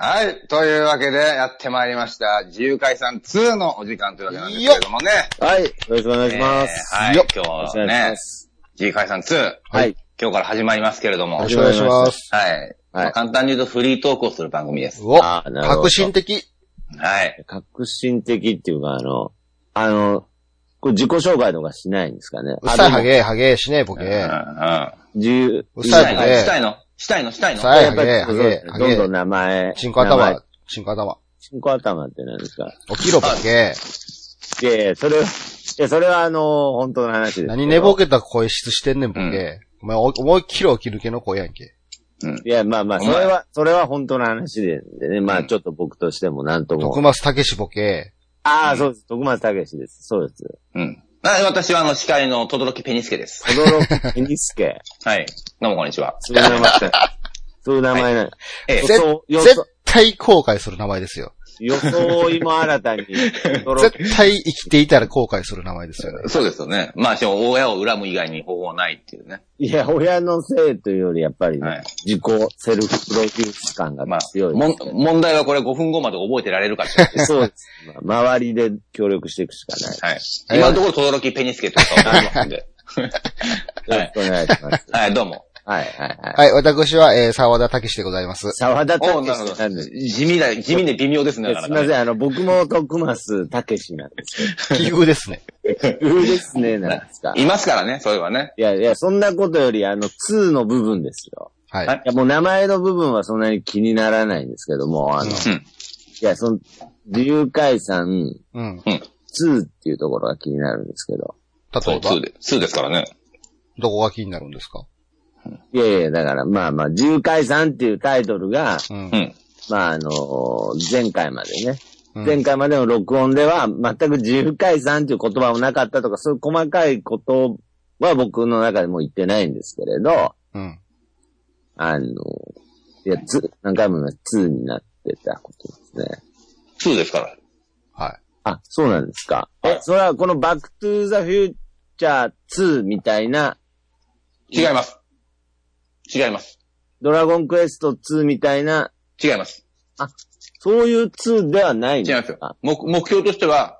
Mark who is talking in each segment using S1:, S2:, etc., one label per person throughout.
S1: はい。というわけで、やってまいりました。自由解散2のお時間というわけなんですけれどもね。
S2: はい。よろしくお願いします。
S1: えーはい。
S2: よっ
S1: 今日
S2: よろしく
S1: は
S2: お願いし
S1: ね
S2: ま、す。
S1: 自由解散2。
S2: はい。
S1: 今日から始まりますけれど
S3: よ
S1: も。は
S3: ろ
S1: い。
S3: しくお願いします。
S1: まあ簡単に言うとフリートークをする番組です。
S3: お、
S2: あーなるほど
S3: 革新的。
S1: はい。
S2: 革新的っていうか、あの、あの、これ自己紹介とかしないんですかね。
S3: うっさい
S2: あ
S3: ハ
S2: でも
S3: ゲー、ハゲー、しねえボケ
S1: うんう
S3: ー。
S1: ん。
S2: 自由。
S3: うっ
S1: した
S3: さ
S1: い
S3: い
S1: の
S3: ボケ
S1: したいのしたいのしたいの
S3: さ
S2: やっぱり
S3: ハゲハゲハゲ
S2: どんどん名前。
S3: ー。チンコ
S2: 名前
S3: 頭、チンコ頭。
S2: チンコ頭って何ですか
S3: 起きろボケ
S2: いやいや、それは、いや、それはあの、本当の話ですけ
S3: ー。
S2: ど。
S3: 何寝ぼけた声質してんねんボケー。お前お思いっきり起きる系の声やんけ。
S2: いや、まあまあ、
S1: お
S2: そ
S1: 前
S2: れは、それは本当の話でね。ま
S1: う
S2: あ、
S1: ん
S2: ちょっと僕としてもなんと
S3: 徳
S2: も。
S3: 松たけしボケ
S2: ああ、そうです。徳松武史です。そうです。
S1: うん。はい私はあの、司会の轟ペニスケです。
S2: 驚き、ニスケ。
S1: はい。どうもこんにちは。
S2: そういう名前。 そういう名前なの。
S1: え
S3: ー。
S1: え
S2: 予
S3: ぜ
S2: 想、予
S3: 絶
S2: 想、
S3: 対後悔する名前ですよ。
S2: 予想今新たに、 驚き。
S3: 絶対生きていたら後悔する名前ですよね。
S1: そうですよね。まあ、しかも親を恨む以外に方法はないっていうね。
S2: いや、親のせいというより、やっぱりね、
S1: はい
S2: 自己セルフプロデュース感が
S1: まあ、
S2: 強いです
S1: もん問題はこれ5分後まで覚えてられるかっていう。
S2: そうです、まあ周りで協力していくしかない。
S1: はい。今のところ轟ペニスケとか思いますんで。は
S2: よろ
S1: い
S2: し。くお願いします。
S1: はい、どうも。
S2: はい、はい、はい。
S3: はい、私は、えー、沢田たけしでござい ます。
S2: 沢田
S1: お
S2: 武
S1: うなるほ
S2: 史なん
S1: ど。
S2: です。
S1: 地味だ、地味で微妙です
S2: す
S1: ね、だから
S2: みませ
S1: ね。
S2: ん、あの、僕も徳松武史なん です。
S3: 奇遇ですね。
S2: うですね、なんですか。
S1: いますからね、そういえばね。
S2: いやいや、そんなことより、あの、2の部分ですよ。
S3: はい。
S1: はい
S2: いや、もう名前の部分はそんなに気にならないんですけども、あの、
S1: う
S2: い
S1: ん。
S2: や、その、自由解散
S3: うん。
S2: 2っていうところが気になるんですけど。
S3: 例
S1: そ
S3: え
S1: う、
S3: ば、
S1: 2で、2ですからね。
S3: どこが気になるんですか
S2: いやいや、だから、まあまあ、自由解散っていうタイトルが、
S3: うん
S1: う。ん。
S2: まあ、あの前回までね、
S3: うん
S2: 前回までの録音では、全く自由解散っていう言葉もなかったとか、そういう細かいことは僕の中でも言ってないんですけれど、
S3: うん。
S2: あのいや、つ、何回も言うのは2になってたことですね。
S1: 2ですから。
S3: は
S2: あ、そうなんですか。
S1: はい
S2: え、それはこのバックトゥーザフューチャー2みたいな、
S1: 違います。違います。
S2: ドラゴンクエスト2みたいな、
S1: 違います。
S2: そういう2ではないん
S1: 違い
S2: で
S1: ますすよ
S2: か。
S1: 目、目標としては、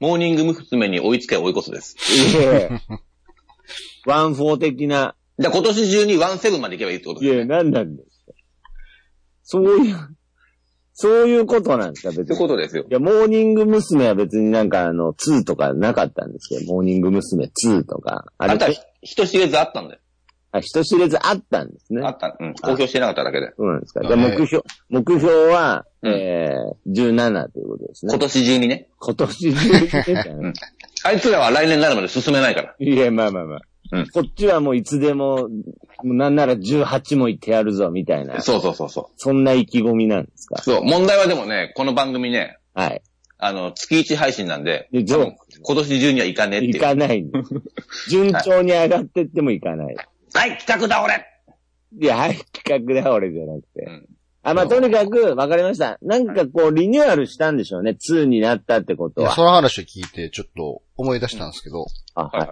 S1: モーニング娘。に追いつけ追い越すです。
S2: いえいえ。ワンフォー的な、
S1: じゃあ今年中にワンセブンまでいけばいいってこと
S2: い
S1: です
S2: え、
S1: ね。
S2: なんなんですか。そういう、そういうことなんですか、別
S1: って
S2: に。
S1: こ
S2: い
S1: とですよ。
S2: や、モーニング娘。は別になんかあの、2とかなかったんですけど、モーニング娘。2とか。あ
S1: あ
S2: れ
S1: んたは、人知れずあったんだよ。
S2: あ人知れずあったんですね。
S1: あった。うん。公表してなかっただけで。
S2: そうなんですか。じ
S3: だ
S2: ゃあ
S3: ね
S2: 目標、目標は、
S1: うん
S2: えー、17ということですね。
S1: 今年中にね。
S2: 今年中 にね
S1: んあいつらは来年になるまで進めないから。
S2: いや、まあまあまあ。
S1: うん
S2: こっちはもういつでも、もうなんなら18も行ってやるぞ、みたいな。
S1: そうそうそうそ
S2: そんな意気込みなんですか
S1: う。。そう。問題はでもね、この番組ね、
S2: はい。
S1: あの、月1配信なんで、
S2: で、どう
S1: 今年中にはいかねえってい
S2: 行
S1: う。
S2: かな いんです。順調に上がってっても行かない。
S1: はい、企画だ俺
S2: いや、はい、企画だ、俺じゃなくて。
S1: うん
S2: あ、まあ、とにかく、わかりました。なんかこう、リニューアルしたんでしょうね。2になったってこと
S3: い。いや
S2: は。
S3: その話を聞いて、ちょっと思い出したんですけど、
S2: あ、はい。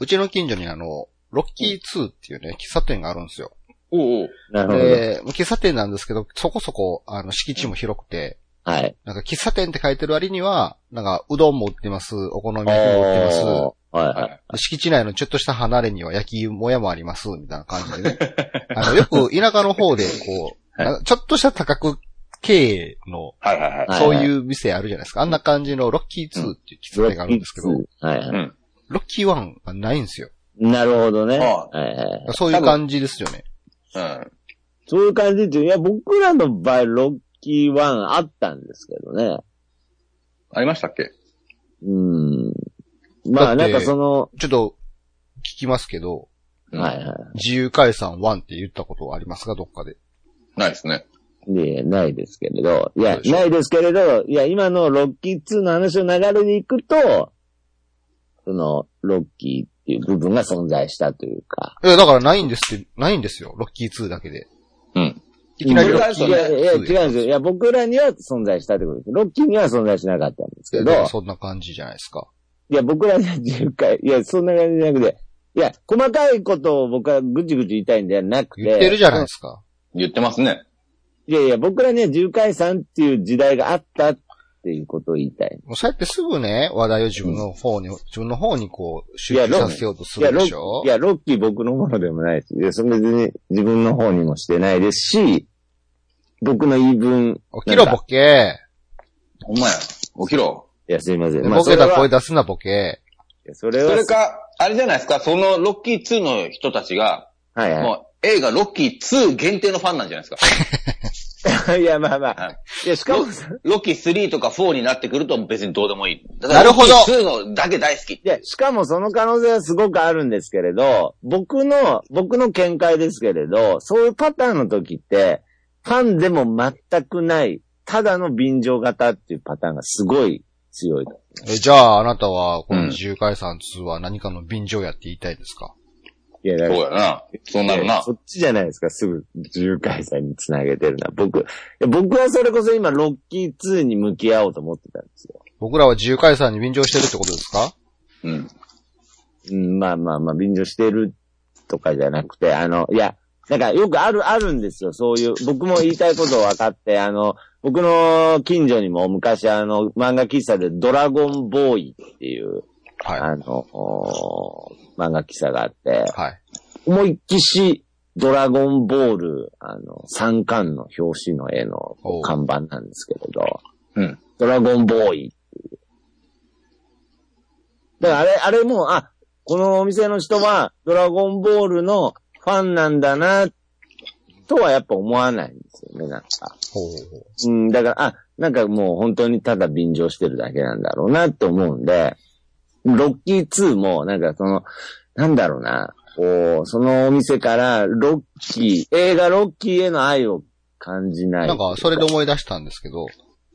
S3: うちの近所にあの、ロッキー2っていうね、喫茶店があるんですよ。
S1: おうおう。
S2: なるほど。
S3: で、喫茶店なんですけど、そこそこ、あの、敷地も広くて、
S2: はい。
S3: なんか喫茶店って書いてる割には、なんか、うどんも売ってます、お好み焼きも売ってます
S2: おーはいはい。
S1: は
S3: で、敷地内のちょっとした離れには焼き芋屋もあります、みたいな感じでね。あの、よく田舎の方で、こう、なんかちょっとした多角経営の、
S1: いはいはいはい。
S2: はい
S3: そういう店あるじゃないですか。あんな感じのロッキー2っていう喫茶店があるんですけど、
S2: はいはい。
S3: ロッキー1がないんですよ。
S2: なるほどね。
S1: は
S2: はいはい
S3: そういう感じですよね。
S1: うん。
S2: そういう感じで、いや、僕らの場合、ロッキー1あったんですけどね。
S1: ありましたっけ
S2: うん。まあ、
S3: だっ
S2: な
S3: て
S2: んかその、
S3: ちょっと、聞きますけど、
S1: うん
S2: はいは
S3: 自由解散1って言ったことはありますか、どっかで。
S1: ないですね。
S2: い。で、ないですけれど、い
S3: そ
S2: や
S3: う、でしょ
S2: ないですけれど、いや、今のロッキー2の話の流れに行くと、その、ロッキーっていう部分が存在したというか、
S3: いや、だからないんですって、ないんですよ。ロッキー2だけで。
S1: うん。
S3: いきなり
S2: い
S3: ロ
S2: や
S3: ッキー
S2: いや、いや違うんですよ。いや、僕らには存在したってことです。ロッキーには存在しなかったんですけど、
S3: そんな感じじゃないですか。
S2: いや、僕らには10回、いや、そんな感じじゃなくて、いや、細かいことを僕はぐちぐち言いたいんじゃなくて、
S3: 言ってるじゃないですか。
S1: 言ってますね。
S2: いやいや、僕らには10回さんっていう時代があったっていうことを言いたい。
S3: もうそうやってすぐね、話題を自分の方に、自分の方にこう、集中させようとす
S2: いや、
S3: る
S2: ロ
S3: でし
S2: ッ
S3: ょ
S2: キー、いや、ロッキー僕のものでもないし、いや、それ別に自分の方にもしてないですし、僕の言い分、
S3: 起きろ、ボケ。
S1: ほんまや。起きろ。
S2: いや、すいません。
S3: ボケ
S2: そ
S3: た
S2: れは
S3: 声出すな、ボケ。
S2: いやそれ
S1: そ
S2: は、
S1: れか、あれじゃないですか、そのロッキー2の人たちが、
S2: はいはい。
S1: もう映画ロッキー2限定のファンなんじゃないですか。
S2: いや、まあま
S1: は
S2: あ
S1: い。
S2: いや、しかも、い
S1: ロッキー3とか4になってくると別にどうでもいい。だ
S3: なるほど
S1: ロッキー2のだけ大好き。
S2: や、しかもその可能性はすごくあるんですけれど、僕の、僕の見解ですけれど、そういうパターンの時って、ファンでも全くない、ただの便乗型っていうパターンがすごい強い。
S3: え、じゃあ、あなたは、こ
S1: うん
S3: の自由解散2は何かの便乗やって言いたいですか、
S2: いや、だ
S1: そ
S2: か
S1: うや
S2: ら
S1: な。そうなる
S2: いや
S1: な。
S2: そっちじゃないですか、すぐ、重開催につなげてるのは。僕、いや僕はそれこそ今、ロッキー2に向き合おうと思ってたんですよ。
S3: 僕らは自由解散に便乗してるってことですか
S1: うん。
S2: うん、まあまあまあ、便乗してるとかじゃなくて、あの、いや、なんかよくある、あるんですよ、そういう。僕も言いたいことを分かって、あの、僕の近所にも昔、あの、漫画喫茶でドラゴンボーイっていう、
S3: は
S2: あの、おー漫画喫茶があって
S3: い。、はい。
S2: 思いっきし、ドラゴンボール、あの、三巻の表紙の絵の
S3: おう
S2: 看板なんですけれど、
S1: うん。
S2: ドラゴンボーイっていう。だからあれ、あれも、あ、このお店の人は、ドラゴンボールのファンなんだな、とはやっぱ思わないんですよね、なんか。
S3: ほうほうほう。
S2: うん、だから、あ、なんかもう本当にただ便乗してるだけなんだろうなと思うんで、ロッキー2も、なんかその、なんだろうな、こう、そのお店からロッキー、映画ロッキーへの愛を感じない。
S3: なんか、それで思い出したんですけど、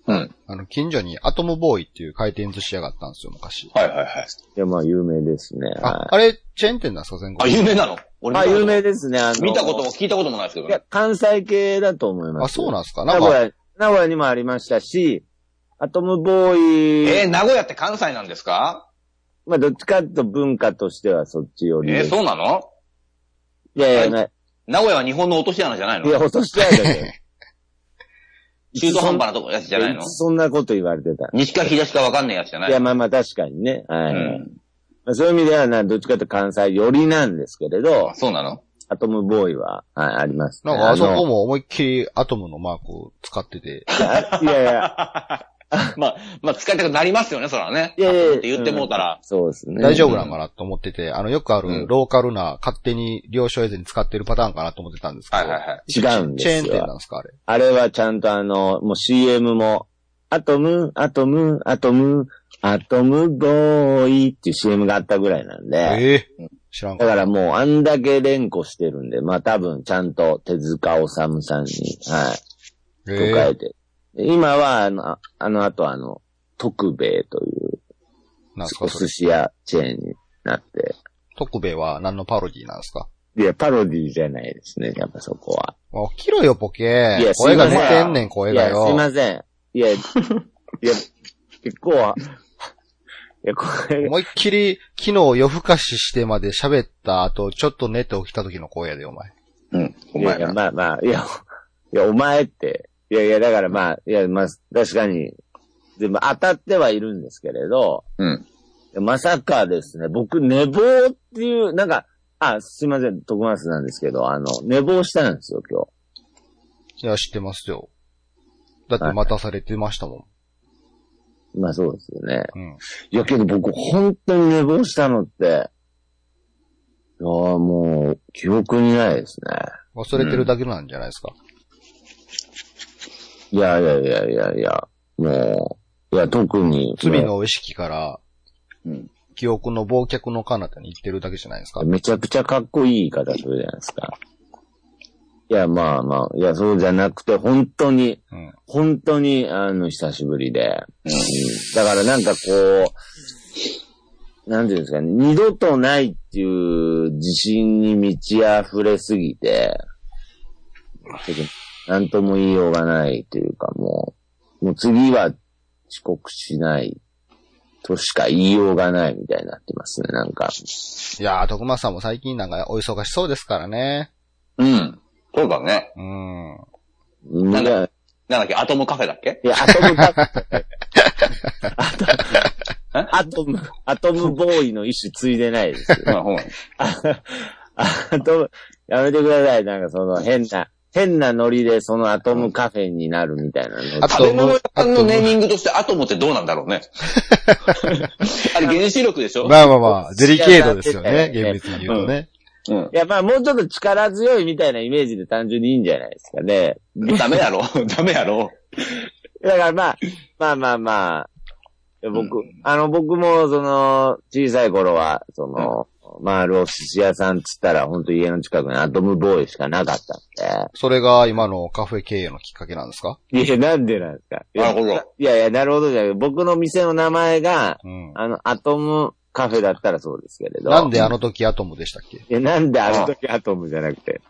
S1: うん。
S3: あの、近所にアトムボーイっていう回転寿司屋があったんですよ、昔。
S1: はいはいはい。
S2: いや、まあ有名ですね。
S3: あ
S2: は、い
S3: あれ、チェーン店なんですか、全
S1: あ、
S3: 国。
S1: 有名なの
S2: まあ
S1: 俺見たこと
S2: 有名ですね、あの。
S1: 見たことも聞いたこともないですけど
S2: いや
S1: ね。、
S2: 関西系だと思います。
S3: あ、そうなんですかな
S2: 名
S3: ん
S2: 古
S3: か、
S2: 屋、名古屋にもありましたし、アトムボーイ、
S1: えー、名古屋って関西なんですか
S2: まあどっちかというと文化としてはそっちより
S1: え
S2: で
S1: ー、
S2: す。
S1: そうなの
S2: いやいや、
S1: は
S2: な
S1: 名古屋は日本の落とし穴じゃない
S2: いや、
S1: の
S2: 落としてないだけ。
S1: 中途半端なとこやつじゃないの
S2: いつそんなこと言われてた。
S1: 西か東かわかんないやつじゃない
S2: いや、まあまあ確かにね。は
S1: う
S2: い。
S1: ん。
S2: まあ、そういう意味ではな、どっちかというと関西寄りなんですけれど
S1: あ、そうなの
S2: アトムボーイは、はい、あります、ね。
S3: なんかあそこ
S2: の
S3: も思いっきりアトムのマークを使ってて、
S2: あいやいや、
S1: まあ、まあ、使いたくなりますよね、そらね。
S2: いやいやい
S1: っ
S2: や。
S1: て言ってもうたら
S2: ん。そうですね。
S3: 大丈
S2: 夫。
S3: 夫なんかなと思ってて、あの、よくあ
S1: うん
S3: るローカルな勝手に了承得ずに使ってるパターンかなと思ってたんですけ
S1: は
S3: ど、
S1: いはいはい。
S2: 違うんです
S3: チ
S2: よ
S3: ェーン店なんですか、あれ。
S2: あれはちゃんとあの、もう CM も、アトム、アトム、アトム、アトムボーイっていう CM があったぐらいなんで。
S3: ええ知らんか
S2: だ
S3: っ
S2: からもうあんだけ連呼してるんで、まあ多分ちゃんと手塚治虫さんに、はい、
S3: た。
S2: と変え
S3: え
S2: て。今はあの、ああの後あの、徳兵衛という
S3: えなんす
S2: お
S3: か、そ
S2: 寿
S3: れ。
S2: 司屋チェーンになって、
S3: 特兵衛は何のパロディなんですか
S2: いや、パロディじゃないですね、やっぱそこは。
S3: あ起きろよ、ボケ
S2: いや。
S3: 声が
S2: すい
S3: 出
S2: ません
S3: てんねん、声
S2: い
S3: が
S2: や、すいま
S3: よ。
S2: せん。いや、いや、結構は、いや、こ れ、
S3: 思いっきり、昨日夜更かししてまで喋った後、ちょっと寝て起きた時の声やで、お前。
S1: うん。お
S2: いや
S1: 前
S2: いや、
S1: な。
S2: まあまあ、いや、 いや、お前って、いやいや、だからまあ、いや、まあ、確かに、でも当たってはいるんですけれど、
S1: うん。
S2: まさかですね、僕、寝坊っていう、なんか、あ、すいません、徳松なんですけど、あの、寝坊したんですよ、今
S3: いや、知ってますよ。だって待たされてましたも
S2: 日。まあそうですよね。
S3: ん。うん。
S2: いや、けど僕、本当に寝坊したのって、いや、もう、記憶にないですね。
S3: 忘れてるだけなんじゃないですか。
S2: いやいやいやいやいや、もう、いや、特に、
S3: 罪の意識から、
S1: うん。
S3: 記憶の忘却の彼方に行ってるだけじゃないですか。
S2: めちゃくちゃかっこいい言い方するじゃないですか。いや、まあまあ、いや、そうじゃなくて、本当に、
S3: うん。
S2: 本当に、あの、久しぶりで。うんだからなんかこう、なんていうんですかね、二度とないっていう自信に満ち溢れすぎて、ちょっとなんとも言いようがないというかもう、もう次は遅刻しないとしか言いようがないみたいになってますね、なんか。
S3: いやー、徳松さんも最近なんかお忙しそうですからね。
S1: うん。そうだね。
S3: うん。
S2: み
S1: なんん
S2: な
S1: か、なんだっけ、アトムカフェだっけ
S2: いや、アトムバッアトム、アトムボーイの意思継いでないですよ。
S1: うん、ほん。
S2: アトム、やめてください。なんかその変な、変なノリでそのアトムカフェになるみたいなの
S3: あ。
S1: 食べ物屋さんのネーミングとしてアトムってどうなんだろう ね。あれ原子力でしょ、
S3: まあまあまあ、デリケートですよね、厳密に言うとね。
S1: うん
S2: いや、まあもうちょっと力強いみたいなイメージで単純にいいんじゃないですかね。
S1: ダメやろダメやろ
S2: だからまあ、まあまあまあ、いや僕、
S1: う
S2: あの僕もその、小さい頃は、その、回るお寿司屋さんっつったら、本当家の近くにアトムボーイしかなかったん
S3: それが今のカフェ経営のきっかけなんですか
S2: で。いや、なんでなんですか。いや
S1: なるほど。
S2: いやいや、なるほどじゃなくて、僕の店の名前が、
S3: うん。
S2: あの、アトムカフェだったらそうですけれど。
S3: なんであの時アトムでしたっけ
S2: いや、なんであの時アトムじゃなくて。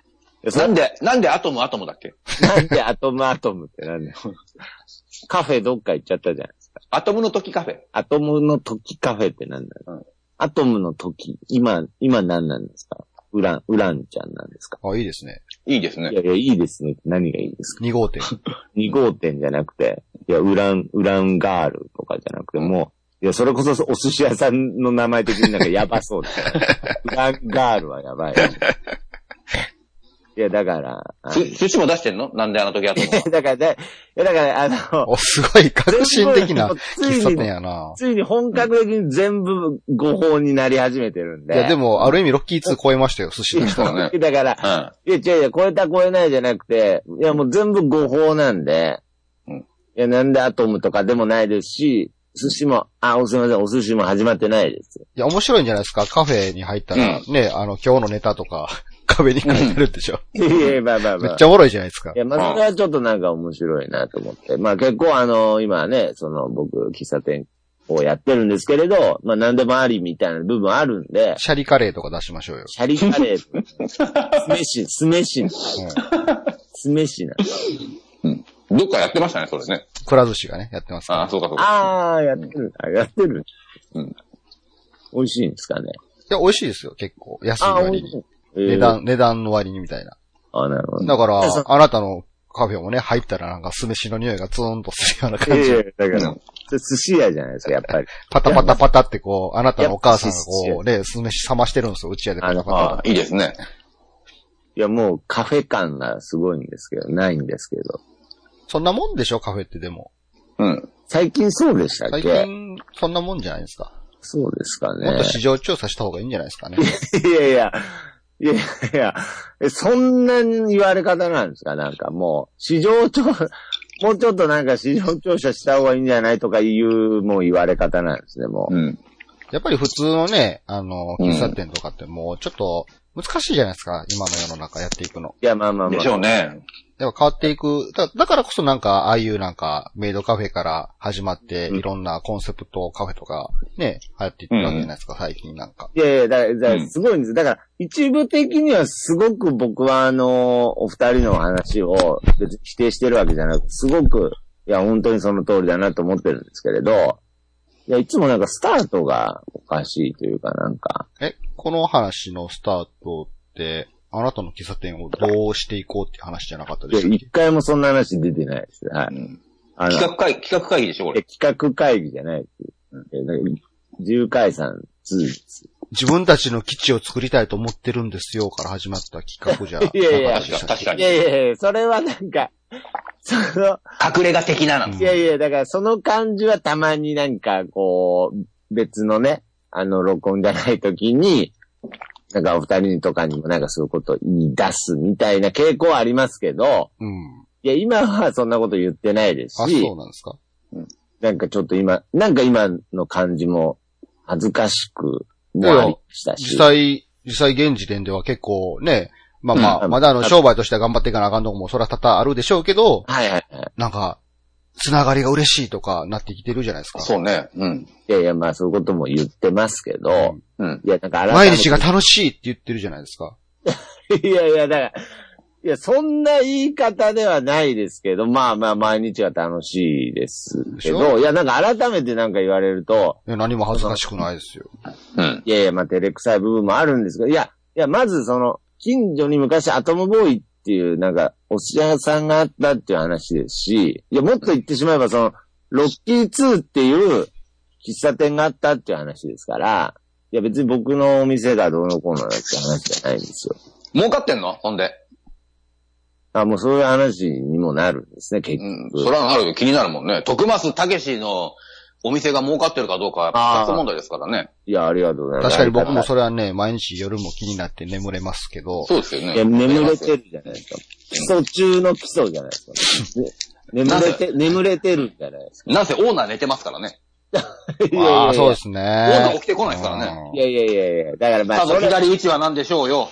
S2: いやそ
S1: なんで、なんでアトムアトムだっけ
S2: なんでアトムアトムってなんだカフェどっか行っちゃったじゃん。
S1: アトムの時カフェ。
S2: アトムの時カフェってなんだろう、
S1: うん
S2: アトムの時、今、今何なんですかウラン、ウランちゃんなんですか
S3: あ、いいですね。
S1: いいです
S2: い
S1: ね。
S2: やいや、いいですね。何がいいですか
S3: 2号店。
S2: 二号店じゃなくて、いや、ウラン、ウランガールとかじゃなくて、もう、いや、それこそお寿司屋さんの名前的になんかやばそう だよウランガールはやばい。いや、だから、あの
S1: す、寿司も出してんのなんであの時アトムは。
S2: だからだ、いや、だから、あの、
S3: お、すごい革新的な
S2: つい
S3: 喫茶店
S2: に、
S3: やな。
S2: ついに本格的に全部誤報になり始めてるん
S3: い
S2: で。
S3: や、でも、ある意味ロッキー2超えましたよ、寿司の人。
S1: そうだね。
S2: だから、
S1: うん。
S2: いや、違う違う、超えた超えないじゃなくて、いや、もう全部誤報なんで、
S1: うん
S2: いや、なんでアトムとかでもないですし、寿司も、あ、おすみません、お寿司も始まってないです。
S3: いや、面白いんじゃないですかカフェに入ったら、ね、あの、今日のネタとか、 壁に書いてあるでしょ。
S2: いやいや、まあまあま
S3: め
S2: あ。
S3: っちゃおもろいじゃないですか
S2: い。や、まあ、それはちょっとなんか面白いなと思って。まあ結構あの、今ね、その僕、喫茶店をやってるんですけれど、まあ何でもありみたいな部分あるん で、
S3: シャリカレーとか出しましょうよ。
S2: シャリカレーとか、酢飯、酢飯な、酢飯な。
S1: どっかやってましたね、それね。
S3: くら寿司がね、やってますから
S1: ああ、そうかそうか。
S2: あー、やってる。あ、やってる。
S1: うん
S2: 美味しいんですかね。
S3: いや、美味しいですよ、結構。安い
S2: あー、美
S3: 割
S2: 味し
S3: に。
S2: い。えー
S3: 値。段、値段の割にみたいな。
S2: あ、なるほど。
S3: だから
S2: いやそ、
S3: あなたのカフェもね、入ったらなんか酢飯の匂いがツーンとするような感
S2: い
S3: じ
S2: やいやだか
S1: う
S2: ら
S1: ん、
S2: それ寿司屋じゃないですか、やっぱり。
S3: パタパタパタってこう、あなたのお母さんが
S2: いや
S3: こう、ね、酢飯冷ましてるんですよ、うち屋でパタパ
S1: ああ、いいですね。
S2: いや、もうカフェ感がすごいんですけど、ないんですけど。
S3: タ。そんなもんでしょ、カフェってでも。
S1: うん。
S2: 最近そうでしたっ
S3: 最
S2: け
S3: 近、そんなもんじゃないですか。
S2: そうですかね。
S3: もっと市場調査した方がいいんじゃないです かね。
S2: いやいや、いやいや、えそんな言われ方なんですかなんかもう、市場調、もうちょっとなんか市場調査した方がいいんじゃないとかいう、もう言われ方なんですね、もう。
S1: うん。
S3: やっぱり普通のね、あの、
S1: うん
S3: 喫茶店とかってもうちょっと難しいじゃないですか、今の世の中やっていくの。
S2: いや、まあまあま
S1: でし
S2: あ。
S1: ょうね。
S3: やっぱ変わっていく。だだからこそなんか、ああいうなんか、メイドカフェから始まって、
S2: うん
S3: いろんなコンセプトカフェとか、ね、流行っていってるわけじゃないですか、最近なんか。
S2: いやいや、だからだか
S1: う
S2: ら、
S1: ん
S2: すごいんです。だから、一部的にはすごく僕はあの、お二人の話を別に否定してるわけじゃなく、すごく、いや、本当にその通りだなと思ってるんですけれど、いや、いつもなんかスタートがおかしいというかなんか、
S3: え、この話のスタートって、あなたの喫茶店をどうしていこうって話じゃなかった
S2: い
S3: で
S2: や、
S3: したっ
S2: 一
S3: け
S2: 回もそんな話出てないです。はい。
S1: うん
S2: あの、
S1: 企画会、企画会議でしょ、こ
S2: え
S1: れ。
S2: 企画会議じゃないです。えなんか重解散通です。
S3: 自分たちの基地を作りたいと思ってるんですよから始まった企画じゃなかっ
S2: いやいや
S3: たでしたっ
S1: 確
S3: け
S1: か
S2: い
S1: に。
S2: やいやいや、それはなんか、その、
S1: 隠れ家的なの
S3: う。ん
S2: いやいや、だからその感じはたまになんかこう、別のね、あの、録音じゃない時に、なんかお二人とかにもなんかそういうことを言い出すみたいな傾向はありますけど、
S3: うん。
S2: いや、今はそんなこと言ってないです
S3: あ、
S2: し、
S3: そうなんですか
S2: なんかちょっと今、なんか今の感じも恥ずかしくもありましたし。
S3: 実際、実際現時点では結構ね、まあまあ、
S2: うん
S3: まだあの商売としては頑張っていかなあかんとこもそら多々あるでしょうけど、
S2: はいはいはい。
S3: なんか、つながりが嬉しいとかなってきてるじゃないですか。
S1: そうね。うん。
S2: いやいや、まあそういうことも言ってますけど、
S3: うん
S1: うん。
S2: いや、なんか改めて
S3: 毎日が楽しいって言ってるじゃないですか。
S2: いやいや、だから、いや、そんな言い方ではないですけど、まあまあ、毎日は楽しいですけ
S3: でし
S2: ど、いや、なんか改めてなんか言われると、
S3: いや、何も恥ずかしくないですよ。
S1: うん。
S2: いやいや、まあ、照れくさい部分もあるんですけど、いや、いや、まずその、近所に昔アトムボーイっていう、なんか、お寿司屋さんがあったっていう話ですし、いや、もっと言ってしまえばその、ロッキー2っていう喫茶店があったっていう話ですから、いや、別に僕のお店がどうのこうのだって話じゃないんですよ。
S1: 儲かってんのほんで。
S2: あ、もうそういう話にもなるんですね、結局。
S1: うん。それはなるよ。気になるもんね。徳松たけしのお店が儲かってるかどうかは、
S2: あー
S1: 問題ですからね。
S2: いや、ありがとうございます。
S3: 確かに僕もそれはね、毎日夜も気になって眠れますけど、
S1: そうですよね。
S2: いや、眠れてるじゃないですか。基礎中の基礎じゃないですか、ね。ね眠れて、眠れてるじゃないです
S1: なんせオーナー寝てますからね。
S2: か。いやいやい
S3: ああ、
S2: や
S3: そうですね。
S1: オーナー起きてこないですからね。
S2: いやいやいやいや、だからま
S1: 多
S2: あ、そ
S1: 分
S2: れ、
S1: 左位置は何でしょうよ。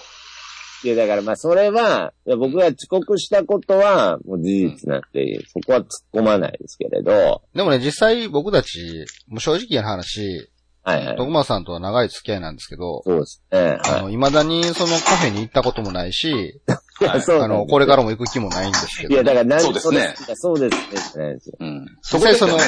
S2: いやだからまあ、それは、いや僕が遅刻したことは、もう事実なんで、そこは突っ込まないですけれど、
S3: でもね、実際僕たち、もう正直な話、
S2: はいはい。
S3: 徳間さんとは長い付き合いなんですけど、
S2: そうですね。
S3: あ
S2: は
S3: の、未だにそのカフェに行ったこともないし、
S2: い。いや、 そう
S3: あ
S2: なん
S3: の、
S2: です
S3: これからも行く気もないんですけ
S2: いや、
S3: ど、
S2: だから、なん
S1: そうですね。
S2: そうですね。そうですね。じゃないんですよ。
S1: うん。そ
S3: 実
S1: こ
S3: 際
S1: です
S3: そ
S1: よ
S3: の
S1: ね。、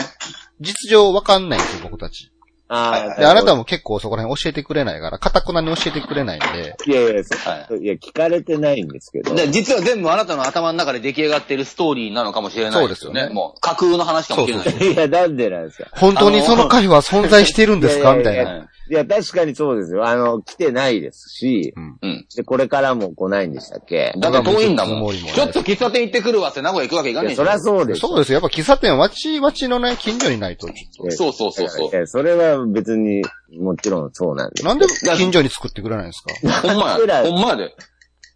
S3: 実情わかんないんですよ、僕たち。
S1: はい
S2: あ
S1: は
S2: あ、
S3: で、あなた
S2: も。
S3: も結構そこら辺教えてくれないから、かたくなに教えてくれないんで、
S2: いやいや、そ
S1: は
S2: ういや、聞かれてないんですけど。
S1: い。で実は全部あなたの頭の中で出来上がってるストーリーなのかもしれない、
S3: そうですよね
S1: もう架空の話かもしれない。
S3: そう
S2: いや、なんでなんですか。
S3: 本当にそのカフェは存在してるんですか
S2: あの
S3: みたい
S2: やや
S3: な。
S2: やいや、確かにそうですよ。あの、来てないですし、
S1: うん。
S2: で、これからも来ないんでしたっけ
S1: だって遠いんだもん。
S3: つもりもない
S1: ちょっと喫茶店行ってくるわって名古屋行くわけいか
S2: い
S1: ねえ
S2: や、
S1: じゃ
S2: そ
S1: ん
S2: りゃそうですよ。
S3: そうですよ。やっぱ喫茶店は町、町のね、近所にないと。
S1: そうそうそうそう
S2: だからいやそれは別に、もちろんそうなんです。
S3: なんで近所に作ってくれないんですか
S1: ほんま
S2: 僕ら
S1: や。ほんまやで。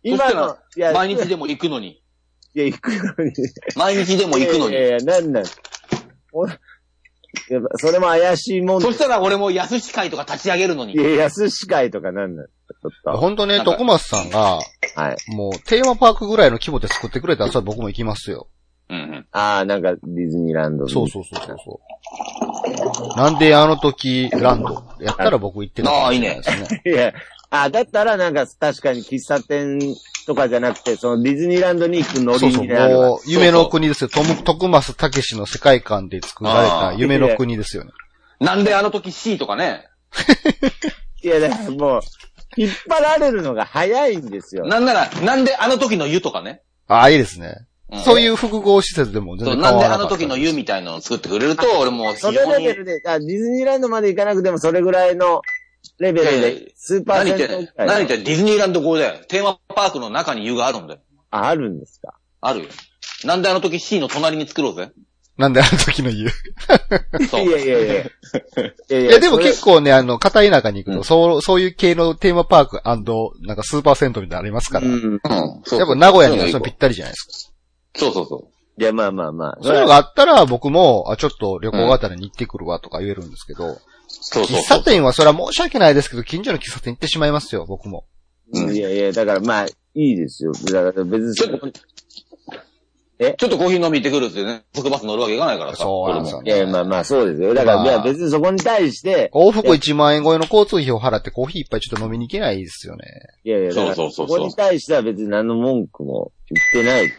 S2: 今の、いや、
S1: 毎
S2: い
S1: 日でも行くのに。
S2: や、行くのに。
S1: 毎日でも行くの
S2: いや
S1: に。
S2: いやいや、なんなんおいやそれも怪しいもんで
S1: そしたら俺も安司会とか立ち上げるの
S2: い
S1: に。
S2: や、安司会とかなんなんちょっと。
S3: 本当ね
S1: な、んか
S3: 徳松さんが、
S2: はい。
S3: もうテーマパークぐらいの規模で作ってくれたら、それ僕も行きますよ。
S1: うんうん。
S2: ああ、なんか、ディズニーランドに
S3: そうそうそうそうそう。なんであの時、ランド、やったら僕行ってたかもしれ ないですね。
S2: いや、あ、だったらなんか確かに喫茶店とかじゃなくて、そのディズニーランドに行くノ
S3: そ
S2: リ
S3: うそう、
S2: になるわ。
S3: もう、夢の国ですよ。トム、徳松たけしの世界観で作られた夢の国ですよね。
S1: なんであの時 C とかね。
S2: いや、だからもう、引っ張られるのが早いんですよ。
S1: なんなら、なんであの時の湯とかね。
S3: ああ、いいですね。
S1: うん
S3: そういう複合施設でも全
S1: そう
S3: 然
S1: な
S3: 変
S1: ん
S3: わら
S1: で
S3: な
S1: あ
S3: か
S1: の
S3: った。
S1: 時の湯みたいのを作ってくれると、俺もう
S2: そ
S1: 非
S2: れ
S1: 常
S2: レベ
S1: に
S2: ルであ、ディズニーランドまで行かなくてもそれぐらいのレベル
S1: いやいや
S2: で、スーパー
S1: 何
S2: 銭
S1: 言
S2: 湯
S1: っ
S2: ぐ
S1: て
S2: ら
S1: ん
S2: いの
S1: の何言ってんのディズニーランド号だよ。テーマパークの中に湯があるんだよ。
S2: あ、あるんですか。
S1: あるよ。なんであの時 C の隣に作ろうぜ。
S3: なんであの時の湯。
S1: そう。
S2: いやい やいや。いやい
S3: いや、でも結
S2: 構。
S3: 構ね、あの、片田舎に行く
S1: うん
S3: と、そう、そういう系のテーマパークなんかスーパーセントみたいなのありますから。
S2: う
S3: やっ
S2: ん。
S1: うん。そう
S3: ぱ名古屋には
S1: そ
S3: そうれぴったりじゃないですか。
S1: そうそうそ
S2: いや、まあまあまあ。
S3: そういうのがあったら、僕も、あ、ちょっと旅行あたりに行ってくるわとか言えるんですけど、
S1: う。そうそう
S3: 喫
S1: そ
S3: 茶
S1: う。
S3: 店はそれは申し訳ないですけど、近所の喫茶店行ってしまいますよ、僕も。
S1: うん
S2: いやいや、だからまあ、いいですよ。だから別に
S1: ち
S2: そ
S1: ょっ、
S2: ことえ
S1: ちょっとコーヒー飲み行ってくるってね、即バス乗るわけいかないからさ。
S3: そうなんですよ
S2: いやいや、
S3: ね。
S2: まあまあ、そうですよ。だから、
S3: まあ
S2: いや、別にそこに対して、
S3: 往復1万円超えの交通費を払ってコーヒー一杯ちょっと飲みに行けないですよね。
S2: いやいや、だから
S1: そうそうそうそう
S2: こに対しては別に何の文句も言って ない。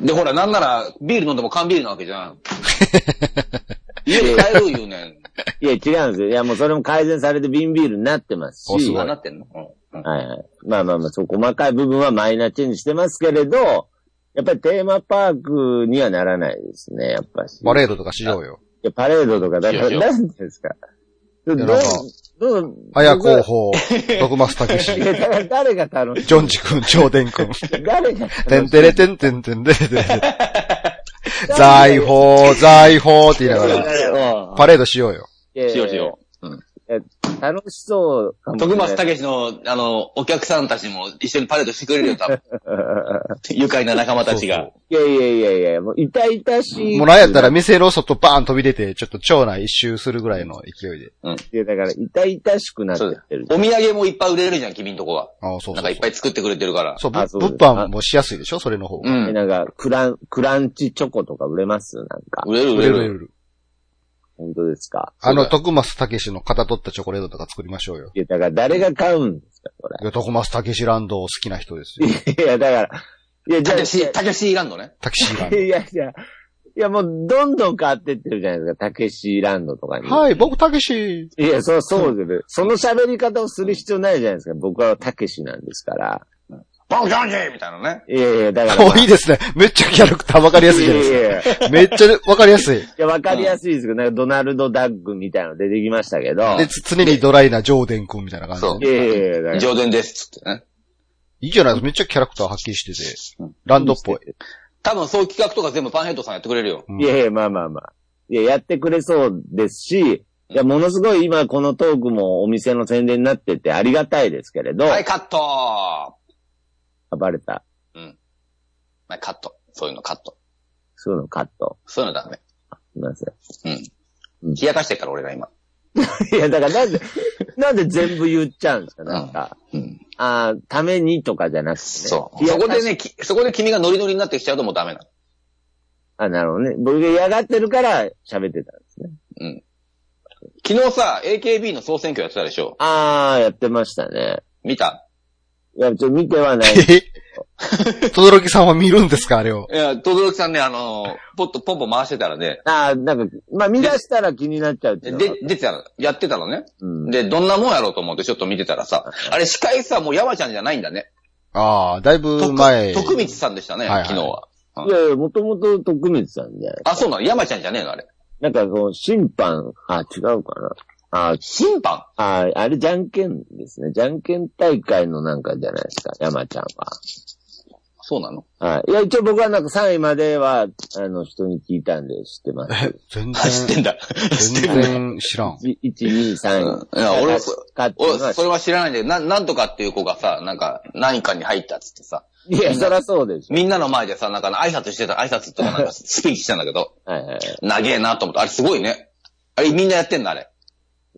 S1: で、ほら、なんなら、ビール飲んでも缶ビールなわけ じゃん。家で帰る言うねん。
S2: いや、違うんですよ。いや、もうそれも改善されて瓶ビールになってます
S3: おす
S2: し、
S3: ご
S1: あ
S2: はい
S1: なってんのうん。
S2: いはい。まあまあまあ、そう、細かい部分はマイナーチェンジしてますけれど、やっぱりテーマパークにはならないですね、やっぱし。
S3: パレードとかしようよ。
S2: いや、パレードとか、だか
S1: いや
S2: ら、
S1: いや
S2: なんですか。どう、
S3: いや
S2: ど
S3: な
S2: うん
S3: か、
S2: どう、
S3: あや候補、徳松たけし、
S2: いや、だから誰が楽し
S3: ジョンジ君、超伝君。
S2: い、誰が
S3: て
S2: 楽
S3: ん
S2: しい
S3: てれてんてんてんてれてんてん。財宝、財宝って言いながら、
S1: うん。
S3: パレードしようよ。
S2: いやいや
S1: しようしよう。うん。
S2: 楽しそうかもね
S1: 徳松たけしの、あの、お客さんたちも一緒にパレードしてくれるよ、多分。愉快な仲間たちが。
S2: いやいやいやいや、もう痛々しい。
S3: もうなんやったら店の外バーン飛び出て、ちょっと町内一周するぐらいの勢いで。
S2: いやだから痛々しくなって
S1: そう
S2: ってる。
S1: お土産もいっぱい売れるじゃん、君んとこは。
S3: ああ、そうそ
S1: なんか
S3: う
S1: いっぱい作ってくれてるから。
S3: そう。
S2: あ
S3: そ、
S2: そうう
S3: ぶ
S2: です
S3: 物販もしやすいでしょそれの方
S1: う
S3: が。
S1: ん。
S2: なんか、クラン、クランチチョコとか売れますなんか。
S1: 売れる
S3: 売
S1: 売
S3: れ
S1: れ
S3: る売れ
S1: る。
S3: る。
S2: 本当ですか。
S3: あ
S1: そうだ
S3: の、
S1: よ
S3: 徳松たけしの型取ったチョコレートとか作りましょうよ。
S2: いや、だから誰が買うんですですか、これ。
S3: ヨトコマスタケシランド好きな人ですよ。
S2: いや、だから、いや、じ
S1: た
S2: ゃあ、
S1: けし、たけしランドね。
S3: タケシラン
S2: いや、いや、いや、もう、どんどん変わってってるじゃないですか、たけしランドとかに。
S3: ド。はい、僕タケシ。
S2: いや、そう、そうですよ。その喋り方をする必要ないじゃないですか。僕はたけしなんですから。
S1: ボンジョンジーみたいなね。
S2: いやいや、だから、
S3: お、いいですね。めっちゃキャラクターわかりやすいじゃない
S2: い
S3: で
S2: やいやい
S3: すか。めっちゃわかりや すい。
S2: や、わかりやすいですけど、なんかドナルド・ダッグみたいなの出てきましたけど。
S3: で、つ常にドライなジョーデン君みたいな感じ
S1: そう
S3: で。
S2: いやいやいや、だから
S1: 上伝です、つってね。
S3: いいじゃないですか。めっちゃキャラクターはっきりしてて
S1: うん。
S3: ランドっぽい。
S1: 多分そういう企画とか全部パンヘッドさんやってくれるよ。
S3: うん
S2: いやいや、まあまあまあ。いや、やってくれそうですし、いや、ものすごい今このトークもお店の宣伝になっててありがたいですけれど、
S1: はい、カット
S2: あバレた、
S1: はい、カット。そういうのカット。
S2: そういうのカット。
S1: そういうのダメ。
S2: すいませ
S1: うん。冷やかしてっから俺ら今。
S2: ん。いや、だからなんで、なんで全部言っちゃうんですか、なんか。
S1: うん。
S2: ああ、ためにとかじゃなくてね。
S1: そう。
S2: いや
S1: そこでね、きそこで君がノリノリになってきちゃうともうダメなの。
S2: あ、なるほどね。僕が嫌がってるから喋ってたんですね。
S1: うん。昨日さ、AKB の総選挙やってたでしょ
S2: ああ、やってましたね。
S1: 見た
S2: いや、ちょ、見てはない。
S3: えとどろきさんは見るんですかあれを。
S1: いや、とどろきさんね、あのー、ポッとポンポン回してたらね、
S2: ああ、なんか、まあ見出したら気になっちゃうってい
S1: で
S2: うのは、
S1: 出てたの、やってたのね。
S2: うん。
S1: で、どんなもんやろうと思ってちょっと見てたらさ、あれ司会さ、もう山ちゃんじゃないんだね。
S3: ああ、だいぶ
S1: 徳
S3: 前。
S1: 徳光さんでしたね、
S3: はいはい
S1: 昨日は。
S2: いやいや、もともと徳光さんじゃない
S1: あ、そうなの山ちゃんじゃねえのあれ。
S2: なんかこう、審判、あ、違うかな。あ、
S1: 審判
S2: あ、あれ、じゃんけんですね。じゃんけん大会のなんかじゃないですか、山ちゃん
S1: そうなの
S2: は。はい。いや、一応僕はなんか3位までは、あの、人に聞いたんで知ってます。
S3: え、全
S1: あ知
S3: 然、
S1: ってんだ。知って
S3: 全
S1: んだ。
S3: 然知 らん。
S2: 1、2、3
S1: う
S2: 位。
S1: んいや俺は
S2: 勝っていう
S1: 俺、
S2: のは
S1: それは知らないんだけど、な、なんとかっていう子がさ、なんか、何かに入ったっつってさ、
S2: いや、そらそうでしょ。
S1: みんなの前でさ、なんか挨拶してた、挨拶とかなんかスピーチしてたんだけど、
S2: はいはいはい。
S1: 長えなと思った。あれすごいね。あれみんなやってんだ、あれ。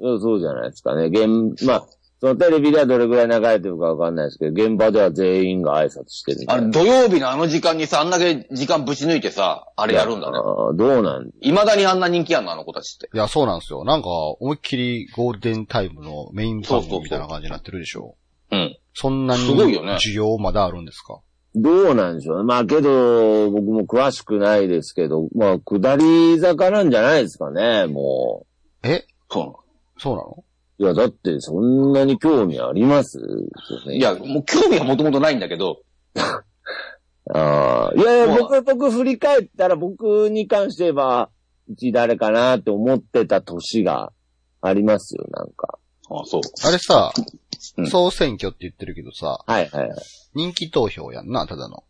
S2: うんそうじゃないですかね。現、まあ、そのテレビではどれぐらい流れてるかわかんないですけど、現場では全員が挨拶してるみた
S1: あ
S2: いな
S1: れ、土曜日のあの時間にさ、あんだけ時間ぶち抜いてさ、あれやるんだね。
S2: あーどうなん
S1: 未だにあんな人気やんの、あの子たちって。
S3: いや、そうなんですよ。なんか、思いっきりゴールデンタイムのメイン番組みたいな感じになってるでしょ。
S1: うん。
S3: そんなに、
S1: すごいよね
S3: 需要まだあるんですか
S2: どうなんでしょうね。まあけど、僕も詳しくないですけど、まあ、下り坂なんじゃないですかね、も
S3: え
S1: そ
S3: そうなの
S2: う。いや、だってそんなに興味あります
S1: ういや、もう興味はもともとないんだけど、
S2: ああ。いやい
S1: まあ
S2: や、僕、僕振り返ったら僕に関して言えば、一誰かなって思ってた年がありますよ、なんか。
S1: あそう。
S3: あれさ
S1: う、ん
S3: 総選挙って言ってるけどさ、
S2: はいはいはい。
S3: 人気投票やんな、ただの。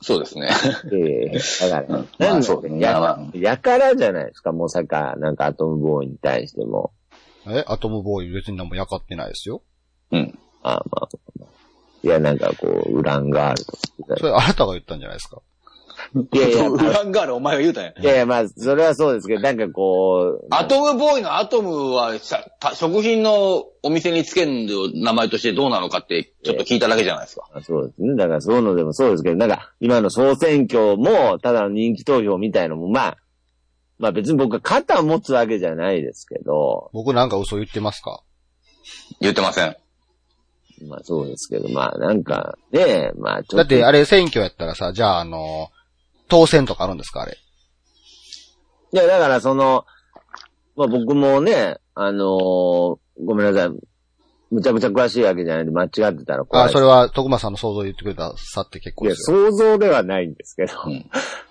S1: そうですね。
S2: ええだから、
S1: うんま
S2: な
S1: あ
S2: ん
S1: そ
S2: だ
S1: う
S2: ね
S1: ね
S2: や
S1: まあま
S2: やからじゃないですか、もうさか、なんかアトムボーイに対しても。
S3: えアトムボーイ別に何もやかってないですよ。
S1: うん。
S2: ああ、まあ。いや、なんかこう、ウランガールとか言ってたり
S3: それあなたが言ったんじゃないですか。
S2: いやいや、
S1: ウ
S2: まあ
S1: ランガールお前が言うたんや。
S2: いやいや、まあ、それはそうですけど、なんかこう、
S1: アトムボーイのアトムはさた食品のお店につける名前としてどうなのかってちょっと聞いただけじゃないですか。
S2: そうですね。だからそういうのでもそうですけど、なんか、今の総選挙も、ただの人気投票みたいのも、まあ、まあ別に僕は肩を持つわけじゃないですけど、
S3: 僕なんか嘘言ってますか
S1: 言ってません。
S2: まあそうですけど、まあなんか、ねえ、まあちょっと。
S3: だってあれ選挙やったらさ、じゃああの、当選とかあるんですかあれ。
S2: いや、だからその、まあ僕もね、あのーごめんなさい。むちゃくちゃ詳しいわけじゃないんで、間違ってたら怖い。
S3: あ、それは徳間さんの想像を言ってくれたさって結構
S2: い
S3: で
S2: や、
S3: すよ。
S2: 想像ではないんですけど、
S1: うん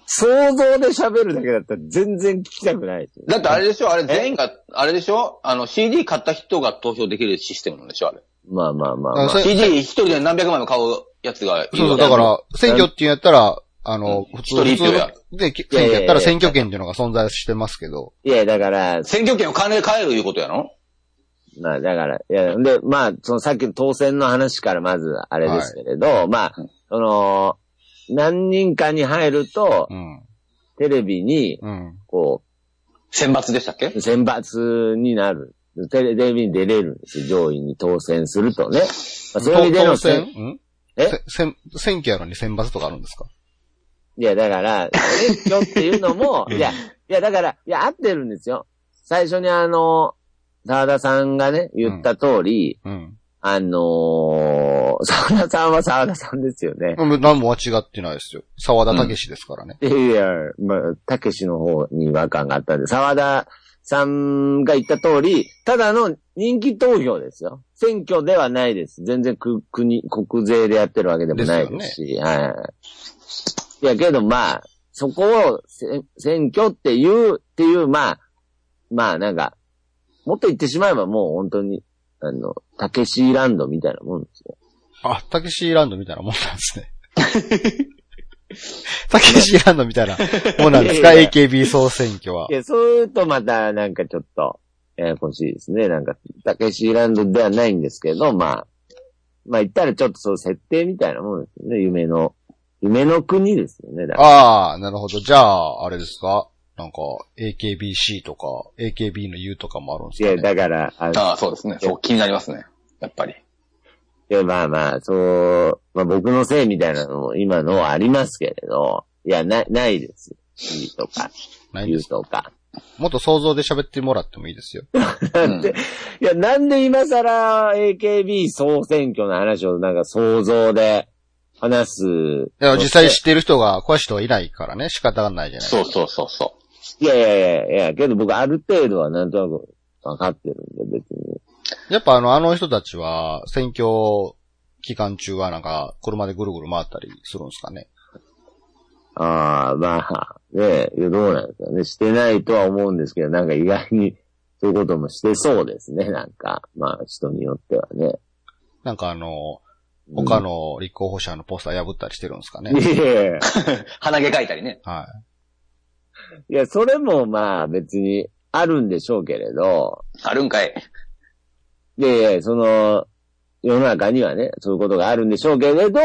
S2: 想像で喋るだけだったら全然聞きたくないですよ
S1: だってあれでしょあれ全員が、あれでしょあの CD 買った人が投票できるシステムなんでしょあれ。
S2: まあまあまあま
S3: あ
S2: あ。
S3: それ
S1: CD 一人で何百万の買うやつがい
S3: そう
S1: る
S3: そ
S1: わ
S3: う、
S1: け
S3: だから、選挙っていうんやったら、あの、普通、
S1: 一人
S3: 普
S1: 一票や
S3: 通ので、選挙やったら選挙権っていうのが存在してますけど、
S2: いや、だから、
S1: 選挙権を金で買えるいうことやろ
S2: まあだから、いや、で、まあ、そのさっきの当選の話からまずあれですけれど、まあ、その、何人かに入ると
S3: う、ん。
S2: テレビに、
S3: うん。
S2: こ
S1: 選抜でしたっけ
S2: う、選抜になる。テレテレビに出れるんですよ。上位に当選するとね。まあ、そういう意味での
S3: 当選ん
S2: え
S3: せ選、選挙やのに選抜とかあるんですか
S2: いや、だから、選挙っていうの も、いや、いや、だから、いや、合ってるんですよ。最初にあの、沢田さんがね、言った通り、
S3: うん。
S2: あのー、沢田さんは沢田さんですよね。
S3: うん何も間違ってないですよ。沢田武史ですからね。
S2: いやいや、まあ、たけしの方に違和感があったんで、沢田さんが言った通り、ただの人気投票ですよ。選挙ではないです。全然く国、国税でやってるわけでもないですし、はい。いやけどまあ、そこをせ選挙っていう、っていう、まあ、まあなんか、もっと言ってしまえばもう本当に、あの、たけしランドみたいなもんですよ。
S3: あ、たけしランドみたいなもんなんですね。 たけしランドみたいなもんなんですか
S2: いやいや。
S3: ?AKB 総選挙はい
S2: や、そう言うとまた、なんかちょっと、ややこしいですね。なんか、たけしランドではないんですけど、まあ、まあ言ったらちょっとその設定みたいなもんですよね。夢の、夢の国ですよね。だから
S3: ああ、なるほど。じゃあ、あれですかなんか、AKBC とか、AKB の U とかもあるんです
S2: い
S3: か、
S2: や、
S3: ね、
S2: だから、あの
S1: ああ、そうですね。そう、気になりますね。やっぱり。
S2: いや、まあまあ、そう、まあ僕のせいみたいなのも今のはありますけれど、いや、ない、ないです。いいとか、
S3: ないん
S2: 言
S3: で
S2: う
S3: す
S2: とか。
S3: もっと想像で喋ってもらってもいいですよ。
S2: なんで、いや、なんで今更 AKB 総選挙の話をなんか想像で話す。
S3: いや実際知ってる人が、詳しい人はいないからね、仕方がないじゃないです
S1: そ
S3: か。
S1: うそうそうそ
S2: いやいやいやいや、けど僕ある程度はなんとなく分かってるんで、別に。
S3: やっぱあの、あの人たちは、選挙期間中はなんか、車でぐるぐる回ったりするんですかね。
S2: ああ、まあ、ねえ、いやどうなんですかね。してないとは思うんですけど、なんか意外にそういうこともしてそうですね、なんか。 まあ、人によってはね。
S3: なんかあの、他の立候補者のポスター破ったりしてるんですかね。
S2: いやいやいや
S1: う。鼻毛描いたりね。
S3: はい
S2: や、それもまあ別にあるんでしょうけれど、
S1: あるんかい。
S2: で、その、世の中にはね、そういうことがあるんでしょうけれど、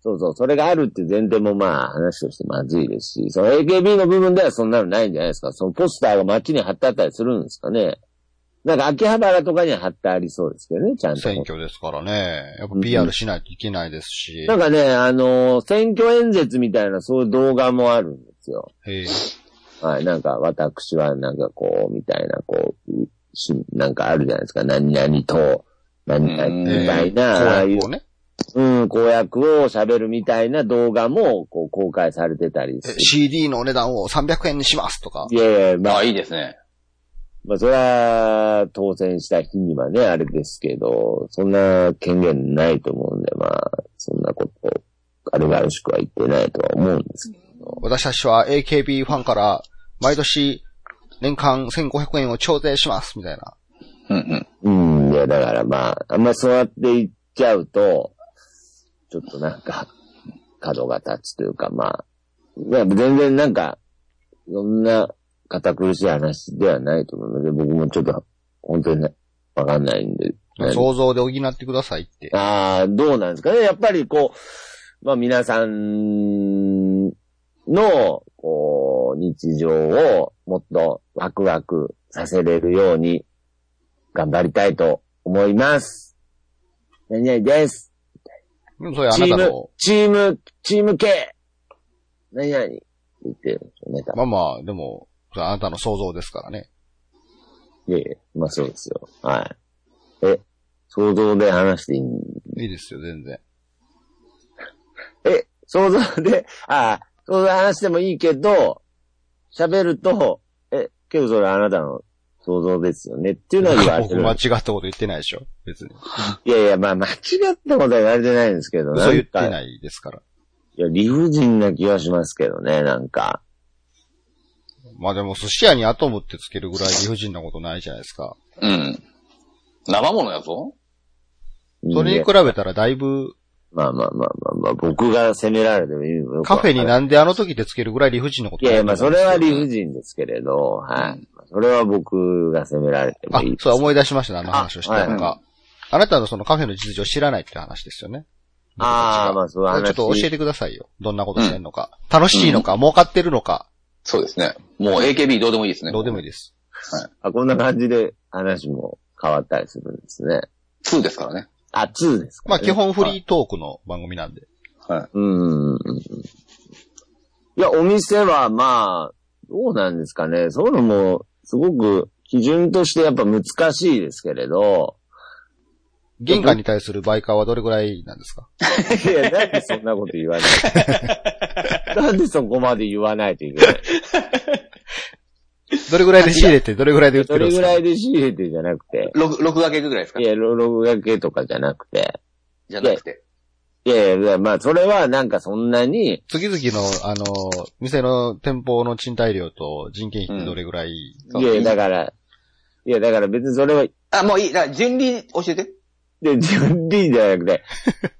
S2: そうそう、それがあるっていう前提もまあ話としてまずいですし、その AKB の部分ではそんなのないんじゃないですか。そのポスターが街に貼ってあったりするんですかね。なんか秋葉原とかには貼ってありそうですけどね、ちゃん
S3: い。
S2: と
S3: 選。挙ですからね。やっぱ PR しないといけないですし。
S2: なんかね、あの選挙演説みたいなそういう動画もあるんですよ。
S3: ええ
S2: はい、なんか、私は、なんかこう、みたいな、こう、しなんかあるじゃないですか、何々と、何々みたいな、ああい
S3: 公約
S2: う
S3: を、ね。
S2: うん、公約を喋るみたいな動画も、こう、公開されてたり
S3: え
S2: する。
S3: CD のお値段を300円にしますとか。
S2: いやいや、ま
S1: あ
S2: あ
S1: あ、、いいですね。
S2: まあ、それは、当選した日にはね、あれですけど、そんな権限ないと思うんで、まあ、そんなこと、あるがるしくは言ってないとは思うんですけど。
S3: 私たちは AKB ファンから、毎年、年間1500円を調整します、みたいな。
S1: うんうん。
S2: うん、いや、だからまあ、あんまりそうやっていっちゃうと、ちょっとなんか、角が立つというかまあ、まあ全然なんか、そんな堅苦しい話ではないと思うので、僕もちょっと、本当にねわかんないんで。
S3: 想像で補ってくださいって。
S2: ああ、どうなんですかね。やっぱりこう、まあ皆さんの、こう、日常をもっとワクワクさせれるように頑張りたいと思います。何々です。
S3: でもそれあ
S2: チ
S3: な
S2: ー
S3: た
S2: ム
S3: の、、
S2: チーム、チーム系何々って言ってるんですよね、多分
S3: まあまあ、でも、それあなたの想像ですからね。
S2: いえいえ、まあそうですよ。はい。え、想像で話していいん
S3: いいですよ、全然。
S2: え、想像で、ああ、想像で話してもいいけど、喋ると、え、けどそれあなたの想像ですよねっていうのは言われ
S3: 僕
S2: てる
S3: 間違。ったこと言ってないでしょ、別に。
S2: いやいや、まあ間違ったことは言われてないんですけど、
S3: 嘘言って
S2: なんか
S3: ないですから。
S2: いや、理不尽な気はしますけどね、なんか。
S3: まあでも、寿司屋にアトムってつけるぐらい理不尽なことないじゃないですか。
S1: うん。生物やぞ。
S3: それに
S2: いや
S3: 比べたらだいぶ、
S2: まあまあまあまあまあ、僕が責められてもいいのか
S3: カフェになんであの時でつけるぐらい理不尽なこと
S2: いやいや、まあそれは理不
S3: 尽。
S2: 尽ですけれど、はい。それは僕が責められても
S3: あ
S2: いい、。
S3: そう、思い出しましたね、あの話をしたの
S1: あ
S3: が。あなたのそのカフェの実情を知らないって話ですよね。
S2: ああ、まあそういう
S3: これ
S2: 話。
S3: ちょっと教えてくださいよ。どんなことしてんのか。楽しいのか、儲かってるのか、
S1: そうですね。もう AKB どうでもいいですね。
S3: どうでもい
S1: い。
S3: いです。
S2: あ、こんな感じで話も変わったりするんですね。
S1: 2ですからね。
S2: あ、2ですか、
S3: まあ、基
S2: ね。
S3: 本フリートークの番組なんで。
S1: は
S2: うんうんうんうん。いや、お店はまあ、どうなんですかね。そういう のも、すごく基準としてやっぱ難しいですけれど、
S3: 玄関に対するバイカーはどれぐらいなんですか
S2: いや、なんでそんなこと言わ ない。なんでそこまで言わないといけない。
S3: どれぐらいで仕入れて、どれぐらいで売って
S2: そ
S3: るん
S2: れ
S3: です
S2: ぐ
S3: から
S2: いで仕入れてじゃなく て、
S1: 6、6掛けぐらいですか
S2: いや、ロログ掛けとかじゃなくて、
S1: じゃなくて。
S2: いやいや、まあ、それはなんかそんなに、
S3: 月々の、あの、店の店舗の賃貸料と人件費ってどれぐらい、
S1: そう
S2: いやいや、だから、いや、だから別にそれは、
S1: あ、もういい。だから順利教えて。
S2: で、順利じゃなくて、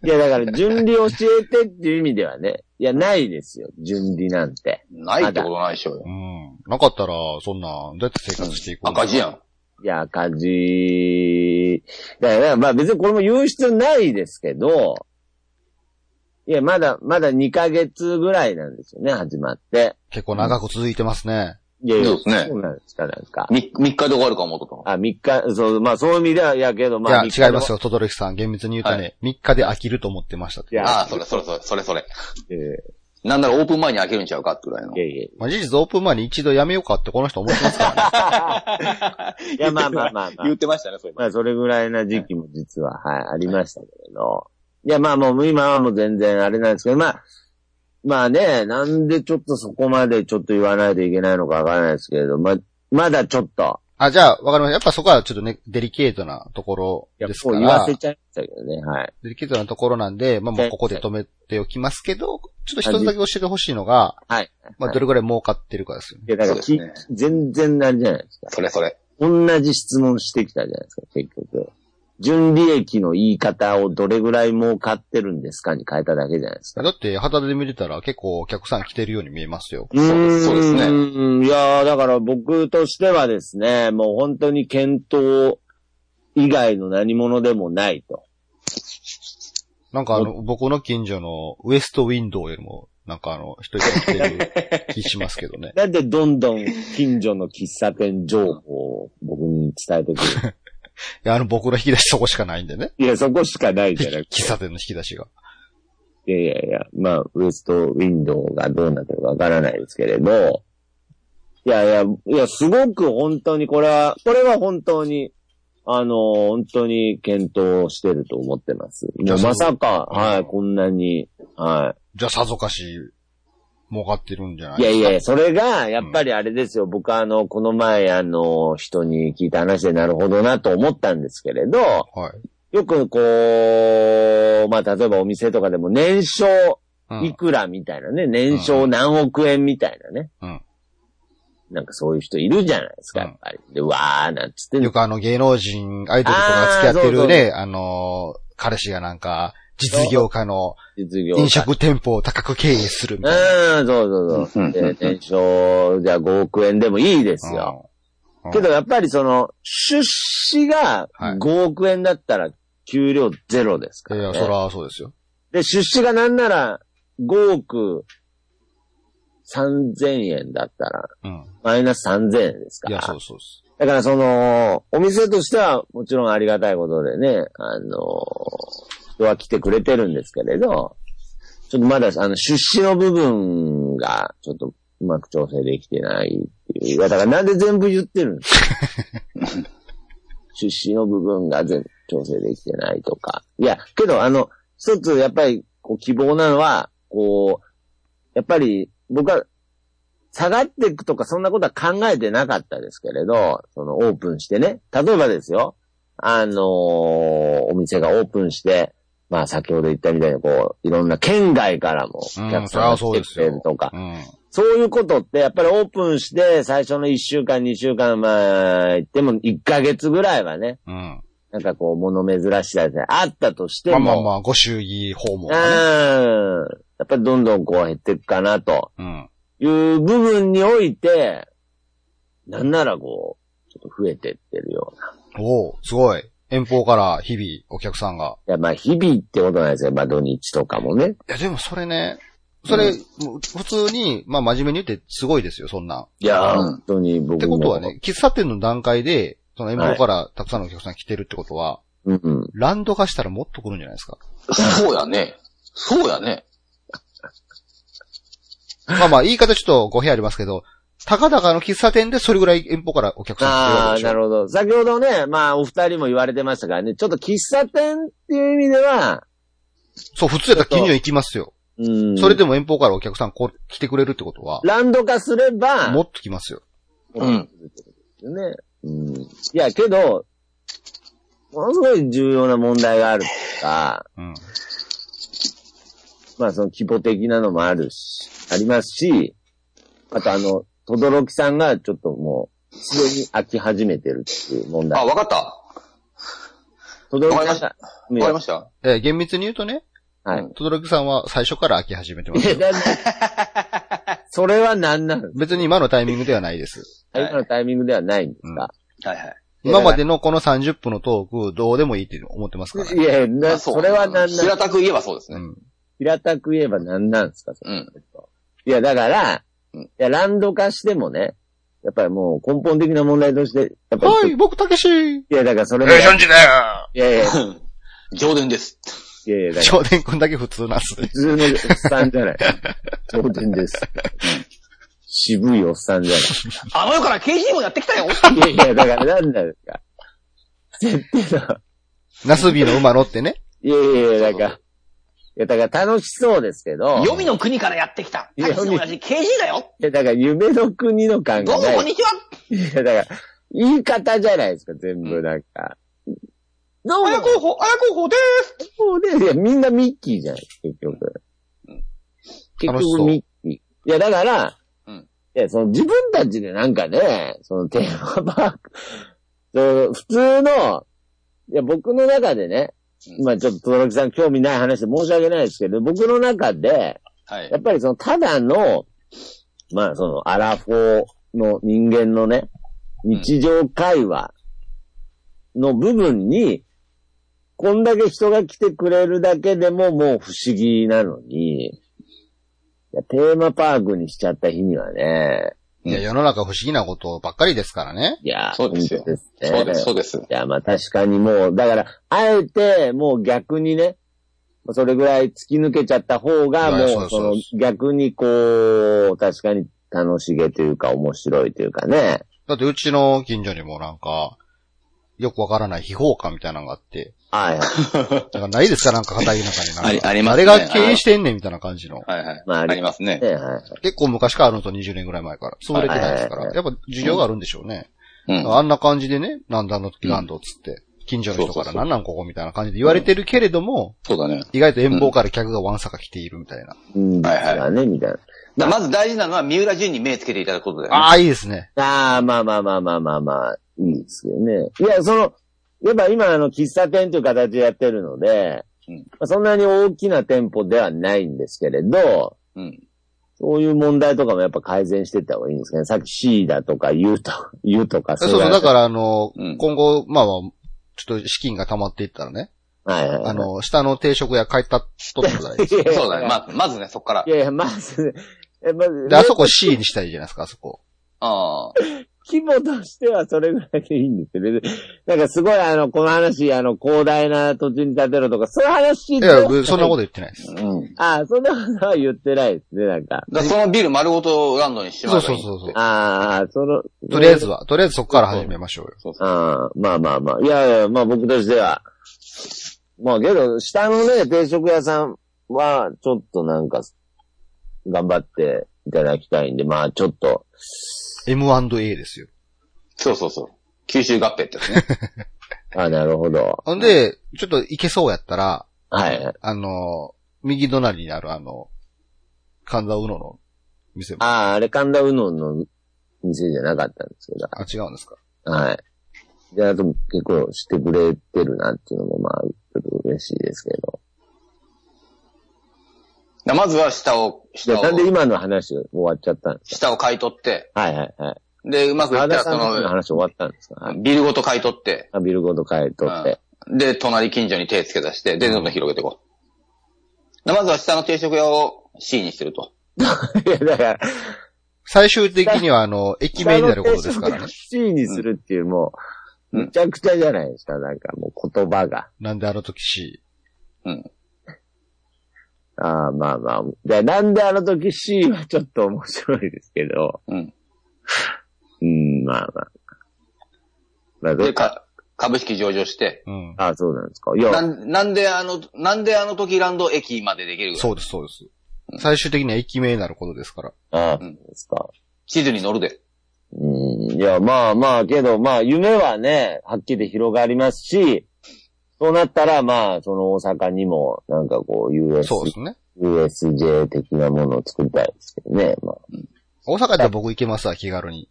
S2: いや、だから順利教えてっていう意味ではね、いや、ないですよ、順利なんて。
S1: ないってことないでしょうよ。
S3: うん、なかったら、そんな、どうやって生活していくの
S1: 赤字やん。
S2: いや、赤字。だから、まあ別にこれも言う必要ないですけど、いや、まだ、まだ2ヶ月ぐらいなんですよね、始まって。
S3: 結構長く続いてますね。
S2: いやいや、
S1: そうですね
S2: そうなんですか、なんか。
S1: 3, 三日で終わるか思っとったの。
S2: あ、3日、そう、まあそういう意味では、いやけど、まあ。
S3: いや、違います
S2: よ。
S3: よ、トドルさん。厳密に言うとね、3日で飽きると思ってましたって
S2: いや
S1: ああ、それ、それ、それ、それ、それ。
S2: え
S1: なんならオープン前に開けるんちゃうかってぐらいの
S2: えい。やいやい
S3: まあ、事実オープン前に一度やめようかってこの人思ってますからね。
S2: や。いや、まあまあまあまあ
S1: 言。ってましたね、そういえば
S2: まあそれぐらいな時期も実は、はい、ありましたけれど。いや、まあもう今はもう全然あれなんですけど、まあ、まあね、なんでちょっとそこまでちょっと言わないといけないのかわからないですけれど、まあ、まだちょっと、
S3: あ、じゃあ、わかりました。やっぱそこはちょっとね、デリケートなところ
S2: いや、
S3: です
S2: こ
S3: か
S2: う言
S3: ら
S2: わ、せちゃいましたけどね、はい。
S3: デリケートなところなんで、まあもうここで止めておきますけど、ちょっと一つだけ教えてほしいのが、
S2: はい。
S3: まあどれぐらい儲かってるかですよね。
S2: いや、だから、
S1: そう
S2: き
S1: です
S2: 全然なりじゃないですか。
S1: それ、それ。
S2: 同じ質問してきたじゃないですか、結局。純利益の言い方をどれぐらい儲かってるんですかに変えただけじゃないですか。
S3: だって、肌で見れたら結構お客さん来てるように見えますよ。
S1: そうですそうですね
S2: ね。いやーだから僕としてはですね、もう本当に検討以外の何者でもないと。。
S3: なんかあの、僕の近所のウエストウィンドウよりも、なんかあの、人が来てる気しますけどね
S2: なんでどんどん近所の喫茶店情報を僕に伝えてく る。
S3: いや、あの、僕の引き出しそこしかないんでね。
S2: いや、そこしかないじゃなく
S3: 喫茶店の引き出しが。
S2: て。いやいやいや、まあ、ウエストウィンドウがどうなってるかわからないですけれど、いやいや、いや、すごく本当にこれは、これは本当に、あのー、本当に検討してると思ってます。もうまさか、はい、こんなに、はい。
S3: じゃあ、さぞかし、儲かってるんじゃない
S2: い
S3: で
S2: や
S3: すか
S2: いや、それが、やっぱりあれですよ。僕はあの、この前、あの、人に聞いた話でなるほどなと思ったんですけれど、
S3: はい。
S2: よくこう、まあ、例えばお店とかでも年商
S3: うん
S2: いくらみたいなね、年商何億円みたいなね。
S3: うん
S2: なんかそういう人いるじゃないです
S3: う
S2: か、
S3: ん
S2: やっぱり。で、わーなんつってね
S3: よ。くあの芸能人、アイドルとかが付き合ってる
S2: あーそう
S3: ね、あのー、彼氏がなんか、実業家の
S2: 実業家
S3: 飲食店舗を高く経営するみたいな。
S2: うん、そうそう
S1: う
S2: そ
S1: ん う
S2: う。
S1: んうんう
S2: で
S1: ん
S2: 年商、じゃあ5億円でもいいですよ。
S3: うん
S2: けどやっぱりその、出資が
S3: はい
S2: 5億円だったら給料ゼロですか
S3: い
S2: ら、
S3: や、
S2: ね
S3: そらそうですよ。
S2: で、出資がなんなら5億3000円だったら、
S3: うん。
S2: マイナス3000円ですか
S3: い
S2: ら。
S3: や、そうそうです。
S2: だからその、お店としてはもちろんありがたいことでね、あの、人は来てくれてるんですけれど、ちょっとまだあの出資の部分がちょっとうまく調整できてないっていう。いやだからなんで全部言ってるんですか出資の部分が全部調整できてないとか。いや、けどあの、一つやっぱりこう希望なのは、こう、やっぱり僕は下がっていくとかそんなことは考えてなかったですけれど、そのオープンしてね、例えばですよ、あのーお店がオープンして、まあ先ほど言ったみたいにこう、いろんな県外からもお客さんが来てくれるとか、
S3: うん。
S2: そういうことって、やっぱりオープンして、最初の1週間、2週間、まあ、言っても1ヶ月ぐらいはね、
S3: うん。ま
S2: なんかこう、物珍しさですね、あったとして
S3: あ
S2: も、
S3: まあまあ、ご祝儀訪問がね。
S2: うん、やっぱりどんどんこう減っていくかなと
S3: うん。
S2: いう部分において、なんならこう、ちょっと増えてってるような。
S3: おおすごい。遠方から日々お客さんが。
S2: いや、まあ、日々ってことなんですよ。まあ、土日とかもね。
S3: いや、でもそれね、それ、もう普通に、まあ真面目に言ってすごいですよ、そんなん。
S2: いや、
S1: うん
S2: 本当に僕も。
S3: ってことはね、喫茶店の段階で、その遠方からたくさんのお客さん来てるってことは、
S2: うんうん。
S3: ランド化したらもっと来るんじゃないですか。
S1: そうやね。そうやね。
S3: まあまあ、言い方ちょっと語弊ありますけど、たかだかの喫茶店でそれぐらい遠方からお客さん来てるわ
S2: あ
S3: け
S2: あ、
S3: でしょ
S2: なるほど。先ほどね、まあ、お二人も言われてましたからね、ちょっと喫茶店っていう意味では、
S3: そう、普通やったら近所に行きますよ。
S2: うん。
S3: それでも遠方からお客さんこ来てくれるってことは、
S2: ランド化すれば、
S3: もっと来ますよ。
S1: うん。
S2: ね。うん。いや、けど、ものすごい重要な問題があるとか、
S3: うん。
S2: まあその規模的なのもあるし、ありますし、あとあの、とどろきさんがちょっともう、すでに飽き始めてるっていう問
S1: あ、
S2: 題。
S1: わかった。わ
S2: とどろ
S1: わか
S2: き
S1: り
S2: さ
S1: ました
S2: んが、
S1: かりました。
S3: えー厳密に言うとね、
S2: はい。
S3: とどろきさんは最初から飽き始めてま
S2: い
S3: す
S2: や、
S3: よ。
S2: なんでそれは何なの
S3: 別に今のタイミングではないです。
S1: はい
S2: 今のタイミングではないんですか、
S1: はいはい。
S3: 今までのこの30分のトーク、どうでもいいって思ってますから。
S2: いや、な、
S1: あ
S2: それは何な
S1: 平
S2: の
S1: たく言えばそうです
S3: う
S1: ね。
S3: ん。
S2: 平たく言えば何なんですかそれ
S1: うん。
S2: いや、だから、
S1: うん
S2: いや、ランド化してもね、やっぱりもう根本的な問題として、やっぱり、
S3: はいい、僕、たけし
S2: や、だからそれも、い
S3: え、ジョ
S2: や
S3: ンジだよ
S2: いや、い
S1: 上伝です。
S2: やいや、だから
S3: 少年くんだけ普通なんですね
S2: 普。通のおっさんじ ゃない。当然です。渋いおっさんじゃ
S1: あの世から刑事部やってきたよ
S2: ない。いやいや、だから何なんですか。設定の、
S3: ナスビの馬乗ってね。
S2: いやいやいや、だから、いや、だから楽しそうですけど、
S1: 黄泉の国からやってきた。
S2: いや
S1: タキシの親父、刑事だよ
S2: いや、だから夢の国の感
S1: どう
S2: が
S1: も
S2: ない
S1: こん。にちは
S2: や、だから、言い方じゃないですか、全部、なんか。どうも
S1: 綾候補、綾候補でーす
S2: そうね。いや、みんなミッキーじゃない結局。結
S3: 楽しそう
S2: 局ミッキー。いや、だから、
S1: うん
S2: いや、その自分たちでなんかね、そのテーマパーク、その普通の、いや、僕の中でね、
S1: うん
S2: まあちょっと、とどろきさん興味ない話で申し訳ないですけど、僕の中で、
S1: はい
S2: や。っぱりその、ただの、まあその、アラフォーの人間のね、日常会話の部分に、こんだけ人が来てくれるだけでももう不思議なのに、いやテーマパークにしちゃった日にはね、
S3: いや、
S1: うん
S3: 世の中不思議なことばっかりですからね。
S2: いや、
S1: そうですよ
S2: 本当ですね。
S1: そうです、そうです。
S2: いや、まあ確かにもう、だから、あえて、もう逆にね、それぐらい突き抜けちゃった方が、
S3: いや
S2: も、
S3: そうう
S2: そ
S3: そう
S2: の逆にこう、確かに楽しげというか面白いというかね。
S3: だってうちの近所にもなんか、よくわからない秘宝館みたいなのがあって、
S2: はいはい。
S3: だからないですかなんか片い中になんか。
S1: ありあります
S3: 誰
S1: ね
S3: が経営してんねんみたいな感じの。
S1: はいはい。
S2: まああ
S1: あ
S2: り
S1: りますね。
S2: ねはい。
S3: 結構昔からあるのと20年ぐらい前から。潰れてないですか
S2: はいは
S3: ら。
S2: い
S3: やっぱ需要があるんでしょうね。
S1: うん。
S3: あんな感じでね、なんだあの時なんだっつって、近所の人
S1: そう
S3: か
S1: そう
S3: ら
S1: そう
S3: なんなんここみたいな感じで言われてるけれども、
S1: そうだね。
S3: 意外と遠方から客がわんさか来ているみたいな。
S2: うん、
S1: はいはい
S2: 実はね、みたいな。
S1: だからまず大事なのは、三浦淳に目つけていただくことだよね。
S3: ああ、いいですね。
S2: ああ、まあまあまあまあまあまあ、いいですけどね。いや、その、やっぱ今、あの、喫茶店という形でやってるので、
S1: うん
S2: まあ、そんなに大きな店舗ではないんですけれど、
S1: うん。
S2: そういう問題とかもやっぱ改善していった方がいいんですかね。さっき C だとか U と、U とか
S3: そうそう、だからあの
S1: う、ん
S3: 今後、まあまあ、ちょっと資金が溜まっていったらね、
S2: ら、はいはいはい、
S3: あの、下の定食屋買いたっとってください。
S2: いやいや、
S1: そうだね。まず、まずね、そっから
S2: い。やいや、まず、えまず
S3: で、あそこ C にしたらいいじゃないですか、あそこ。
S1: ああ。
S2: 規模としてはそれぐらいでいいんですよね。なんかすごいあの、この話、あの、広大な土地に建てろとか、そういう話
S3: い
S2: で
S3: や
S2: は、
S3: そんなこと言ってないです。
S1: うん。
S2: ああ、そんなことは言ってないですね、なんか。
S1: だからそのビル丸ごとランドにしま
S3: そう
S1: う。
S3: そうそうそう。
S2: ああ、その、
S3: とりあえずは、とりあえずそこから始めましょうよ。
S1: そうそう。
S2: ああ、まあまあまあ。いやいや、まあ僕としては。まあけど、下のね、定食屋さんは、ちょっとなんか、頑張っていただきたいんで、まあちょっと、
S3: M&A ですよ。
S1: そうそうそう。九州合併ってやつね。
S2: ああなるほど。
S3: ほんで、ちょっと行けそうやったら、
S2: はい。
S3: あの、右隣にあるあの、神田うのの店も、
S2: ああ、あれ神田うのんの店じゃなかったんですけど、
S3: あ、違うんですか。
S2: はい。で、あと結構してくれてるなっていうのも、まあ、ちょっと嬉しいですけど。
S1: だからまずは下を、
S2: じゃ
S1: 下
S2: あ
S1: を
S2: な、んで今の話終わっちゃったんです
S1: 下を買い取って、
S2: かはいはいはい。
S1: で、うまくいった
S2: 原
S1: ら
S2: 田さ
S1: そ
S2: んの
S1: の、
S2: 話終わったんですか
S1: ビルごと買い取って、
S2: あビルごと買い取って。
S1: で、隣近所に手つけ出して、で、どんどん広げていこう。だからまずは下の定食屋を C にすると。
S2: いや、だから、
S3: 最終的にはあの、駅名になることですからね。
S2: C にするっていう、も
S1: う
S2: う、
S1: ん
S2: むちゃくちゃじゃないですか、なんかもう言葉が。
S3: なんであの時 C。
S1: うん。
S2: ああ、まあまあ。じゃあなんであの時 C はちょっと面白いですけど、
S1: うん。
S2: うん、まあまあ。まあ、ど
S1: で、
S2: っか、
S1: か株式上場して。
S3: うん。
S2: あ、そうなんですか。いや、
S1: なんなんであの、なんであの時ランド駅までできる
S3: そうです、そうです。最終的には駅名になることですから。
S2: あ、
S1: う
S2: そ
S1: ん
S2: うですか。
S1: 地図に乗るで。
S2: うん、いや、まあまあ、けど、まあ、夢はね、はっきり広がりますし、そうなったら、まあ、その大阪にも、なんかこう、US
S3: そうですね。
S2: USJ 的なものを作りたいですけどね。まあ、
S3: 大阪では僕行けますわ、気軽に。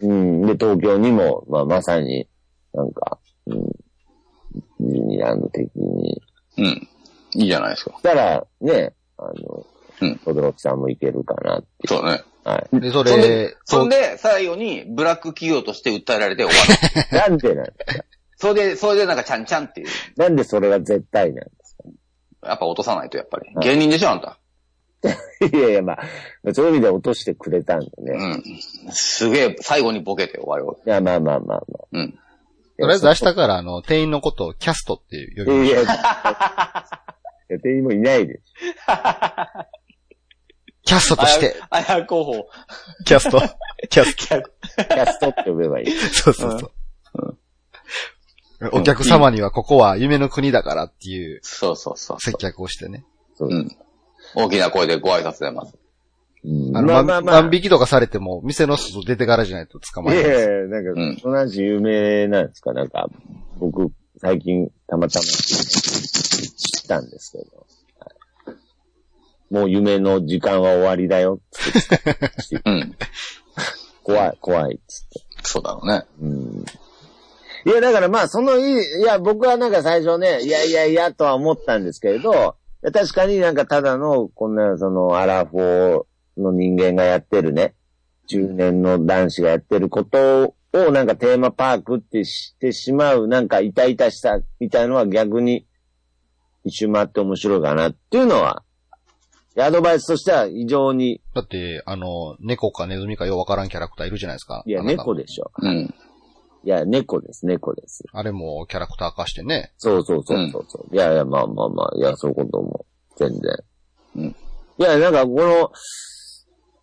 S2: うん。で、東京にも、まあ、まさに、なんか、うん。ディズニーランド的に。
S1: うん。いいじゃないですか。
S2: したら、ね、あの、
S1: うん
S2: 小泥木さんもいけるかなって。
S1: そうね。
S2: はい。
S3: で、そ
S1: そんで
S3: れ、、
S1: そん
S3: 東
S1: で、最後に、ブラック企業として訴えられて終わる。
S2: なんでなんですか
S1: それで、それでなんかちゃんちゃんっていう。
S2: なんでそれが絶対なん です
S1: やっぱ落とさないと、やっぱり。芸人でしょ、あんた。
S2: かいやいや、まあ、そういう意味で落としてくれたんで
S1: う
S2: ね。
S1: ん。すげえ、最後にボケて終わるわ
S2: いや、まあまあまあま
S1: うん。
S3: とりあえず明日からあの、店員のことをキャストって呼
S2: あ。
S3: びま
S2: い
S3: しょ
S2: や、
S3: う
S2: い。や、店員もいないです。
S3: キャストとして、
S1: あや、あや候補。
S3: キャスト、キャス
S2: キャストって呼べばいい。
S3: ト、そうそうそう。お客様にはここは夢の国だからっていう
S1: そうそうそう。
S3: 接客をしてね。
S2: そう
S1: う
S2: です。
S1: ん。大きな声でご挨拶出ます。
S2: うん
S3: あの、
S2: まあまあまあ。
S3: 万引きとかされても、店の外出てからじゃないと捕ま
S2: い
S3: え
S2: やい
S3: ない。
S2: やなんか、同じ有名なんですか、なんか、僕、最近、たまたま、知ったんですけど、はいもう夢の時間は終わりだよ、つって
S1: うん。
S2: 怖い、怖い、つって。
S1: そうだろうね。
S2: うんいや、だからまあ、そのいい、いや、僕はなんか最初ね、いやいやいやとは思ったんですけれど、いや確かになんかただの、こんな、その、アラフォーの人間がやってるね、中年の男子がやってることを、なんかテーマパークってしてしまう、なんか痛々しさみたいのは逆に、一周回って面白いかなっていうのは、アドバイスとしては非常に、
S3: だって、あの、猫かネズミかようわからんキャラクターいるじゃないですか。
S2: いや、
S3: あなた
S2: 猫でしょ。
S1: うん。
S2: いや、猫です、猫です。
S3: あれもキャラクター化してね。
S2: そうそうそうそうそう、いやいや、まあまあまあ、いや、そういうことも、全然。
S1: うん。
S2: いや、なんかこの、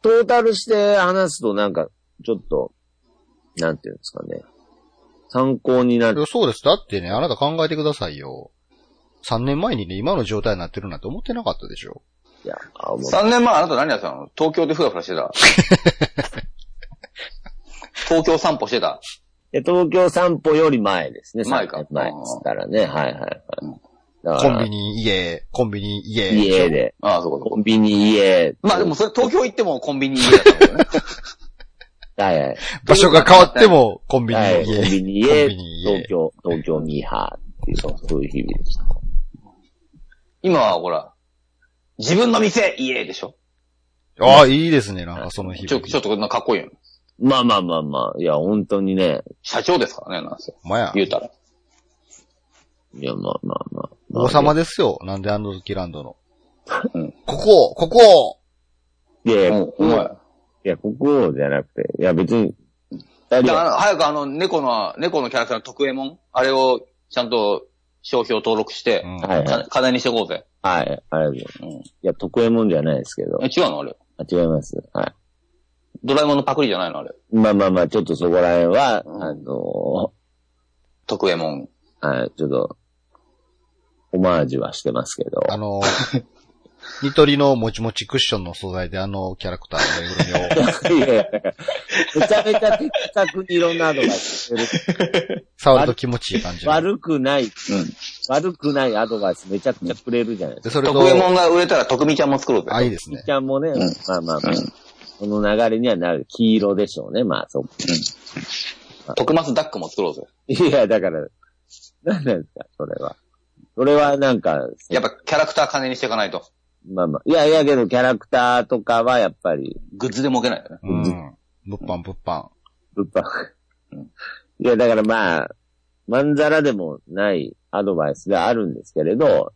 S2: トータルして話すとなんか、ちょっと、なんていうんですかね。参考にないる。
S3: やそうです。だってね、あなた考えてくださいよ。3年前にね、今の状態になってるなんて思ってなかったでしょ。
S2: いや、あ、もう、
S1: 3年前あなた何やってたの東京でふらふらし てた。東京散歩してた。
S2: え東京散歩より前ですね。
S1: 前か
S2: 3年前っつったらね、はいはいはい。だか
S3: コ
S2: ら
S3: ンビニ家、コンビニ家。
S2: 家で。
S1: ああ、そうかそう
S2: コ
S1: か。
S2: ンビニ家。
S1: まあでも、それ東京行ってもコンビニ家だったんだ よね。
S2: はいはい。
S3: 場所が変わっても、コンビニ
S2: はい、コン
S3: 家。
S2: ビニ
S3: コ
S2: 家
S3: ンビニ、家
S2: 東京、東京ミーハーっていう、そういう日々でした。
S1: 今はほら、自分の店家でしょ
S3: ああ、いいですね、なんかその日
S1: ちょ、
S3: 々。
S1: ちょっとこんなかっこいいよね。
S2: まあまあまあまあ、いや、本当にね、
S1: 社長ですからね、なんせ。
S3: まや、
S1: 言うたら。
S2: いや、まあまあまあ。まあ
S3: 王様ですよ。なんであの時ランドの
S1: うん。
S3: ここ、ここ
S2: いやいや、
S1: うん
S2: 国王、いや、国王じゃなくて、いや、別に、大
S1: じ
S2: 丈
S1: ゃああ
S2: 夫。
S1: の、早くあの、猫の、猫のキャラクターの徳右衛門あれを、ちゃんと、商標登録して
S3: う、ん
S2: はいはい
S1: か課題にしていこうぜ。
S2: はい、ありがとうございます。
S1: うん。
S2: いや、得意もんじゃないですけど
S1: え、、違うのあれ。
S2: あ違います。は
S1: ドラえもんのパクリじゃないのあれ。
S2: い。まあまあまあ、ちょっとそこら辺は、
S1: うん
S2: あの
S1: 徳右衛門。
S2: ーはい、ちょっと、オマージュはしてますけど、
S3: あの、ニトリのもちもちクッションの素材であのキャラクターのぬいぐるみを
S2: いやいやいやめちゃめちゃ的確にいろんなアドバイスしてる。
S3: 触ると気持ちいい感じの。
S2: 悪くない、
S1: うん。
S2: 悪くないアドバイスめちゃくちゃくれるじゃない
S3: で、
S2: ですか。
S3: それ
S1: 徳
S3: と、
S1: 右衛門が売れたら徳美ちゃんも作ろうぜ。
S3: あ、いいですね
S2: ち。ゃんもね、
S1: ん
S2: まあまあまあ、
S1: うん
S2: この流れにはなる、黄色でしょうね、まあそこ。
S1: 徳松ダックも作ろうぜ。
S2: いや、だから、なんなんですか、それは。それはなんか、
S1: やっぱキャラクター金にしていかないと。
S2: まあまあ、いやいやけど、キャラクターとかはやっぱり、
S1: グッズで儲けないよね。
S3: うん。物販、物販。
S2: 物販。いや、だからまあ、まんざらでもないアドバイスがあるんですけれど、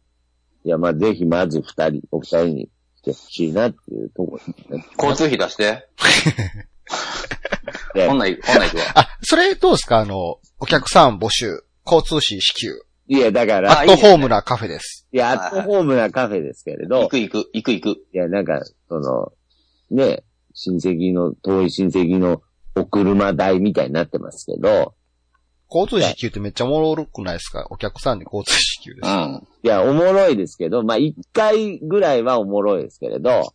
S2: いや、まあぜひまず二人、お二人に来てほしいなっていうところですね。
S1: 交通費出して。
S2: で
S1: こんなん行く、こんなん行 くわ。
S3: あ、それどうですかあの、お客さん募集、交通費支給、
S2: いや、だか
S3: ア
S2: ら、
S1: あ
S3: ッ
S1: いい
S3: ト
S1: ですね
S3: ホームなカフェです。
S2: いや、アットホームなカフェですけれど
S1: 行、く行く、行く行く。
S2: いや、なんか、その、ね、親戚の、遠い親戚のお車代みたいになってますけど、
S3: 交通費支給ってめっちゃおもろくないですかお客さんに交通費支給です。
S1: うん。
S2: いや、おもろいですけど、まあ、一回ぐらいはおもろいですけれど、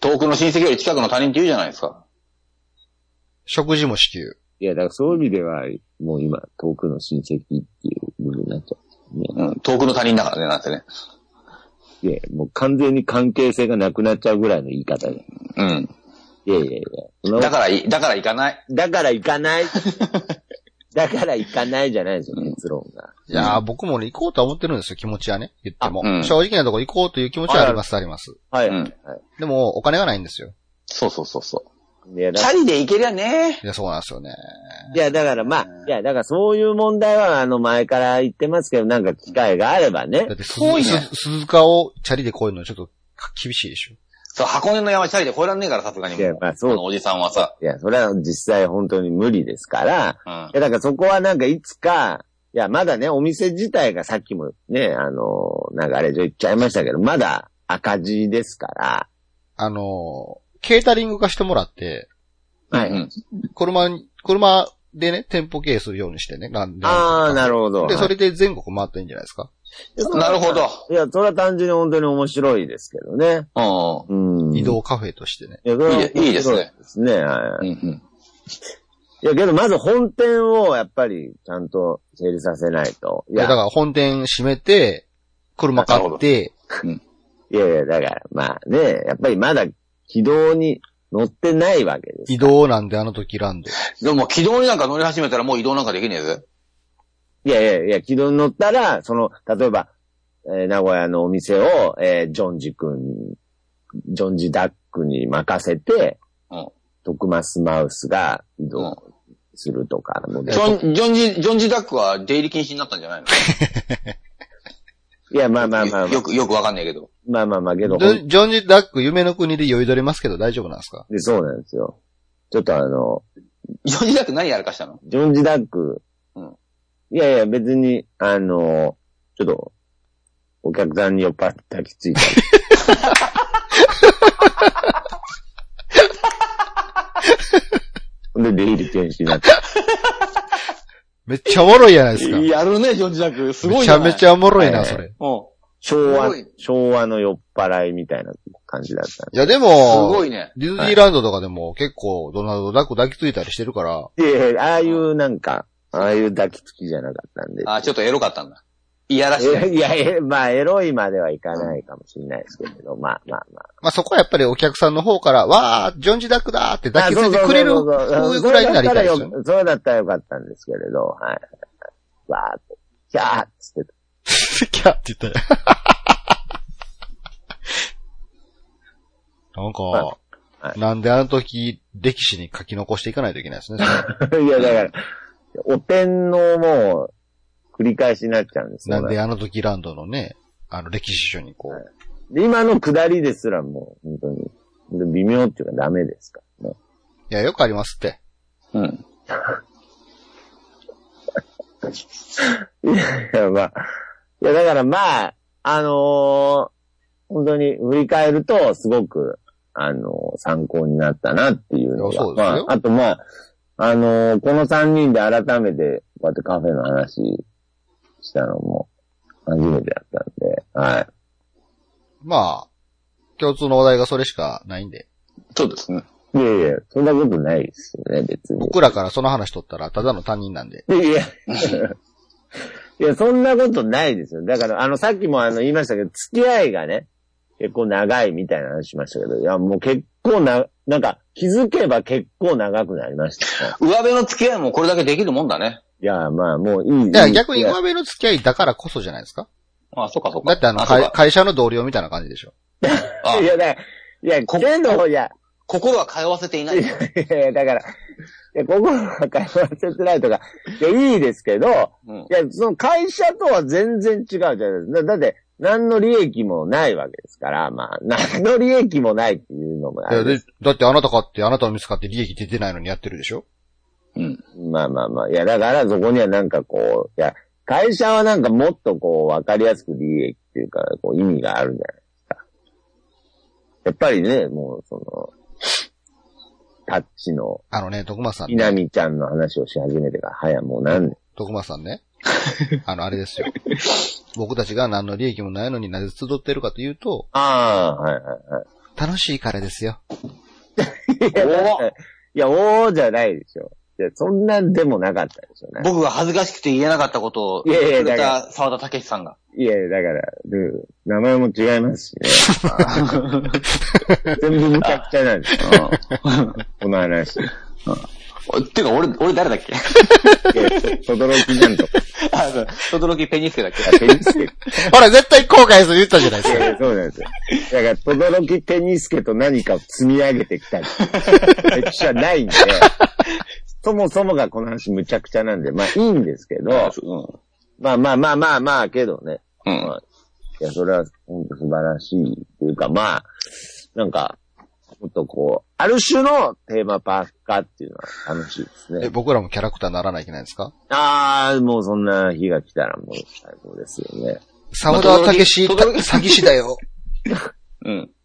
S1: 遠くの親戚より近くの他人って言うじゃないですか。
S3: 食事も支給。
S2: いや、だからそういう意味では、もう今、遠くの親戚っていう部分になっちゃうんですね。
S1: うん。遠くの他人だからね、なんてね。
S2: いや、もう完全に関係性がなくなっちゃうぐらいの言い方で。
S1: う
S2: いやいやいやそ
S1: ん。
S2: の
S1: だ。からい、だから行かない。
S2: だから行か ない。だから行かないじゃないですよ、結論が。
S3: いやー、僕もね、行こうとは思ってるんですよ、気持ちはね。言っても。
S1: あうん
S3: 正直なとこ行こうという気持ちはあります、あります。
S2: はい。
S1: うん
S2: はい。
S3: でも、お金がないんですよ。
S1: そうそうそうそ
S2: いや
S1: う。
S2: だ
S1: チャリで行けりゃね。
S3: いや、そうなんですよね。
S2: いや、だからまあ、いや、だからそういう問題は、あの、前から言ってますけど、なんか機会があればね
S3: だっ。て鈴、
S1: 遠いね
S3: 鈴鈴鹿をチャリで越えるのちょっと厳しいでしょ。
S1: そう、箱根の山チャリで越えらんねえから、さすがに
S2: いや、
S1: も
S2: まあ
S1: う。
S2: そう
S1: の。おじさんはさ。
S2: いや、それは実際本当に無理ですから、
S1: うん
S2: い。や、だからそこはなんかいつか、いや、まだね、お店自体がさっきもね、あの、なんかあれじゃ言っちゃいましたけど、まだ赤字ですから、
S3: あのー、ケータリング化してもらって、
S2: はい
S1: うん。
S3: 車に、車でね、店舗経営するようにしてね、なんで。
S2: ああ、なるほど。
S3: で、それで全国回っていいんじゃないですか。
S1: なるほど。
S2: いや、それは単純に本当に面白いですけどね。
S1: うん。
S2: うん。
S3: 移。動カフェとしてね。
S2: いや、それは面白
S1: いいですね。
S2: ですね。は
S1: う
S2: い。
S1: んうん。
S2: いや、けどまず本店をやっぱりちゃんと整理させないと。い
S3: いや、
S2: や、
S3: だから本店閉めて、車買って、
S2: いやいや、だからまあね、やっぱりまだ軌道に乗ってないわけです。
S3: 移動なんであの時ランド。
S1: でも、軌道になんか乗り始めたらもう移動なんかできねえぜ。
S2: いやいやいや、軌道に乗ったら、その、例えば、えー名古屋のお店を、えージョンジ君、ジョンジダックに任せて、
S1: うん
S2: 徳マスマウスが移動するとかので
S1: ジョン、ジョンジ、ジョンジダックは出入り禁止になったんじゃないの
S2: いや、まあまあまあ、まあ
S1: よ、く、よくわかんないけど。
S2: まあまあまあ、けど、ほん
S3: でジョンジ・ダック、夢の国で酔いどれますけど大丈夫なんですか
S2: で、そうなんですよ。ちょっとあの、
S1: ジョンジダック何やらかしたの
S2: ジョンジダック、
S1: うん
S2: いやいや、別に、あの、ちょっと、お客さんに酔っ払って抱きつ いた。ほんで、出入り禁止になった。
S3: めっちゃおもろいじゃないですか。
S1: やるね、ジョンジダック。す
S3: めちゃめち
S1: ゃ。
S3: ゃおもろいな、
S2: ええ
S3: それ。
S1: うん。
S2: 昭
S1: す
S2: 和
S1: ごい、
S2: 昭和の酔っ払いみたいな感じだった。
S3: いや、です
S1: ご
S3: も、
S1: いね。
S3: ディズニーランドとかでも結構ドナルド・ダック抱きついたりしてるから、
S2: いやいや、ああいうなんか、ああいう抱きつきじゃなかったんで。
S1: あ、ちょっとエロかったんだ。いやらしい。
S2: いやいや、まあ、エロいまではいかないかもしれないですけれど、まあまあまあ。
S3: まあそこはやっぱりお客さんの方から、わー、ジョンジ・ダックだーって抱きついてくれる、
S2: そうそう
S3: そう
S2: そ
S3: いううぐらいになりたいですよね。
S2: そうそうだったらよかったんですけれど、はい。わーっと、キャーっつってた。
S3: キャーって言ったよ。 なん
S2: は
S3: か、
S2: は
S3: なんであの時、歴史に書き残していかないといけない ですね。
S2: いや、だから、お天のもう、繰り返しになっちゃうんですよ
S3: なんであの時ランドのね、あの歴史書にこう、
S2: で今の下りですらもう、本当に、微妙っていうかダメですからね。
S3: いや、よくありますって。
S1: うん。
S2: いや、 まあ、いや、だからまあ、あのー本当に振り返ると、すごく、あのー参考になったなっていうの
S3: いやそう
S2: が、
S3: ですよ
S2: まあ、あとまあ、あのーこの3人で改めて、こうやってカフェの話したのも、初めてだったんで、はい。
S3: まあ、共通の話題がそれしかないんで、
S1: そうですね。
S2: いやいや、そんなことないですよね、別に。
S3: 僕らからその話取ったらただの他人なんで。
S2: いやい や、いや、そんなことないですよ。だから、あの、さっきもあの、言いましたけど、付き合いがね、結構長いみたいな話しましたけど、いや、もう結構な、なんか、気づけば結構長くなりましたね。
S1: 上辺の付き合いもこれだけできるもんだね。
S2: いや、まあ、もういい。
S3: いや、逆に
S2: い
S3: 上辺の付き合いだからこそじゃないですか
S1: あ、そっかそっか。
S3: だってあの、
S1: そう
S3: 会
S1: か
S3: 会社の同僚みたいな感じでしょ。
S1: あ
S2: いや、だから、いや、けど、いや、
S1: 心は通わせていない。うん。
S2: いやいや、だから、いや、心は会話せてないとか、いや、いいですけど、
S1: うん
S2: いや、その会社とは全然違うじゃないですか。だだって、何の利益もないわけですから、まあ、 何の利益もないっていうのもあ
S3: いや
S2: る。
S3: でだってあなた買って、あなたの店買って利益出てないのにやってるでしょ
S1: うん。
S2: まあまあまあ、いや、だからそこにはなんかこう、いや、会社はなんかもっとこう、わかりやすく利益っていうか、こう、意味があるじゃないですか。やっぱりね、もう、その、タッチの、
S3: あのね、徳松さん、
S2: ひなみちゃんの話をし始めてから、早もう何年
S3: 徳松さん ね。あの、あれですよ。僕たちが何の利益もないのになぜ集ってるかというと、
S2: ああ、はいはいは
S3: 楽しいからです よ。
S2: い。いや、だっていやおーじゃないでしょ。いや、そんなんでもなかったでしょね。
S1: 僕が恥ずかしくて言えなかったことを、
S2: いやいやだから
S1: た沢田武さんが。
S2: いや、だから、ルー名前も違いますしね。全部むちゃくちゃなんですよ。この話。い
S1: おてか、俺、俺誰だっけ
S2: や、とどろきなんとか、
S1: あの、とどろきペニスケだっけ
S2: ペニスケ。い
S3: ほら、絶対後悔する言ったじゃないですか。
S2: やいや、そうなんですよ。だから、とどろきペニスケと何かを積み上げてきた歴史はないんで、そもそもがこの話むちゃくちゃなんで、まあいいんですけど、
S1: う
S2: まあまあまあまあまあ、けどね。
S1: ん。うん。
S2: はいいや、それは本当素晴らしいというか、まあ、なんか、もっとこう、ある種のテーマパーク化っていうのは楽しいです
S3: え、
S2: ね。
S3: 僕らもキャラクターならないといけないんですか
S2: ああ、もうそんな日が来たらもう最高ですよね。
S3: 沢田武史、た
S1: まあ轟
S3: 詐欺師だよ。
S1: うん。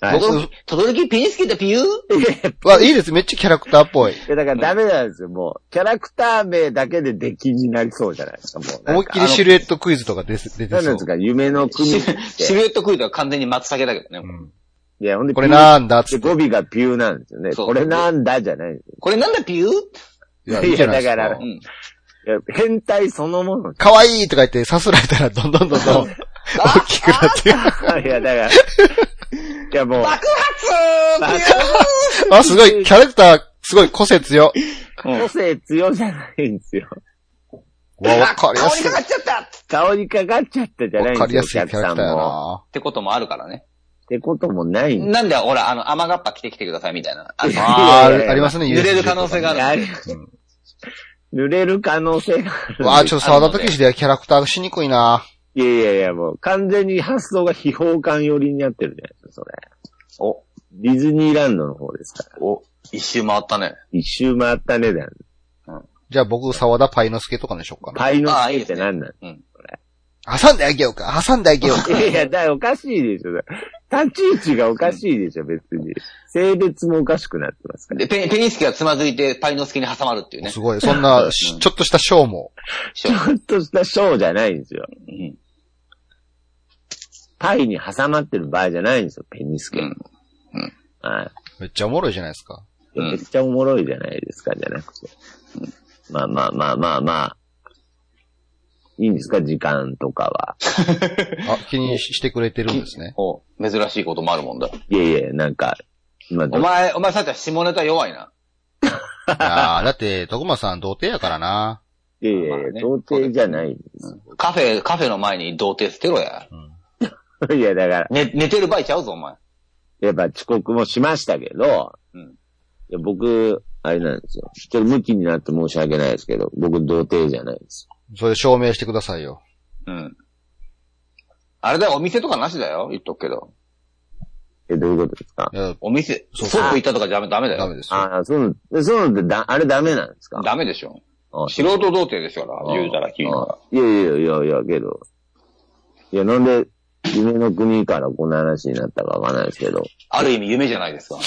S2: はい。
S1: とどろきとどろきペニスケだピュー
S3: わ、いいです。めっちゃキャラクターっぽい。
S2: いやだからダメなんですよ、もう。キャラクター名だけで出禁になりそうじゃないですか、もうなんか。
S3: 思いっきりシルエットクイズとか出て出
S2: あの
S3: て
S2: 何な
S3: そ
S2: ん
S3: う
S2: です。か、夢の組って。
S1: シルエットクイズは完全に松茸だけど
S3: う
S1: ね。
S3: ん
S2: いや、ほんで、
S3: これなんだっつ
S2: で
S3: って。
S2: 語尾がピューなんですよね。
S1: そう
S2: これなんだじゃないんですよ。
S1: これなんだピュ
S3: い
S1: ー
S3: や、
S2: いや
S3: いいじゃないです
S2: だ
S3: か
S2: か
S1: う。ん。
S2: いや変態そのもの
S3: かわいいとか言ってさすられたらどんどん どんどん大きくなって。
S2: いや、だから、いやもう、
S1: 爆発
S3: あ、すごい、キャラクター、すごい個性強。
S1: ピュー
S2: 個性強じゃないんですよ。
S3: わ、わかりや
S1: 顔に
S3: すい
S1: か。かっちゃったっ
S2: 顔にかかっちゃったじゃな
S3: わ
S2: い
S3: か
S2: ん
S3: り
S2: で
S3: や
S2: す
S3: すい
S2: よ、お
S3: キ
S2: 客
S3: ャラ
S2: さ
S3: ク
S2: ん
S3: ターや
S2: も。
S3: な
S1: てこともあるからね。
S2: ってこともないんで
S1: なんで、ほら、あの、雨がっぱ着てきてくださいみたいな。あの
S2: いや
S3: あーあ、ありますね、
S1: 揺れる可能性があ
S2: いやあれ
S3: うん
S2: 濡れる可能性がある。
S3: わあ、ちょっと沢田武史ではキャラクターがしにくいな。
S2: いやいやいや、もう完全に発想が秘宝感寄りになってるじゃないですか、それ。
S1: お、
S2: ディズニーランドの方ですから。
S1: お、一周回ったね。
S2: 一周回ったねだ。
S3: じゃあ僕、沢田パイの助とかにしようかな。
S2: パイの
S1: ああいい
S2: 助
S1: で
S2: っ
S1: す
S2: て
S1: ね
S2: 何なん
S3: 挟んであげようか、挟んであげよう か。
S2: いやいや、だからおかしいでしょ。立ち位置がおかしいでしょ、別に。性別もおかしくなってますから。
S1: で、ペペニスケがつまずいて、パイノスケに挟まるっていうね
S3: す。ごい、そんな、しちょっとしたショーも。
S2: ちょっとしたショーじゃないんですよ。
S1: うん。
S2: パイに挟まってる場合じゃないんですよ、ペニスケ。
S1: うん
S2: は
S3: めっちゃおもろいじゃないですか。
S2: い。
S1: うん
S2: めっちゃおもろいじゃないですか、じゃなくて。まあまあまあまあまあ。いいんですか、時間とかは。
S3: あ、気にししてくれてるんです ね。
S1: お、珍しいこともあるもんだ。
S2: いやいや、なんか、まあ、
S1: お前、お前さっきは下ネタ弱いな。
S3: いやーだって、徳間さん童貞やからな。
S2: いやいや
S1: まあ、ね
S2: 童貞じゃない んです
S1: カフェ、カフェの前に童貞捨てろや。
S2: よ。いや、だから、
S1: 寝、寝てる場合ちゃうぞ、お前。
S2: やっぱ遅刻もしましたけど、
S1: うん
S2: いや僕、あれなんですよ。ちょっと向きになって申し訳ないですけど、僕童貞じゃないです。
S3: それ証明してくださいよ。
S1: うん。あれだよ、お店とかなしだよ、言っとくけど。
S2: え、どういうことですか
S3: いや
S1: お店、
S3: そう
S1: ソープ行ったとかダメ、ダメだ
S3: ダメ
S1: よ。
S3: ですよ。
S2: ああ、そういうの、そういうのってだ、あれダメなんですか
S1: ダメでしょ。
S2: あ
S1: 素人童貞ですから、言うたら君
S2: あ
S1: は。
S2: いやいやいやいや、けど。いや、なんで、夢の国からこんな話になったかわかんないですけど。
S1: ある意味夢じゃないですか。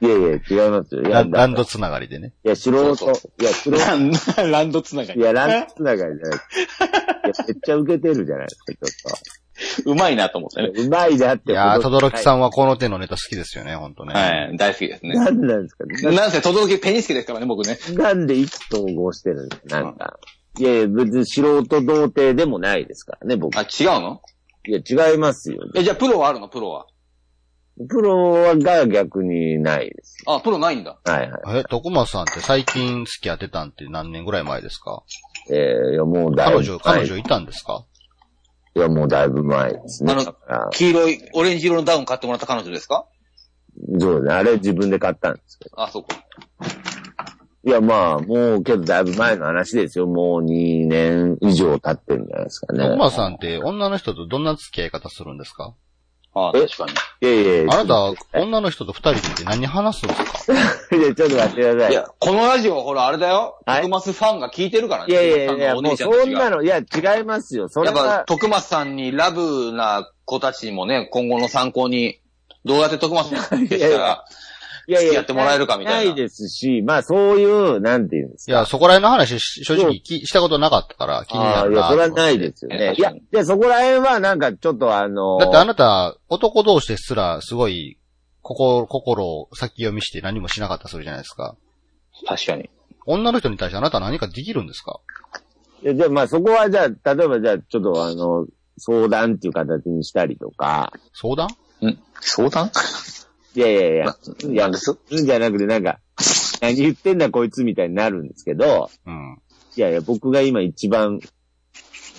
S2: いやいや、違いますよ。い
S3: ラ
S2: や、
S3: ンラン
S2: だ
S3: ドつながりでね。
S2: いや、素人、
S1: そう
S2: いや、素人、
S1: ラン、ランドつなが
S2: いや、ランチつながりじゃないです。いや、めっちゃ受けてるじゃないですか、ち
S1: うまいなと思って
S2: ょっ。と。うまいなって。
S3: いやー、とどろきさ
S2: ん。
S3: んはこの手のネタ好きですよね、ほんとね。
S1: はい、大好きですね。
S2: なんでなんですか
S1: なんせ、とどろきペニスケですからね、僕ね。
S2: なんで意気投合してるんですかなんか。いやいや、別に素人童貞でもないですからね、僕。
S1: あ、
S2: い
S1: 違うの
S2: や、違いますよ。
S1: え、じゃあプロはあるのプロは。
S2: プロはが逆にないです。
S1: あ、プロないんだ。
S2: はいは
S3: え、徳間さんって最近付き合ってたんって何年ぐらい前ですか
S2: い。えー、いや、もうだいぶ。
S3: 彼女、彼女
S2: はい
S3: いたんですか
S2: いや、もうだいぶ前ですね。
S1: あの
S2: だから
S1: 黄色い、オレンジ色のダウン買ってもらった彼女ですか
S2: そうね。あれ自分で買ったんですけど。
S1: あ、そうか。
S2: いや、まあ、もう、けどだいぶ前の話ですよ。もう2年以上経ってるんじゃないですかね。
S3: 徳間さんって女の人とどんな付き合い方するんですか
S1: あ
S2: え
S1: 確かに。
S2: いやいやいや
S3: あなた、女の人と二人で何話すんですか
S2: いや、ちょっと待ってください。
S1: い
S2: い
S1: や、このラジオ、ほら、あれだよ。
S2: はい
S1: 徳松ファンが聞いてるからね。
S2: やいやいや、
S1: お
S2: も
S1: 姉
S2: う
S1: ちゃんた
S2: そ
S1: ち
S2: ん
S1: が
S2: なの、いや、違いますよ。それ
S1: やっぱ
S2: は、、
S1: 徳松さんにラブ な子たちもね、今後の参考に、どうやって徳松さんに接したら、
S2: いやい
S1: やってもらえるかみたいな
S2: ないですし、まあそういう、なんていうんです
S3: い
S2: か。
S3: や、そこら辺の話、し正直きしたことなかったから気に
S2: あ
S3: な
S2: あ、い
S3: る
S2: や、
S3: な
S2: そ
S3: と思
S2: れは
S3: って。
S2: ないですよ
S1: え
S2: ね。いや、で、そこら辺はなんかちょっとあの、
S3: だってあなた、男同士ですら、すごい、心、心を先読みして何もしなかったりするじゃないですか。
S1: 確かに。
S3: 女の人に対してあなたは何かできるんですか
S2: いやじゃあまあそこはじゃあ、例えばじゃあちょっとあの、相談っていう形にしたりとか、
S3: 相談
S1: ん相談
S2: いやいやいや、いや
S1: なんです
S2: いいんじゃなくてなんか、何言ってんだこいつみたいになるんですけど、
S3: うん。思
S2: いやいや、僕が今一番流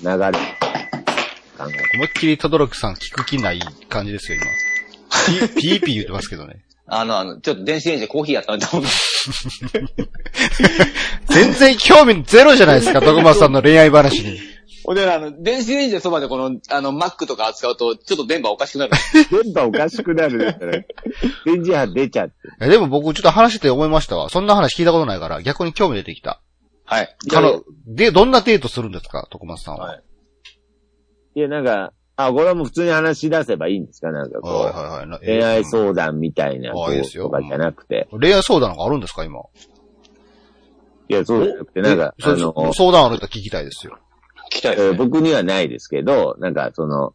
S2: れ、考え
S3: いっきり轟さん聞く気ない感じですよ、 今。ピーピー言ってますけどね。
S1: あの、あの、ちょっと電子レンジでコーヒーやったんだもん。
S3: 全然興味ゼロじゃないですか、徳松さんの恋愛話に。
S1: ほんで、あの、電子レンジのそばでこの、あの、Mac とか扱うと、ちょっと電波おかしくなる。
S2: 電波おかしくなるだ ったら、電磁波出ちゃって。
S3: えでも僕ちょっと話してて思いましたわ。そんな話聞いたことないから、逆に興味出てきた。
S1: はい。
S3: あの、で、どんなデートするんですか、徳松さんは。
S1: はい
S2: いや、なんか、あ、これはもう普通に話し出せばいいんですかなんか
S3: はい
S2: こう、
S3: はいはい。
S2: 恋愛
S3: う。
S2: 相談みたいな、
S3: あ
S2: こ
S3: いいうですよ
S2: とかじゃなくて。
S3: 恋愛相談なんかあるんですか、今。
S2: いや、そうじゃなくて、なんか、
S3: えそ
S2: あの、
S3: 相談あると聞きたいですよ。
S1: 聞きたい
S2: え
S1: です、
S2: ー
S1: ね。
S2: 僕にはないですけど、なんかその、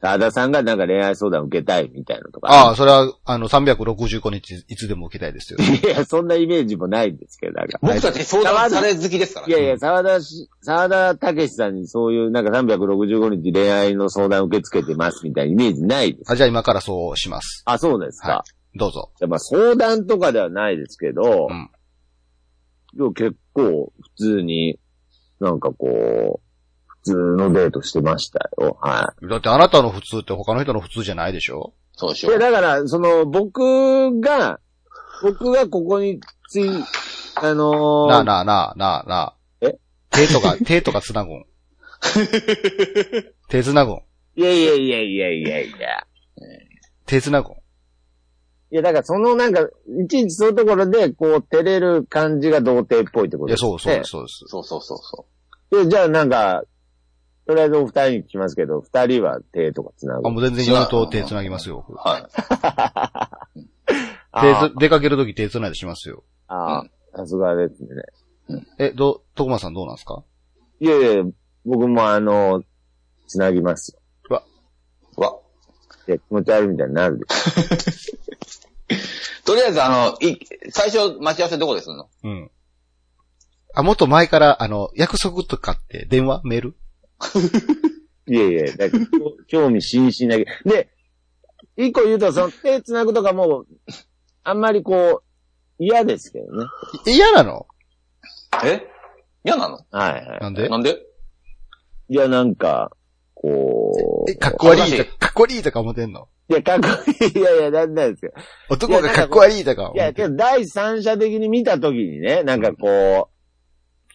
S2: 沢田さんがなんか恋愛相談受けたいみたいなのとか。
S3: ああ、それは、あの、365日いつでも受けたいです よ。
S2: いや、そんなイメージもないんですけど、なんか。
S1: 僕たち相談され好きですから
S2: い
S1: ね。
S2: やいや、沢田し、沢田武史さんにそういう、なんか365日恋愛の相談受け付けてますみたいなイメージないです。
S3: あ、じゃあ今からそうします。
S2: あ、そうですか。
S3: はどうぞ。
S2: じゃあまあ相談とかではないですけど、
S3: うん
S2: でも結構普通に、なんかこう、普通のデートしてましたよ。は
S3: だってあなたの普通って他の人の普通じゃないでしょ
S1: そうでし
S2: い。
S1: ょ
S2: いや、。だから、その、僕が、僕がここについ、あのー
S3: なあなあなあなあなあ。
S2: え
S3: 手とか、 手とかつなぐん。手つなぐん。
S2: いやいやいやいやいやいや。
S3: 手つなぐん。
S2: いや、だからそのなんか、いちいちそういうところで、こう、照れる感じが童貞っぽいってこと
S3: いや、そうそう
S2: ね
S3: です、そうです。
S1: そうそうそうそ
S2: で、じゃあなんか、とりあえずお二人に聞きますけど、二人は手とか繋ぐ
S3: あ、。もう全然嫁と手つなぎますよ
S1: う。。はい。
S2: あ
S3: 手つ、
S2: ー
S3: 出かけるとき手つないでしますよ。
S2: あ
S1: う
S2: あ、さすがですね。
S3: え、ど、徳間さんどうなんですか
S2: いやいや、僕もあの、繋ぎます
S1: うわ。
S2: よ。で、気持ち悪いみたいになるでし
S1: とりあえず、あの、い、最初、待ち合わせどこですんの
S3: うん。あ、もっと前から、あの、約束とかって電話メール
S2: ょ。いやいや、だから 興味津々だけど。で、一個言うと、その手繋ぐとかも、あんまりこう、嫌ですけどね。
S3: い嫌なの
S1: え嫌なの
S2: はいは
S3: なんで
S1: なんで
S2: い。いや、なんか、こう。
S3: え、かっこ悪い
S1: 恥
S3: と
S1: ずか
S3: か、かっこ悪いとか思ってんの
S2: いや、かっこいい。いやいや、なんなんですよ。
S3: 男がかっこ悪いとか思
S2: いや、
S3: って
S2: け
S3: んの
S2: ど第三者的に見たときにね、なんかこう、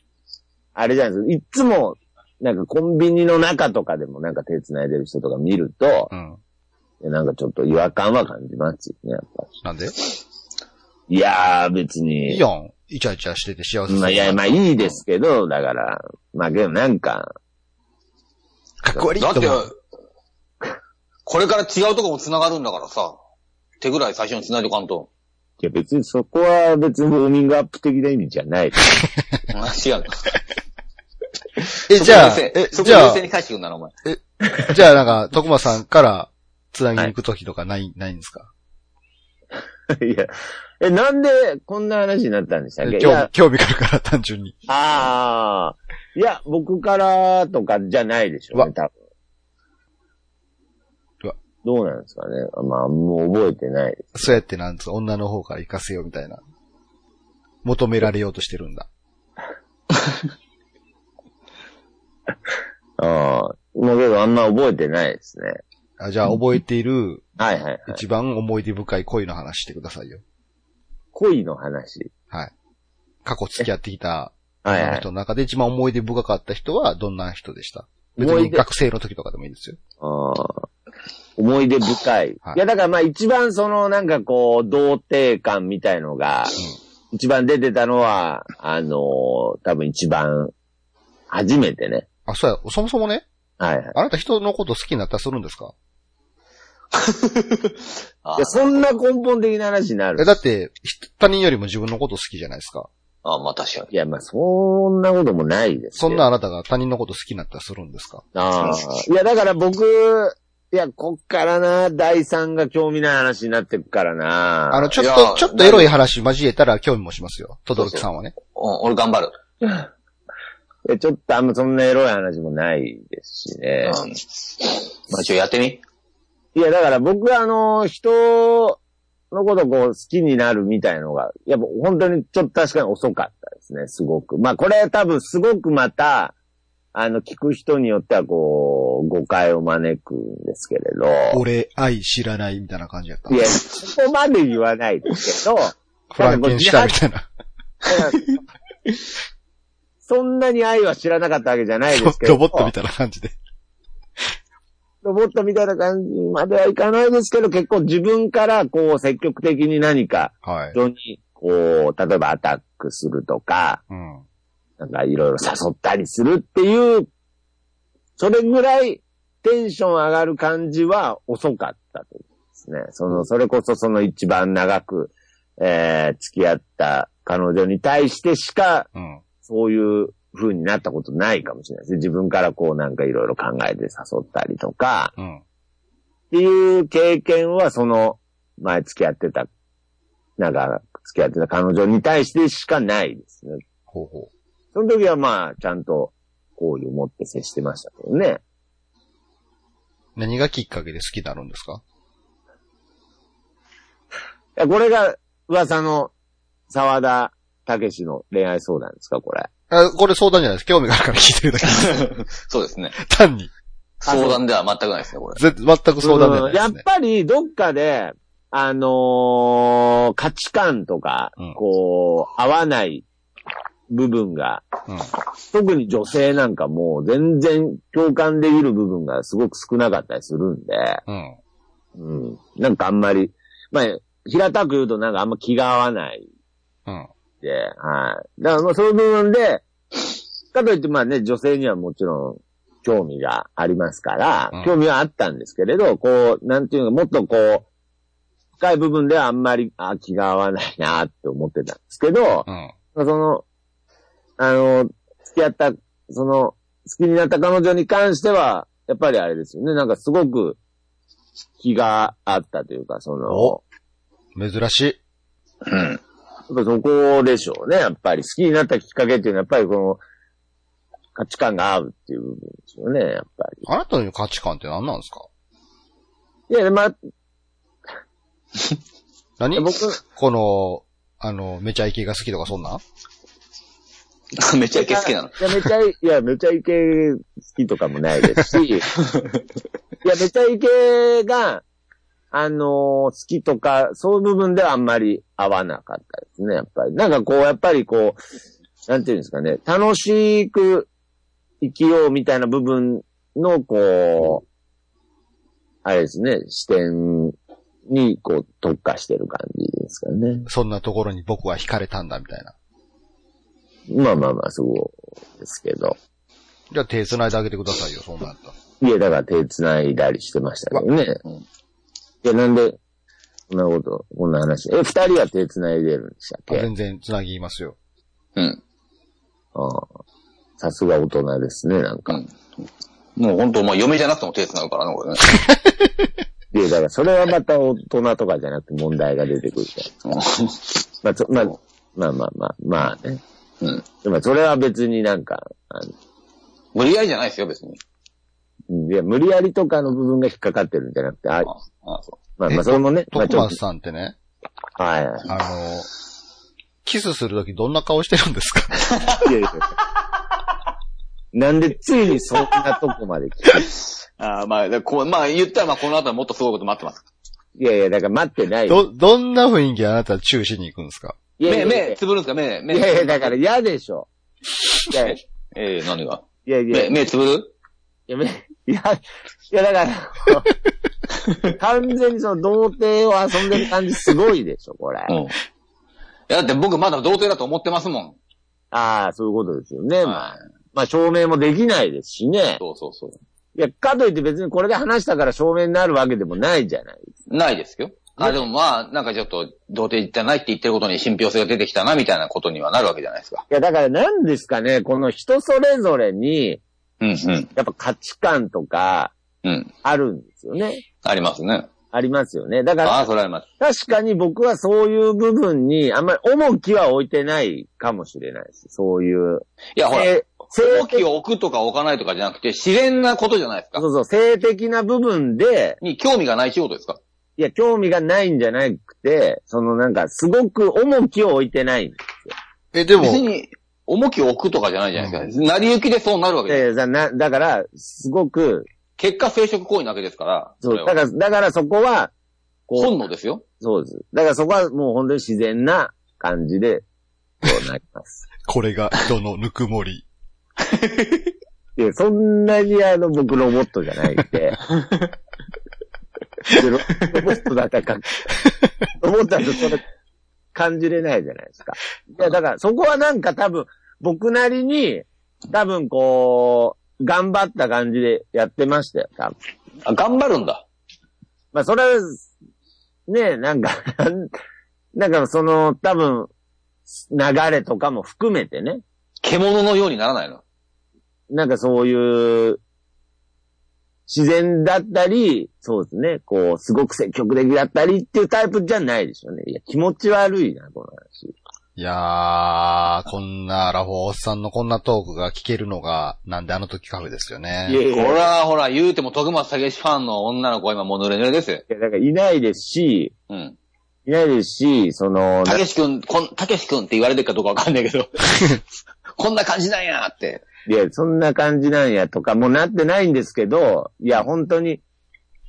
S2: あれじゃないですか。いっつも、なんかコンビニの中とかでもなんか手繋いでる人とか見ると、
S3: うん。
S2: なんかちょっと違和感は感じますよね、やっぱ
S3: なんで
S2: り。いやー、別に。
S3: いいやん。イチャイチャしてて幸せそう
S2: まあ、いや、まあいいですけど、だから、まあけどなんか、
S3: かっこ悪い
S1: だっ
S3: と
S1: て
S3: 思う。、
S1: これから違うとこも繋がるんだからさ、手ぐらい最初に繋いでおかんと。
S2: いや別にそこは別にウォーミングアップ的な意味じゃない。
S1: 違 う。
S3: え、じゃあ、
S1: そこ冷静
S3: え、
S1: そこ
S3: じゃ
S1: 冷静に返してくんだな、お前。
S3: あ、じゃあなんか、徳間さんから、つなぎに行くときとかない、ないんですか
S2: いや、え、なんでこんな話になったんでしたっけ
S3: え
S2: い
S3: 興
S2: や
S3: 味、興味があるから、単純に。
S2: ああ。いや、僕からとかじゃないでしょうね、多分。
S3: うわ
S2: どうなんですかね。まあ、もう覚えてないです。
S3: そうやってなんつう、女の方から行かせようみたいな。求められようとしてるんだ。
S2: ああ。もうけど、あんま覚えてないですね。
S3: あ、じゃあ、覚えている、
S2: はいはいはい。
S3: 一番思い出深い恋の話してくださいよ。
S2: 恋の話。
S3: はい。過去付き合ってきた
S2: はい
S3: 女
S2: は
S3: の
S2: い。
S3: 人の中で一番思い出深かった人はどんな人でした別
S2: 思い
S3: に
S2: 出
S3: 学生の時とかでもいいですよ。
S2: ああ思い出深い。
S3: はい
S2: いや、だからまあ一番そのなんかこう、童貞感みたいのが、一番出てたのは、あのー多分一番、初めてね。
S3: あ、そうや、そもそもね、
S2: はいはい。
S3: あなた人のこと好きになったりするんですか
S1: あ
S2: いや、そんな根本的な話にな
S3: え
S2: る。
S3: だって、ひ他人よりも自分のこと好きじゃないですか。
S1: あ、まあ確かに。
S2: いや、まあ、そんなこともないです
S3: そ
S2: よ
S3: んなあなたが他人のこと好きになったらするんですか
S2: ああ。いや、だから僕、いや、こっからな、第三が興味ない話になってくからな。
S3: あの、ちょっ
S1: いや
S3: と、ちょっとエロい話交えたら興味もしますよ。とどろきさんはね。
S1: お俺頑張る。
S2: いやちょっとあんまそんなエロい話もないですし
S1: うん。
S2: ね
S1: ま。あ一応やっ てみ。
S2: いや、だから僕はあの、人のことこう好きになるみたいのが、やっぱ本当にちょっと確かに遅かったですね、すごく。まあこれ多分すごくまた、あの、聞く人によってはこう、誤解を招くんですけれど。
S3: 俺、愛知らないみたいな感じやった
S2: い。や、そこまで言わないですけど、
S3: フランケンシュタインみたいな。
S2: そんなに愛は知らなかったわけじゃないですけど。
S3: ロボットみたいな感じで。
S2: ロボットみたいな感じまではいかないですけど、結構自分からこう積極的に何か
S3: はい。
S2: 人にこう、例えばアタックするとか、
S3: うん。
S2: なんかいろいろ誘ったりするっていう、それぐらいテンション上がる感じは遅かったということですね。その、それこそその一番長く、えー、付き合った彼女に対してしか
S3: うん。
S2: そういう風になったことないかもしれないですね。自分からこうなんかいろいろ考えて誘ったりとか、
S3: うん。
S2: っていう経験はその前付き合ってた、なんか付き合ってた彼女に対してしかないですね。
S3: ほうほ
S2: その時はまあちゃんと好意を持って接してましたけどね。
S3: う。何がきっかけで好きになるんですか
S2: いやこれが噂の沢田武史の恋愛相談ですか、これ。
S3: あ、これ相談じゃないです。興味があるから聞いてるだけ。
S1: そうですね。
S3: 単に。
S1: 相談では全くないですね、これ。
S3: ぜ全く相談じゃな
S2: う
S3: い
S2: ん
S3: で
S2: や
S3: す
S2: っ
S3: ね。
S2: ぱりどっかで、あのー価値観とか、
S3: うん
S2: こう、合わない部分が、
S3: うん。
S2: 特に女性なんかもう全然共感できる部分がすごく少なかったりするんで、
S3: うん。
S2: うん。なんかあんまり、まあ、平たく言うとなんかあんま気が合わない
S3: うん。
S2: で、はい。だからまあそういう部分で、かといってまあね、女性にはもちろん興味がありますから、
S3: うん
S2: 興味はあったんですけれど、こう、なんていうのか、もっとこう、深い部分ではあんまり、あ、気が合わないなって思ってたんですけど、
S3: うん。
S2: まあその、あの、付き合った、その、好きになった彼女に関しては、やっぱりあれですよね、なんかすごく気があったというか、その、
S3: お珍しい。
S1: うん。
S2: やっぱそこでしょうね、やっぱり。好きになったきっかけっていうのは、やっぱりこの、価値観が合うっていう部分ですよね、やっぱり。
S3: あなたの価値観って何なんですか
S2: いや、まあ、
S3: 何
S2: 僕、
S3: この、あの、めちゃイケが好きとかそんなん
S1: めっちゃイケ好きなの。
S2: いや、めちゃい、いや、めちゃイケ好きとかもない ですし、いや、めちゃイケが、あのー好きとか、そういう部分ではあんまり合わなかったですね、やっぱり。なんかこう、やっぱりこう、なんていうんですかね、楽しく生きようみたいな部分の、こう、あれですね、視点に、こう、特化してる感じですかね。
S3: そんなところに僕は惹かれたんだみたいな。
S2: まあまあまあ、そうですけど。
S3: じゃあ手繋いであげてくださいよ、そんなんやったら。
S2: いや、だから手繋いだりしてましたけどね。いや、なんで、こんなこと、こんな話。え、二人は手繋いでるんでしたっけ
S3: 全然繋ぎますよ。
S1: うん。
S2: ああさすが大人ですね、なん
S1: う
S2: か。
S1: ん。もう本当、まあ嫁じゃなくても手繋ぐからな、これね。
S2: いや、だからそれはまた大人とかじゃなくて問題が出てくるから。 まあ、そまあ、まあまあまあ、まあね。
S1: うん。
S2: でもそれは別になんか、あ
S1: 無理やりじゃないですよ、別に。
S2: のいや、無理やりとかの部分が引っかかってるんじゃなくて、
S1: あ
S2: あ
S1: あ、そ
S2: まあま
S3: え
S2: あ、それもね、まあ
S3: 徳松さんってね、
S2: と、はいはい。
S3: あの、キスするときどんな顔してるんですか
S2: いやいやいやなんでついにそんなとこまで来た
S1: う。ああ、まあ、でこう、まあ言ったら、まあこの後はもっとすごいこと待ってます。
S2: いやいや、だから待ってないよ。
S3: ど、どんな雰囲気あなたはチューしに行くんですか
S2: いやいや
S1: 目、
S2: いや
S1: 目、つぶるんですか、目、目。
S2: いやいや、だから嫌でしょ。いやい
S1: ええ、何が
S2: やいや、
S1: 目、
S2: い
S1: 目つぶる
S2: や、めいや、いやだから、完全にその童貞を遊んでる感じすごいでしょ、これ。
S1: うん。いやだって僕まだ童貞だと思ってますもん。
S2: ああ、そういうことですよね。ま
S1: は
S2: あ、まあ証明もできないですしね。
S1: そうそうそう。
S2: いや、かといって別にこれで話したから証明になるわけでもないじゃない。
S1: ないですよ。あ、でもまあ、なんかちょっと、童貞じゃないって言ってることに信憑性が出てきたな、みたいなことにはなるわけじゃないですか。
S2: いや、だから何ですかね、この人それぞれに、
S1: うん、うん、
S2: やっぱ価値観とか、
S1: うん。
S2: あるんですよね。
S1: ありますね。
S2: ありますよね。だから、
S1: ああ、それはあります。
S2: 確かに僕はそういう部分に、あんまり重きは置いてないかもしれないです。そういう。
S1: いや、ほら、
S2: えー性
S1: 大
S2: 的
S1: きを置くとか置かないとかじゃなくて、自然なことじゃないですか
S2: そ。うそう、性的な部分で、
S1: に興味がない仕事ですか
S2: いや、興味がないんじゃなくて、そのなんか、すごく重きを置いてない。
S3: え、でも、
S1: 別に、重きを置くとかじゃないじゃないですか。成り行きでそうなるわけです。
S2: えーだなだから、すごく、
S1: 結果、生殖行為なわけですから、
S2: そ、
S1: そうれ
S2: だ
S1: は
S2: から、だからそこは、こう、
S1: 本能ですよ。
S2: そうです。だからそこはもう本当に自然な感じで、こうなります。
S3: これが人のぬくもり。
S2: いや、そんなにあの、僕ロボットじゃないんで。でロロボットだったらか、ロボットだとそれ感じれないじゃないですか。いや、だからそこはなんか多分、僕なりに、多分こう、頑張った感じでやってましたよ、多分。
S1: あ頑張るんだ。
S2: まあ、それは、ねえ、なんか、なんかその、多分、流れとかも含めてね、
S1: 獣のようにならないの。
S2: なんかそういう、自然だったり、そうですね、こう、すごく積極的だったりっていうタイプじゃないでしょうね。いや、気持ち悪いな、この話。
S3: いやー、こんなラフォーおっさんのこんなトークが聞けるのが、なんであの時カフェですよ
S2: いや
S3: ね。
S2: い
S1: ほ
S2: や、い
S1: ら、ほら、言うても、徳松武史ファンの女の子は今もう濡れ濡れですよ。
S2: やだからいないですし、
S1: うん。
S2: いないですし、その、
S1: たけしくん、こん、たけしくんって言われてるかどうかわかんない けど、こんな感じなんやって。
S2: いや、そんな感じなんやとか、もうなってないんですけど、いや、本当に、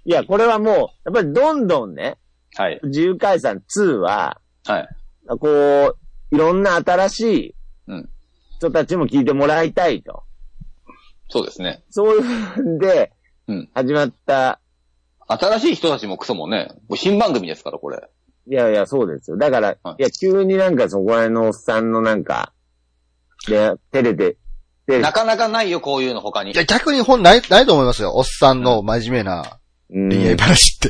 S2: いや、これはもう、やっぱりどんどんね、
S1: はい。
S2: 自由解散2は、
S1: はい。
S2: こう、いろんな新しい
S1: うん。
S2: 人たちも聞いてもらいたいと。
S1: そうですね。
S2: そういうふうで
S1: うん、
S2: 始まった、
S1: 新しい人たちもクソもね、これ新番組ですから、これ。
S2: いやいや、そうですよ。だから、
S1: はい
S2: いや、急になんかそこら辺のおっさんのなんか、で、照れて、照れ
S1: な
S2: て、
S1: かなかないよ、こういうの他に
S3: い。や、逆に本ない、ないと思いますよ。おっさんの真面目な
S2: うん
S3: 恋愛話って。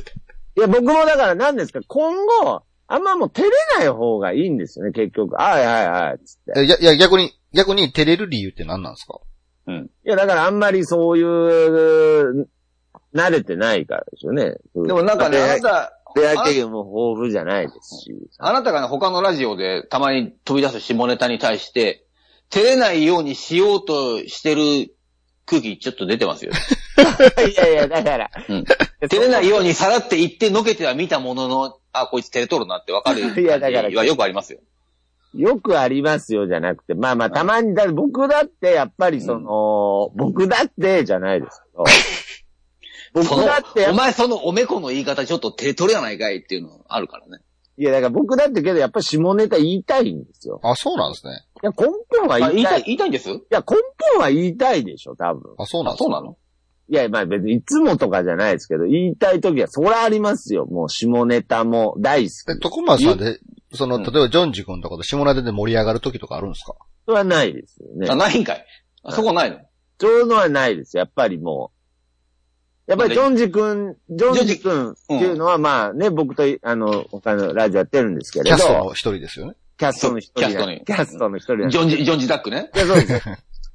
S2: いや、僕もだから何ですか、今後、あんまもう照れない方がいいんですよね、結局。はいはいはい、つって。
S3: えいや、いや、逆に、逆に照れる理由って何なんですか
S1: うん。
S2: いや、だからあんまりそういう、慣れてないからですよね。
S1: でもなんかね、
S2: 出
S1: あ
S2: 会
S1: ないた、
S2: 出会い経験も豊富じゃないです し。
S1: あなたがね、他のラジオでたまに飛び出す下ネタに対して、照れないようにしようとしてる空気ちょっと出てます よ。
S2: いやいや、だから。
S1: うん照れないようにさらって言ってのけては見たものの、あ、こいつ照れとるなってわかる感じ
S2: いやだから
S1: はよくありますよ。
S2: よくありますよ、じゃなくて。まあまあ、たまに、だ僕だって、やっぱりその、僕だって、じゃないですけど。
S1: その
S2: 僕だって、や
S1: お
S2: っぱ
S1: 前そのおめこの言い方ちょっと照れとるやないかいっていうのあるからね。
S2: いや、だから僕だってけど、やっぱ下ネタ言いたいんですよ。
S3: あ、そうなんですね。
S2: いや、根本は
S1: あ
S2: 言
S1: 言
S2: い
S1: い
S2: た
S1: た
S2: い。
S1: い、
S2: い
S1: 言いたいんです
S2: や、根本は言いたいでしょ、多分。
S3: あ、そうなん
S1: あ、
S3: です
S1: そう
S3: ね
S1: なの
S2: いや、まあ別にいつもとかじゃないですけど、言いたいときは、そらありますよ。もう下ネタも大好
S3: え、
S2: き。
S3: 徳松さんで、その、
S1: うん
S3: 例えばジョンジ君とかと下ネタで盛り上がる時とかあるんですか
S2: それはないですよね
S1: あ、。ないんかい。あそこないの
S2: そういうのはないです。やっぱりもう。やっぱりジョンジ君、ジョンジ君っていうのはまあね、僕と、あの、他のラジオやってるんですけれ
S3: キャ
S2: ど、
S3: ストの一人ですよね。
S2: キャストの一人なんで。キ
S1: キ
S2: ャ
S1: ャ
S2: ス
S1: ス
S2: ト
S1: ト
S2: の一人なんで。
S1: ジョンジ、ジョンジダックね。
S2: いや、そうですよ。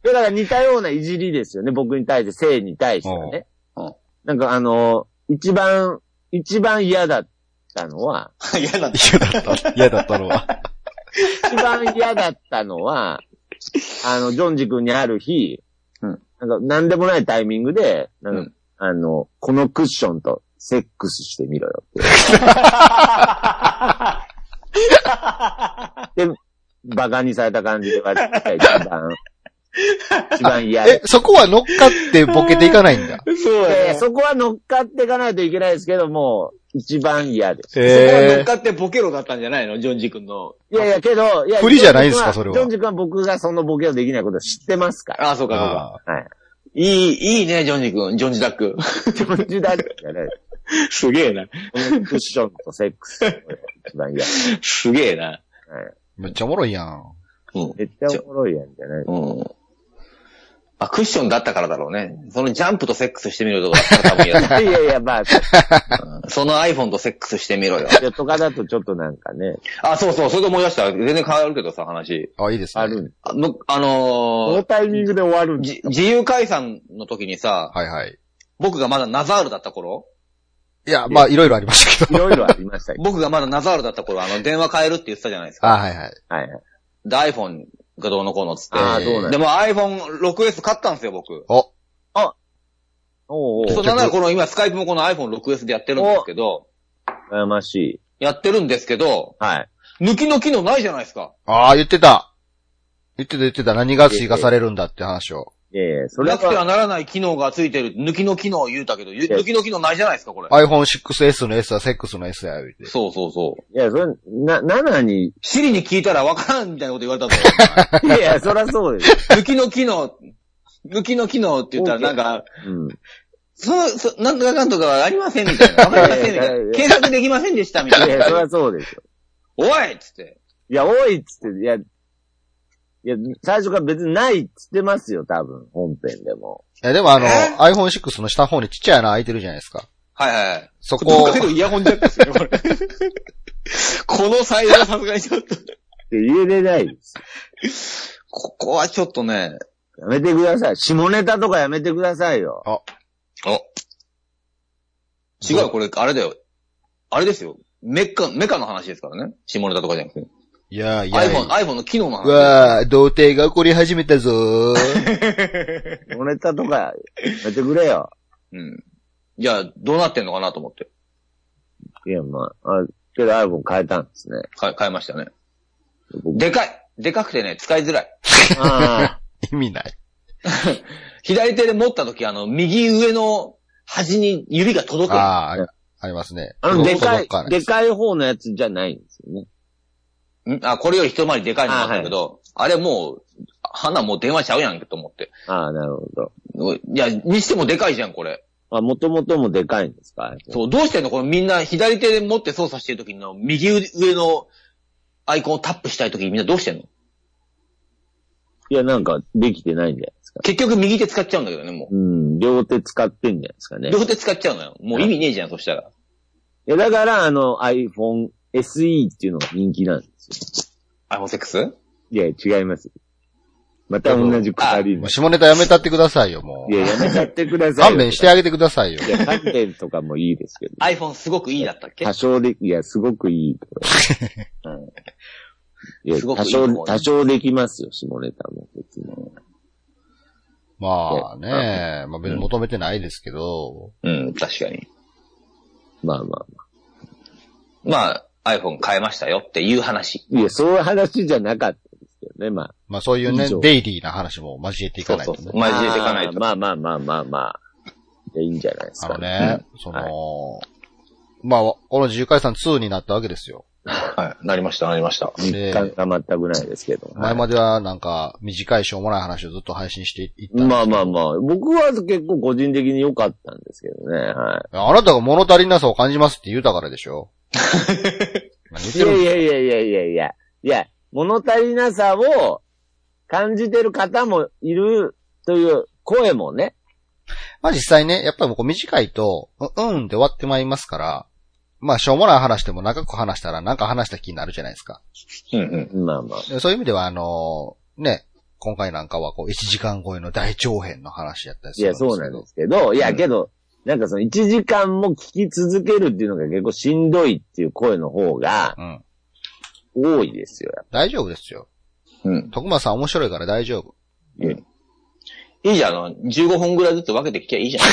S2: でだから似たようないじりですよね。僕に対して、性に対してはね
S1: うんうん。
S2: なんかあの、一番、一番嫌だったのは、
S1: 嫌 なんだ。
S3: 嫌だった。嫌だったのは。
S2: 一番嫌だったのは、あの、ジョンジ君にある日、
S1: うん
S2: なんか、なんでもないタイミングで、なんか
S1: うん
S2: あの、このクッションとセックスしてみろよ って。で、バカにされた感じで言われてきた一番、一番嫌
S3: え
S2: で、。
S3: そこは乗っかってボケていかないんだ。
S1: そう
S2: でそこは乗っかっていかないといけないですけども、一番嫌です。
S1: そこは乗っ
S3: え
S1: かってボケロだったんじゃないのジョンジ君の。
S2: いやいや、けど、いや、
S3: 不利じゃないんですかそれは
S2: ジョンジ君は僕がそのボケをできないことを知ってますから。
S1: あそう
S3: ー
S1: かそうか。
S3: あ
S2: はい。
S1: いい、いいね、ジョンジ君。ジョンジダック。
S2: ジョンジだけじゃないです
S1: すげえな。
S2: このクッションとセックスって一番嫌です。
S1: すげえな。
S2: はい
S3: ーめっちゃおもろいやん。
S1: うん。
S2: 絶対おもろいやんじゃない
S1: うん。まあ、クッションだったからだろうね。そのジャンプとセックスしてみろとかだったら多分いいや
S2: いやいや、まあ、ちょ
S1: うんその iPhone とセックスしてみろよ。
S2: っとかだとちょっとなんかね、
S1: あ、そうそう、それで思い出した。全然変わるけどさ、話。
S3: あ、いいですね。
S2: あるん
S1: あむあ
S2: こ
S1: の
S2: の
S1: ー
S2: タイミングで終わるん
S1: じ自由解散の時にさ、
S3: はいはい。
S1: 僕がまだナザールだった頃
S3: いや、まあ、いろいろありましたけ
S2: い
S3: ど。
S2: ろいろありまし たけど。
S1: 僕がまだナザールだった頃、あの、電話変えるって言ってたじゃないですか。
S3: あはいはい。
S2: はいはい。
S1: で、iPhone がどうのこうのっつって。
S2: ああ、どうなん
S1: で
S2: や
S1: も iPhone6S 買ったんですよ、僕。
S3: お、
S2: おうおう
S1: そう、なんならこの今スカイプもこの iPhone6S でやってるんですけど、
S2: 羨ましい。
S1: やってるんですけど、
S2: はい。
S1: 抜きの機能ないじゃないですか。
S3: ああ、言ってた。言ってた言ってた。何が追加されるんだって話を。
S2: いやいや、それ
S1: なくて
S2: は、
S1: はならない機能がついてる、抜きの機能を言うたけど、ゆ
S2: や
S1: 抜きの機能ないじゃないですか、これ。
S3: iPhone6S の S は6の S や、言うて。
S1: そうそうそう。
S2: いや、それ、な、7に、
S1: シリに聞いたらわからんみたいなこと言われたぞ。
S2: いやいや、そりゃそうです。
S1: 抜きの機能、抜きの機能って言ったらなんか、
S2: うん。
S1: そう、そう、なんとかかんとかありませんみたいな。わかりませんみたい
S2: いやいやい
S1: な。
S2: や
S1: 検索できませんでしたみた
S2: い
S1: い
S2: や、そり
S1: な
S2: ゃ。そうですよ。
S1: おいっつって。
S2: いや、多いっつって、いや、いや、最初から別にないっつってますよ、多分、本編でも。
S3: え、でもあの、
S1: え
S3: iPhone6 の下の方にちっちゃい穴開いてるじゃないですか。
S1: はいはいはい。
S3: そ
S1: こ
S3: こ
S1: れ、イヤホンジャックですよ、こ れ。このサイズはさすがにちょっと。
S2: って言えれないです。
S1: ここはちょっとね、
S2: やめてください。下ネタとかやめてくださいよ。
S1: 違う、これ、あれだよ。あれですよ。メカ、メカの話ですからね。下ネタとかじゃなくて。
S3: いやいやいや
S1: iPhone、iPhone の機能の
S3: う
S1: 話。
S3: わぁ、童貞が起こり始めたぞー。
S2: 下ネタとかやめてくれよ。
S1: うん。じゃあ、どうなってんのかなと思って。
S2: いや、まあ、あ、けど iPhone 変えたんですね。
S1: か変えましたね。
S2: 僕
S1: でかいでかくてね、使いづらい。
S2: あ
S3: 意味ない。
S1: 左手で持った時、あの、右上の端に指が届く。
S3: ああー、ありますね。
S2: あ、あの、でか
S3: 届
S2: い
S3: か、ない
S2: でかい方のやつじゃないんですよね。
S1: んあ、これより一回りでかいのだったけど、あれもう、花もう電話しちゃうやんけと思って。
S2: ああ、なるほど。
S1: いや、にしてもでかいじゃん、これ。
S2: あ、もともともでかいんですか
S1: そう、どうしてんのこのみんな左手で持って操作してる時の右上のアイコンをタップしたい時にみんなどうしてんの
S2: いや、なんか、できてないんじゃないですか。
S1: 結局右手使っちゃうんだけどね、も
S2: うん、両手使ってんじゃないですか
S1: う。
S2: ね。
S1: 両手使っちゃうのよ。もう意味ねえじゃん、そしたら。
S2: いや、だから、あの、iPhone SE っていうのが人気なんですよ。
S1: iPhone6?
S2: いや、違います。また同じくだりに
S3: もう下ネタやめたってくださいよ、も。
S2: いうや、やめちゃってください。
S3: 勘弁して。あげてくださいよ。
S2: い や、観点とかもいいですけど。
S1: iPhone すごくいいだったっけ
S2: 多少で、いや、すごくいい とか。うんいや、
S1: すごくい
S2: 多
S1: い方
S2: 少、多少できますよ、下ネタも。別に。
S3: まあね、まあ別に求めてないですけど、
S1: うん、確かに。
S2: まあまあま
S1: まあ、iPhone 変えましたよっていう話。
S2: あ。いや、そういう話じゃなかったですけどね、まあ。
S3: まあそういうね
S2: 以上、
S3: デイリーな話も交えていか
S1: そう
S3: ない
S1: そ
S3: と
S1: うそう。
S3: ね。
S1: 交えていかない
S2: あ
S1: と
S2: ー。まあまあまあまあまあ。いやいいんじゃないです
S3: あ
S2: か。
S3: のね、その、まあ、この自由解散2になったわけですよ。
S1: はい。なりました、なりました。
S2: うん。実感が全くないですけど。
S3: 前まではなんか短いしょうもない話をずっと配信していった。
S2: まあまあまあ、僕は結構個人的に良かったんですけどね、は
S3: あなたが物足りなさを感じますって言うたからでし ょ何言っ
S2: い。い
S3: てる
S2: や
S3: ん
S2: いやいやいやいやいや、いや、物足りなさを感じてる方もいるという声もね、
S3: まあ実際ね、やっぱりもうこう短いと、うん、うんって終わってまいりますから、まあしょうもない話でも長く話したらなんか話した気になるじゃないですか。
S1: うんうん。
S2: まあまあ、
S3: でそういう意味ではあのーね、今回なんかはこう1時間超えの大長編の話やったりす
S2: い
S3: る
S2: や、そうなんですすけど、いや、
S1: うん
S2: けど、なんかその1時間も聞き続けるっていうのが結構しんどいっていう声の方が
S3: けど。うん。
S2: 多いですよ。
S3: 大丈夫ですよ。
S1: うん。
S3: 徳間さん面白いから大丈夫。
S1: いいじゃん、あの、15本ぐらいずつ分けて聞きゃいいじゃん。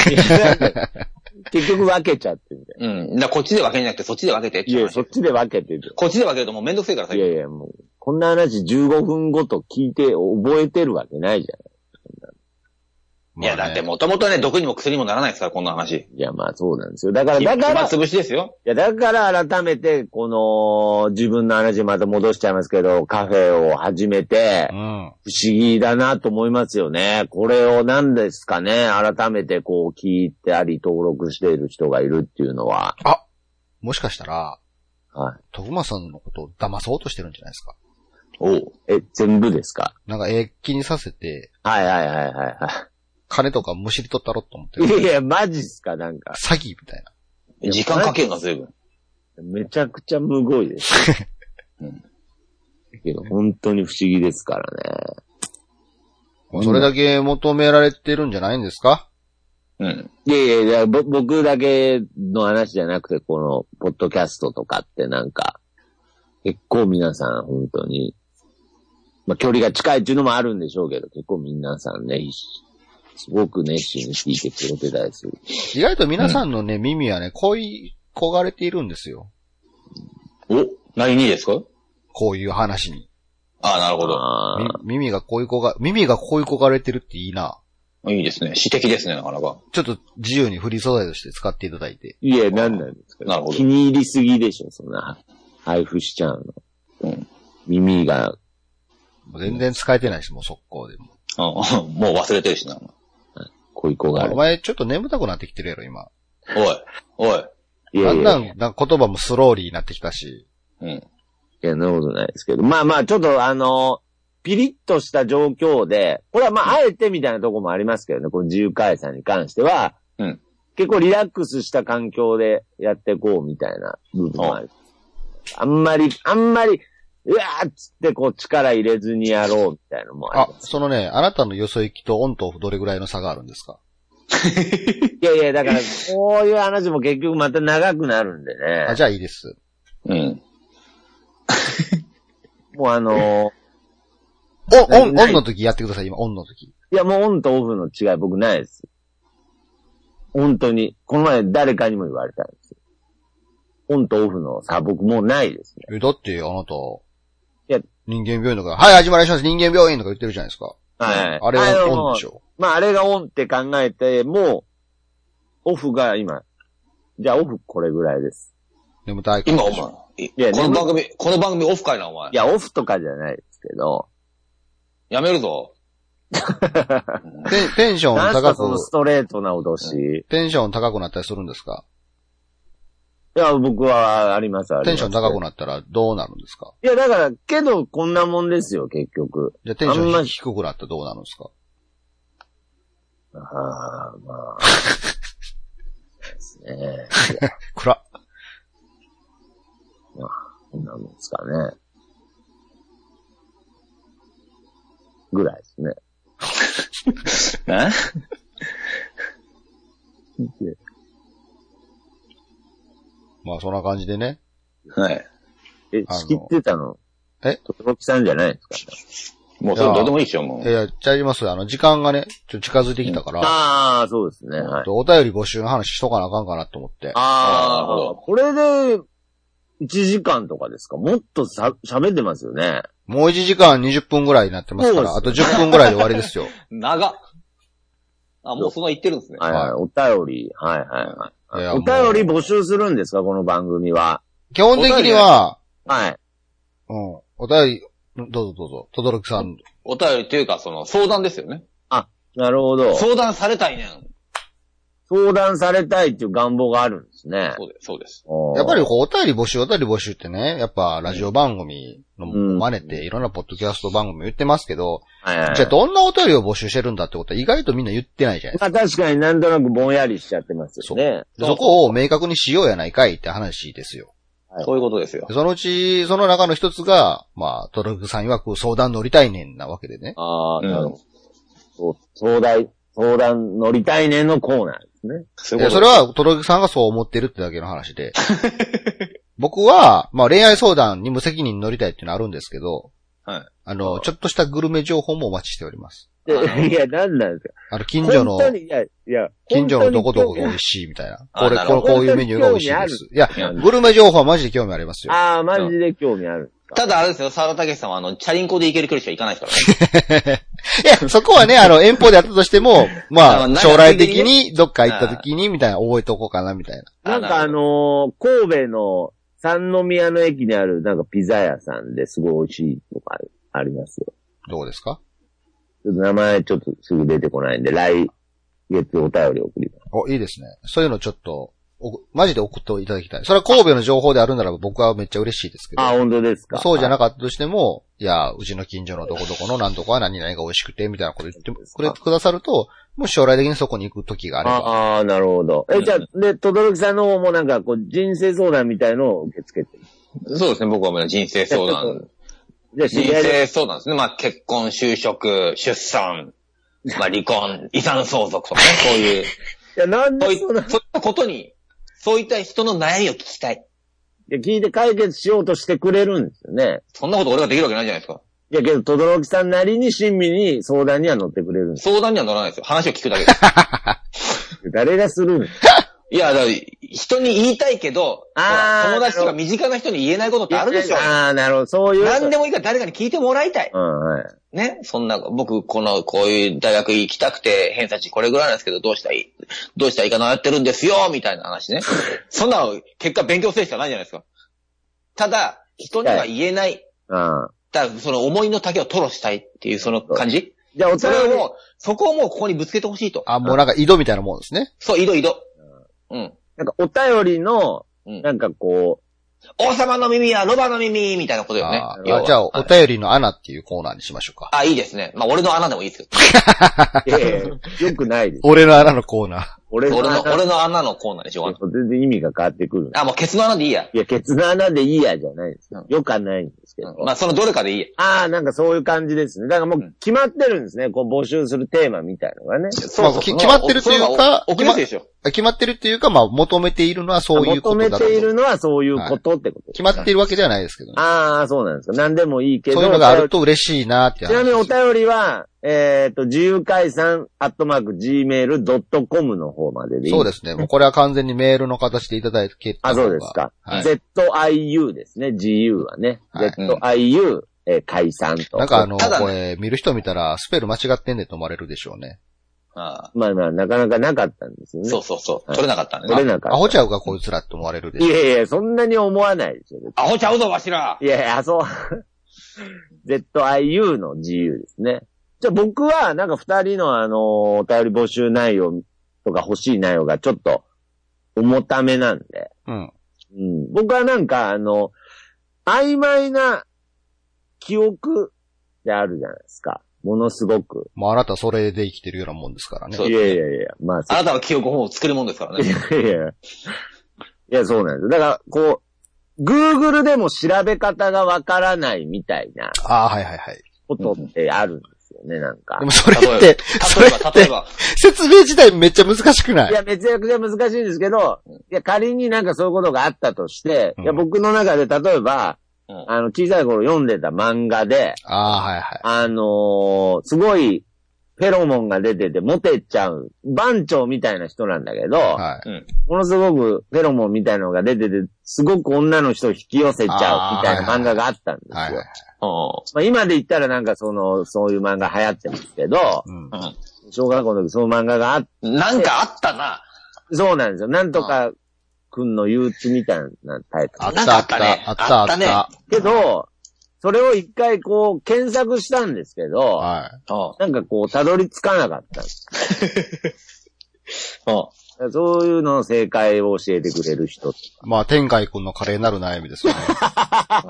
S2: 結局分けちゃってみたい
S1: うん。だからこっちで分けんじゃなくて、そっちで分けてって
S2: な。い
S1: いう
S2: や、そ
S1: 話
S2: っ。ちで分けてる。
S1: こっちで分けるともうめんどくせえからさ
S2: い。やいや、もう、こんな話15分ごと聞いて覚えてるわけないじゃ
S1: いや、
S3: まあ
S1: だっ
S3: ね
S1: てもともとね、毒にも薬にもならないですから、こんな話。
S2: ん。いや、まあそうなんですよ。だから、
S1: だ
S2: だか、
S1: からら、
S2: い
S1: 潰しですよ。
S2: や、だから改めて、この、自分の話また戻しちゃいますけど、カフェを始めて
S3: う、ん。
S2: 不思議だなと思いますよね。これを何ですかね、改めてこう聞いたり登録している人がいるっていうのは。
S3: もしかしたら、
S2: は
S3: 徳間さんのことを騙そうとしてるんじゃないですか。
S2: い。
S1: おう。
S2: え、全部ですか
S3: なんかええ気にさせて、
S2: はいはいはいはいは
S3: 金とかむしり取ったろと思って
S2: い。い。やいや、マジっすかなんか。
S3: 詐欺みたいな。
S1: 時間かけんな、随分。
S2: めちゃくちゃむごいです。うんけど、本当に不思議ですからね。
S3: それだけ求められてるんじゃないんですか
S1: うん。
S2: いやいやいや、ぼ僕だけの話じゃなくて、この、ポッドキャストとかってなんか、結構皆さん本当に、まあ距離が近いっていうのもあるんでしょうけど、結構皆さんね、すごく熱心に聞いてくれてたりする。
S3: 意外と皆さんのね、耳はね、こうい、焦がれているんですよ。
S1: お何にですか
S3: こういう話に。
S1: ああ、なるほど。
S2: あー
S3: み耳がこういう焦が、耳がこういう焦がれてるっていいな。
S1: いいですね。詩的ですね、なかなか。
S3: ちょっと自由にフリー素材として使っていただいて。
S2: いや、なんなんですか
S1: なるほど
S2: 気に入りすぎでしょ、そんな。配布しちゃうの。
S1: うん
S2: 耳が、
S3: もう全然使えてないし、もう速攻でも。
S1: うん もう忘れてるしな。
S2: 恋子があ
S3: お
S2: る。
S3: 前ちょっと眠たくなってきてるやろ、今。
S1: おい、おい。
S2: い
S3: だ
S2: やい
S3: ん
S2: や
S3: だ
S2: い
S3: ん、なんか言葉もスローリーになってきたし。
S1: うん。
S2: や、そんなことないですけど。まあまあ、ちょっとあの、ピリッとした状況で、これはまあ、あえてみたいなとこもありますけどね、この自由開催に関しては、
S1: うん
S2: 結構リラックスした環境でやっていこうみたいな部分もある。あんまり、あんまり、うわーっつってこう力入れずにやろうみたいなのもあ
S3: あ
S2: りま、す。
S3: そのね、あなたのよそ行きとオンとオフどれぐらいの差があるんですか
S2: いやいや、だから、こういう話も結局また長くなるんで
S3: あ、
S2: ね。
S3: じゃあいいです。
S1: うん。
S2: もうあのー
S3: お、オン、
S2: な
S3: オ
S2: い
S3: ンの時やってください、今、オンの時。
S2: いやもうオンとオフの違い僕ないです。本当に。この前誰かにも言われたんですよ。オンとオフの差僕もうないですね。
S3: え、だって、あなた、
S2: いや
S3: 人間病院とか、はい、始まります、人間病院とか言ってるじゃないですか。
S2: はい。
S3: あれ
S2: の
S3: はオンでしょ。
S2: まああれがオンって考えて、もう、オフが今。じゃあオフこれぐらいです。
S3: 眠たいから
S1: 今、お
S3: でしょ。、
S1: 前
S2: や
S1: この番組、この番組オフかいな、お前
S2: い。や、オフとかじゃないですけど。
S1: やめるぞ。
S3: テンテンション
S2: なん
S3: 高
S2: かそのス
S3: く、
S2: トレートな脅し。い
S3: テンション高くなったりするんですか
S2: や、僕はあります、あります。
S3: テンション高くなったらどうなるんですか
S2: いや、だから、けど、こんなもんですよ、結局。
S3: じゃあテンシ
S2: あん
S3: ョ
S2: ま
S3: ン低くなったらどうなるんですか
S2: ああ、 まあ。ですね。
S3: 暗っ。
S2: こんなもんですかね。ぐらいですね。
S1: え
S3: まあそんな感じでね。
S1: はい。
S2: え、
S3: あの
S2: 仕切ってたの
S3: え
S2: ときろきさんじゃないですか、
S1: もうそれどうでもいいっしょ、も。
S3: いうや、ちゃいますよ。あの、時間がね、ちょっと近づいてきたから、
S2: ああ、そうですね。はい。
S3: お便り募集の話しとかなあかんかなと思って。
S2: あ
S1: あーなる
S2: あ
S1: ほど、
S2: これで、1時間とかですかもっとさ、喋ってますよね。
S3: もう1時間20分ぐらいになってますから、
S2: そ
S3: あ
S2: うで
S3: と10分ぐらいで終わりです よ。
S1: 長っ。あ、もうそんな言ってるんですね。
S2: はいはい。お便り。はいはい
S3: い
S2: はい。
S3: や
S2: お便り募集するんですかこの番組は。
S3: 基本的には、
S2: はい。
S3: うん、お便り、どうぞどうぞ、とどろきさん。
S1: お便りというか、その、相談ですよね。
S2: なるほど。
S1: 相談されたいねん。
S2: 相談されたいっていう願望があるんですね。
S1: そうです、そうです。
S3: やっぱ
S2: り、
S3: りこう、お便り募集、お便り募集ってね、やっぱラジオ番組の
S2: うん
S3: 真似て、いろんなポッドキャスト番組言ってますけど、
S2: はいはい
S3: じゃあどんなお便りを募集してるんだってことは意外とみんな言ってないじゃないですか。
S2: まあ確かになんとなくぼんやりしちゃってますよね。
S3: でそこを明確にしようやないかいって話ですよ。
S2: はい
S1: そういうことですよ。
S3: そのうち、その中の一つが、まあ、トロクさん曰く相談乗りたいねんなわけでね。
S2: ああ、
S1: うん
S2: なるほど。そう相談、相談乗りたいねのコーナーですね。
S1: そうい
S3: で
S1: うこ
S3: そ
S1: と
S3: れ
S1: です。
S3: はトロクさんがそう思ってるってだけの話 で。僕は、まあ恋愛相談に無責任に乗りたいっていうのあるんですけど、
S1: はい
S3: あの、ちょっとしたグルメ情報もお待ちしております。
S2: で いや、なんなんですか。
S3: あの、近所の
S2: 本、当に、いや、いや、
S3: 近所のどこどこが
S2: 本
S3: 美味しいみたいな。
S1: あ
S3: これ、
S1: なる
S3: こ
S1: ほ
S3: う
S1: ど
S3: こういうメニューが美味しい
S2: 本当
S3: で
S2: に興
S3: す。いや、グルメ情報はマジで興味あります
S2: 当に
S3: よ。
S2: ああ、マジで興味あるんですか。
S1: ただあれですよ、沢田武さんは、あの、チャリンコで行ける距離しか行かないです からね。
S3: いや、そこはね、あの、遠方でやったとしても、ま
S1: あ
S3: あ、
S1: の
S3: 将来的にどっか行った時に、みたいな、覚えとこうかな、みたいな。
S2: なんかあ
S1: なる
S2: のー神戸の三宮の駅にあるなんかピザ屋さんですごい美味しいとかありますよ。
S3: どうですか
S2: ちょっと名前ちょっとすぐ出てこないんで、来月お便り送ります。
S3: お、いいですね。そういうのちょっと、おマジで送っていただきたい。それは神戸の情報であるならば僕はめっちゃ嬉しいですけど。
S2: あ、本当ですか。
S3: そうじゃ
S2: な
S3: なかったとしても、いや、うちの近所のどこどこのなんとかは何々が美味しくて、みたいなこと言ってくれくださると、もし将来的にそこに行く時があれば。
S2: ああー、なるほど。え、じゃあ、で、とどろきさんの方もなんか、こう、人生相談みたいのを受け付けてる。
S1: そうですね、僕はもう人生相談。
S2: じゃあ、知
S1: 人
S2: り合いで。
S1: 生相談ですね。まあ、結婚、就職、出 産、まあ、離婚、遺産相続とかね、そういう、
S2: いや、なん
S1: そう
S2: で
S1: い
S2: そんな、い
S1: そういったことに、そういった人の悩みを聞きたい。
S2: や聞いて解決しようとしてくれるんですよね。
S1: そんなこと俺ができるわけないじゃないですか。
S2: いや、けど、とどろきさんなりに親身に相談には乗ってくれるんです。
S1: 相談には乗らないですよ。話を聞くだけ です。
S2: 誰がするんです
S1: いや、だから人に言いたいけど、
S2: あー
S1: ほら友達とか身近な人に言えないことってあるでしょ。
S2: ああ、なるほど。そういう。
S1: 何でもいいから誰かに聞いてもらいたい。
S2: うん、はい。
S1: ね。そんな、僕、この、こういう大学行きたくて、偏差値これぐらいなんですけど、どうしたらいい、どうしたらいいかなやってるんですよ、みたいな話ね。そんなの、結果勉強するしかないじゃないですか。ただ、人には言えない。
S2: うん。
S1: だから、その思いの丈を吐露したいっていう、その感じ
S2: じゃあ、お
S1: それ
S2: 互い
S1: をも
S2: も
S1: う、そこをもうここにぶつけてほしいと。
S3: あ、もうなんか井戸みたいなもんですね。
S1: そう、井戸井戸。うん。
S2: なんか、お便りの、
S1: うん
S2: なんかこ
S1: 王様の耳はロバの耳みたいなことよね。
S3: あー
S1: 要は
S3: じゃあ、お便りの穴っていうコーナーにしましょうか。
S1: あ、いいですね。まあ、俺の穴でもいいですけ
S2: う、ええ、よくな いです。
S3: 俺の穴のコーナー。
S2: 俺
S1: ど。
S2: の
S1: 俺の、
S2: 穴
S1: 俺の穴のコーナーでしょうがない。
S2: 全然意味が変わってくる。
S1: あ、もうケツの穴でいいや。
S2: いや、ケツの穴でいいやじゃないんですよ
S1: う。ん
S2: よくはないんですけど。
S1: まあ、そのどれかでいいや。
S2: ああ、なんかそういう感じですね。だからもう決まってるんですね。こう募集するテーマみたいのがね。
S1: そうそう
S3: まあき決まってるというか
S1: お送りやすいでしょ。
S3: 決まってるっていうか、まあ、求めているのはそういうこ
S2: 求
S3: と
S2: め
S3: だと。
S2: ているのはそういうことってこと、
S3: 決まっているわけではないですけどね。
S2: ああ、そうなんですか。何でもいいけど。
S3: そういうのがあると嬉しいなって
S2: ちなみに
S3: 話。
S2: お便りは、えっ、と、自由解散、アットマーク、gmail.com の方まででいい。
S3: そうで
S2: す。
S3: すね。もうこれは完全にメールの形でいただいて結
S2: あ、そうですか。
S3: はい。
S2: ziu ですね。GU はね。
S3: はい
S2: ziu、えー解散と。
S3: なんかあの、
S1: ただね
S3: これ、見る人見たら、スペル間違ってんねんと思われるでしょうね。
S1: ああ
S2: まあまあ、なかなかなかったんですよね。
S1: そうそうそう。
S2: はい
S1: 取れなかったん
S2: 取
S1: だ
S2: れ
S1: ね。
S2: なか
S3: ア
S2: っ
S3: ホちゃうがこいつらって思われるで
S2: た。い
S3: しょう。
S2: やいや、そんなに思わないですよ。
S1: アホちゃうぞ、わしら
S2: いやいや、そう。ziu の自由ですね。じゃあ僕は、なんか二人のあのーお便り募集内容とか欲しい内容がちょっと重ためなんで。
S3: うん。
S2: うん、僕はなんかあの、曖昧な記憶であるじゃないですか。ものすごく。
S3: もうあなたそれで生きてるようなもんですからね
S1: そ。う
S2: いやいやいや、まあ、
S1: あなたは記憶を作るもんですからね。
S2: いやいや。いや、そうなんですよ。だから、こう、Google でも調べ方がわからないみたいな
S3: ああ、はいはいはい。
S2: ことってあるんですよね、なんか
S3: で。もそれっ
S1: 例え
S3: て、それ
S1: 例えば、
S3: っ
S1: 例え
S3: て、
S1: ば、
S3: 説明自体めっちゃ難しくないい
S2: や、めちゃくちゃ難しいんですけど、いや、仮になんかそういうことがあったとして、
S3: うん
S2: いや、僕の中で例えば、
S1: うん
S2: あの、小さい頃読んでた漫画で、
S3: ああ、はいはい。
S2: あのーすごい、フェロモンが出てて、モテちゃう、番長みたいな人なんだけど、
S3: はい。
S2: ものすごくフェロモンみたいなのが出てて、すごく女の人を引き寄せちゃうみたいな漫画があったんですよ。
S3: はいはい。
S1: う
S2: まあ、今で言ったらなんかその、そういう漫画流行ってますけど、
S3: うん。
S2: 小学校の時その漫画があっ
S1: ん。なんかあったな。
S2: そうなんですよ。なんとかくんの憂鬱みたいなタイプ。
S3: あっ
S1: なんか
S3: たあ
S1: あっ
S3: った
S1: ね
S3: た、あったあ
S1: あっ
S3: った
S1: ね
S3: た。
S2: けど、それを一回こう検索したんですけど、
S3: は
S1: うん。
S2: なんかこうたどり着かなかったんです。
S1: うん。
S2: そういうのの正解を教えてくれる人。
S3: い。まあ、天海くんの華麗なる悩みですよね。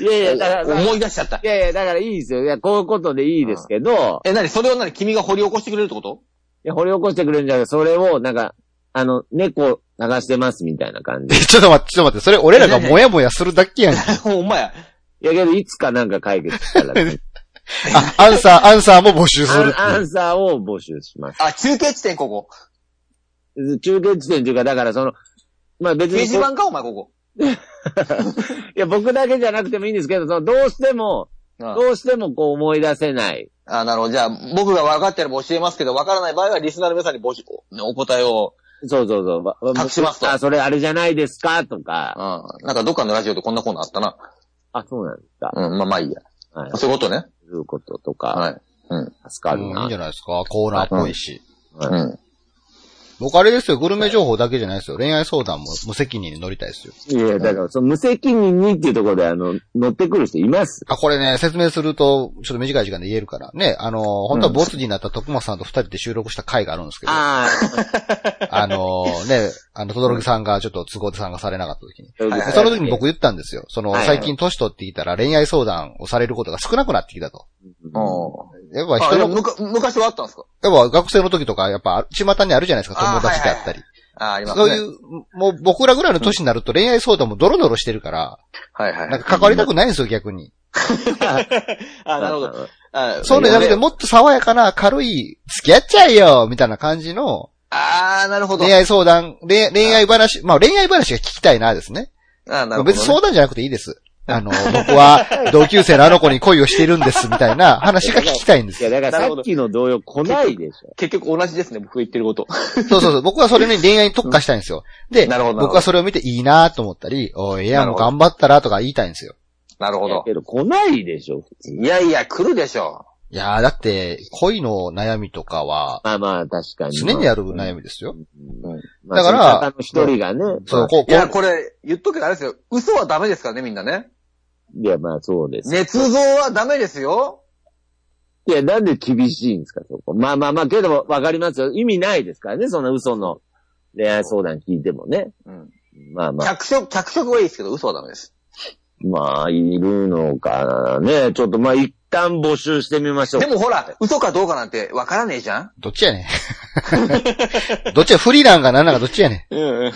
S2: いやいや、だから、い
S1: 思い出しちゃった。
S2: やいや、だからいいですよ。いや、こういうことでいいですけど、
S1: え、なにそれをなに君が掘り起こしてくれるってこと
S2: いや、掘り起こしてくれるんじゃなくて、それを、なんか、あの、猫探してますみたいな感じ。い
S3: ちょっと待って、ちょっと待って、それ俺らがモヤモヤするだけやんけ。
S1: お前、
S2: やけど、いつかなんか解決したら、
S3: あ、アンサー、アンサーも募集するって
S2: アンア
S3: いう。
S2: ンサーを募集します。
S1: あ、中継地点ここ。
S2: 中継地点というか、だからその、まあ別
S1: 掲
S2: に
S1: 示
S2: こう、
S1: 板か、お前ここ。
S2: いや、僕だけじゃなくてもいいんですけど、その、どうしても、
S1: うん
S2: どうしてもこう思い出せない。
S1: あ、なるほど。じゃあ、僕が分かってれば教えますけど、分からない場合は、リスナーの皆さんに募集、お答えを、
S2: そうそうそうわ。わ
S1: 隠しますと
S2: あ、それあれじゃないですかと
S1: うん
S2: か。。
S1: なんか、どっかのラジオでこんなコーナーあったな。
S2: あ、そうなんですか。
S1: うん、まあまあいいや。
S2: はい。
S1: そういうことね。
S2: そういうこととか、
S1: はい。うん。
S2: 助かる
S3: うんいいんじ
S2: な。
S3: ゃないですか。コーナーっぽいし。
S1: うん。
S3: 僕あれですよ、グルメ情報だけじゃないですよ。恋愛相談も無責任に乗りたいですよ。
S2: いや、だから、その無責任にっていうところで、あの、乗ってくる人います。
S3: あ、これね、説明すると、ちょっと短い時間で言えるから。ね、あのー、本当はボツになった徳松さんと二人で収録した回があるんですけど、あ
S2: あ
S3: のー、ね、あの、とどろさんがちょっと都合で参加されなかった時に。
S2: あ、
S1: はいはい
S3: その時に僕言ったんですよ。その、
S2: はい
S3: 最近年取ってきたら恋愛相談をされることが少なくなってきたと。
S1: うん。
S3: やっぱ
S1: あ、
S3: 人
S1: でも
S3: の、
S1: むか昔はあったんですか
S3: やっぱ学生の時とか、やっぱ、巷にあるじゃないですか、友達であったり。
S1: あ、あります
S3: そ
S1: ね。
S3: ういう、もう僕らぐらいの年になると恋愛相談もドロドロしてるから、
S1: はいはい。
S3: なんか関わりたくないんですよ、逆に。
S1: あ、なるほど。
S2: ど。
S1: あ
S3: そうね、じゃなくて、もっと爽やかな、軽い、付き合っちゃえよみたいな感じの、
S1: あー、なるほど。
S3: 恋愛相談、恋恋愛話、まあ恋愛話が聞きたいなですね。
S1: あなるほど、ね。
S3: 別に相談じゃなくていいです。あの、僕 は同級生のあの子に恋をしているんです、みたいな話が聞きたいんで
S2: い
S3: す
S2: や、
S3: よ。
S2: だからさっきの同様来ないでしょ。
S1: 結局同じですね、僕が言ってること。
S3: そうそうそう。僕はそれに恋愛に特化したいんですよ。で、
S1: なるほどなるほど
S3: 僕はそれを見ていいなと思ったり、おい、いや、
S1: なる
S3: もう
S1: ほど
S3: 頑張ったらとか言いたいんですよ。
S1: なるほ
S2: いや
S1: ど。
S2: けど来ないでしょ。
S1: いやいや、来るでしょ
S3: いやーだって、恋の悩みとかは、
S2: まあまあ、確かに。
S3: 常にある悩みですよ。
S2: ま
S3: だ
S2: あ
S3: から
S2: その中の一人がね、
S3: そう、
S2: まあ
S3: こう、
S1: う。い
S3: こ
S1: や、
S3: う、
S1: これ、言っとくけどあれですよ。嘘はダメですからね、みんなね。
S2: いや、まあそうです。
S1: 捏造はダメですよ。
S2: いや、なんで厳しいんですか、そこ。まあまあまあ、けど、わかりますよ。意味ないですからね、そんな嘘の恋愛相談聞いてもね。
S1: うん。
S2: まあまあ、
S1: 脚色、脚色はいいですけど、嘘はダメです。
S2: まあ、いるのかなね。ちょっとまあ、一旦募集してみましょう。
S1: で もほら、嘘かどうかなんてわからねえじゃん
S3: どっちやねん。 どっちや、フリーなんかなんなんかどっちやね
S1: うん。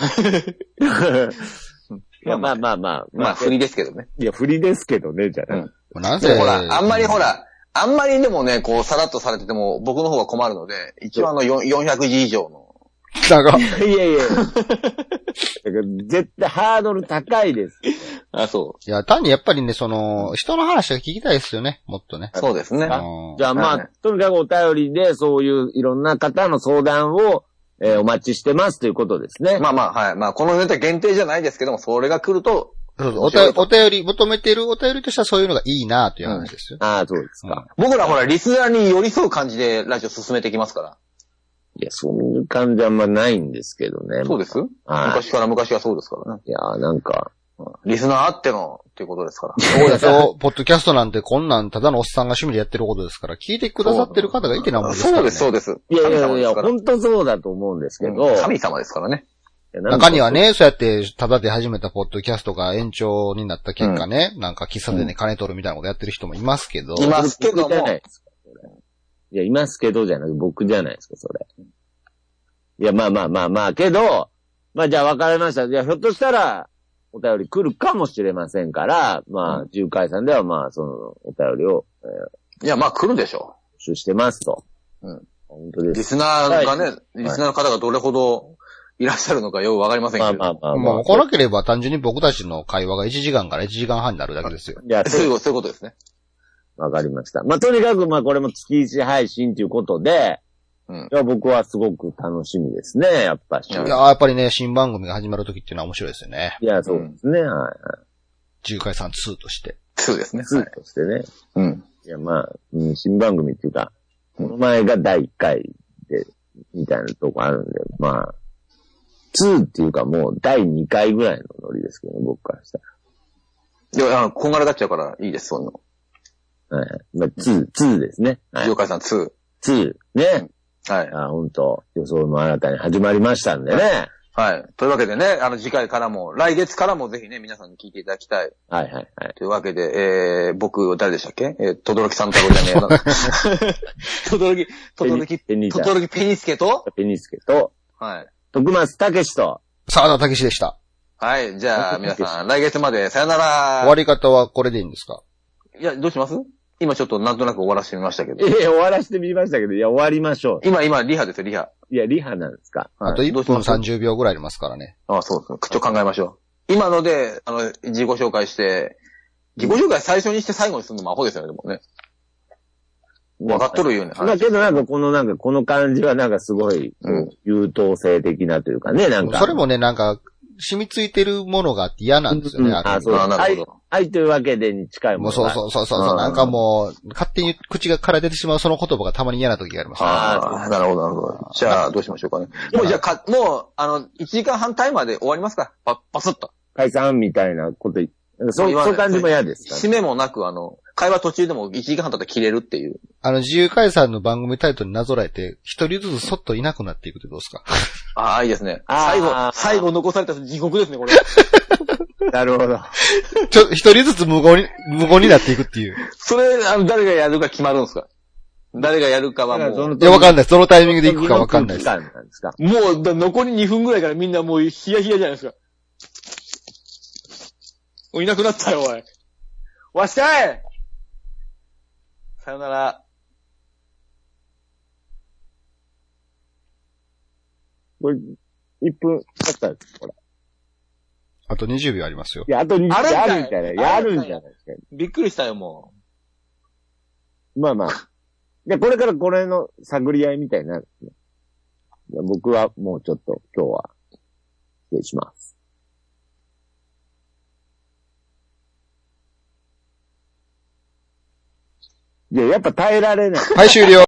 S2: いや、まあまあまあ、
S1: まあ、振りですけどね。
S2: いや、振りですけどね、じゃ
S1: う
S2: なん
S3: ん。もうなん
S1: で
S3: せ、
S1: もほら、あんまりほら、あんまりでもね、こう、さらっとされてても、僕の方が困るので、一応あの、よん400字以上の。
S3: だが、
S2: い。いやいや。だから絶対ハードル高い です。
S1: あ、そ
S3: いや、単にやっぱりね、その、人の話が聞きたいですよね、もっとね。
S1: う。そうですね。
S3: うん
S2: じゃあま
S1: は
S2: あ
S1: い、
S2: とにかくお便りで、そういういろんな方の相談を、えーお待ちしてますということですね。
S1: まあまあ、はい。まあ、このネタ限定じゃないですけども、それが来ると、
S3: そうそうおたお便り、求めているお便りとしてはそういうのがいいなという話ですよ。
S2: ああ、そうですか。
S1: 僕らほら、リスナーに寄り添う感じでラジオ進めていきますから。
S2: いや、そういう感じはあんまないんですけどね。
S1: そうです。
S2: は
S1: 昔から昔はそうですからね。
S2: い。いやー、なんか、
S1: リスナーあっての、っていうことですから。
S3: そうですよ。ポッドキャストなんてこんなんただのおっさんが趣味でやってることですから、聞いてくださってる方がいてなんぼですから、ね。
S1: そうです、そうです。
S2: いやいやい
S1: 神様で
S2: や、
S1: すから
S2: 本当そうだと思うんですけど
S1: うん、神様ですからね。
S2: なんか
S3: 中にはね、そうやって、ただで始めたポッドキャストが延長になった結果ね、なんか喫茶店で金取るみたいなことやってる人もいますけど、
S1: いますけど
S2: 僕じゃな
S1: も、
S2: いですかそれいや、いますけどじゃなく僕じゃないですか、それ。いや、まあまあまあまあ、けど、まあじゃあ分かりました。じゃあひょっとしたら、お便り来るかもしれませんから、まあ、重回さんではまあ、その、お便りを、えー、
S1: いや、まあ来るでしょ
S2: 募集してますと。
S1: うん。
S2: 本当で
S1: う。リス
S2: す。
S1: ナーが
S2: は
S1: ね、リスナーの方がどれほどいらっしゃるのかよくわかりません
S2: まあ
S1: けど。
S2: まあまあまあ。
S3: もう来なければ単純に僕たちの会話が1時間から1時間半になるだけですよ。
S2: いや、
S1: そう
S2: そ
S1: いう
S2: う
S1: こと、そういうことですね。
S2: わかりました。まあ、とにかく、まあ、これも月一配信ということで、
S1: うん
S2: いや僕はすごく楽しみですね、やっぱし。
S1: い
S3: いやーやっぱりね、新番組が始まる時っていうのは面白いですよね。
S2: いや、そうですね、はい。
S3: 重解さん2として。
S1: そうですね。
S2: ツーとしてね。
S1: うん。
S2: いや、まあ、うん、新番組っていうか、この前が第1回で、みたいなとこあるんで、まあ、2っていうかもう第2回ぐらいのノリですけどね、僕からした
S1: いや、あのこんがらがっちゃうからいいです、そんなの。
S2: ら。はい。まあ、2、2ですね。はい
S1: 妖。怪さん2。
S2: 2、ね。
S1: はい。
S2: あ、本当予想も新たに始まりましたんでね。
S1: はい。というわけでね、あの次回からも、来月からもぜひね、皆さんに聞いていただきたい。
S2: はいはいはい。
S1: というわけで、えー、僕、誰でしたっけえー、とどろきさんたろじゃねえな。とどろき、とどろ き、
S2: ペニ
S1: とど
S2: ー
S1: ろきペニスケと
S2: ペニスケと、
S1: はい。
S2: 徳松たけしと、
S3: 沢田武史でした。
S1: はい。じゃあ、皆さん、来月まで、さよな
S3: 終わ
S1: ら。
S3: り方はこれでいいんですか
S1: いや、どうします今ちょっとなんとなく終わらせてみましたけ
S2: え
S1: ど。
S2: え、終わらせてみましたけど、いや、終わりましょ
S1: 今、今、リハですよ、リハ。
S2: う。いや、リハなんですか。
S1: はい
S3: あと1
S1: どうし
S3: 分
S1: ます
S3: 30秒ぐらいありますからね。
S1: あそうですね。口調考えましょう。今ので、あの、自己紹介して、自己紹介最初にして最後にするのもアホですよね、でもね。分かっとるように。
S2: まあけどなんかこのなんかこの感じはなんかすごい、
S1: うん
S2: 優等生的なというかね、なんか。
S3: それもね、なんか、染みついてるものがあって嫌なんですよね、
S2: うん
S3: あれ
S2: あそう
S1: あなるほど。
S2: 愛というわけでに近いも
S3: も
S2: の
S3: うそう
S2: が。
S3: そうそうそう、
S2: うん
S3: なんかもう、勝手に口がから出てしまうその言葉がたまに嫌な時があります、
S1: ああ、なるほど、なるほど。じゃあ、どうしましょうかね。もうじゃあ、か、もう、あの、1時間半タイマーで終わりますかパパスッと。
S2: 解散みたいなこと言なんかそう、
S1: 言わな
S2: そう
S1: い
S2: いう感じも嫌ですか
S1: 締めもなく、あの、会話途中でも1時間半経ったら切れるっていう。
S3: あの、自由解散の番組タイトルになぞらえて、一人ずつそっといなくなっていくってどうですか
S1: ああ、いいですね。
S2: あー
S1: 最後、最後残された地獄ですね、これ。
S2: なるほ ど。
S3: ちょ、一人ずつ無言に、無言になっていくっていう。
S1: それ、あの、誰がやるか決まるんですか誰がやるかはもう、
S3: いや、わかんないです。どのタイミングで行くかわかんない です。
S2: 時の空気感んですか
S1: もう、だ残り2分ぐらいからみんなもう、ヒヤヒヤじゃないですか。おいいなくなったよ、おい。わしかいさよなら。
S2: これ、1分経ったんです、これ。
S3: あと20秒ありますよ。
S2: いや、あと2分
S1: あるん
S2: あ
S1: かい
S2: るんじゃないやあるんじゃないですか。
S1: びっくりしたよ、もう。
S2: まあまあ。で、これからこれの探り合いみたいになるんですね。いや僕はもうちょっと今日は、失礼します。いや、やっぱ耐えられない。
S3: はい、終了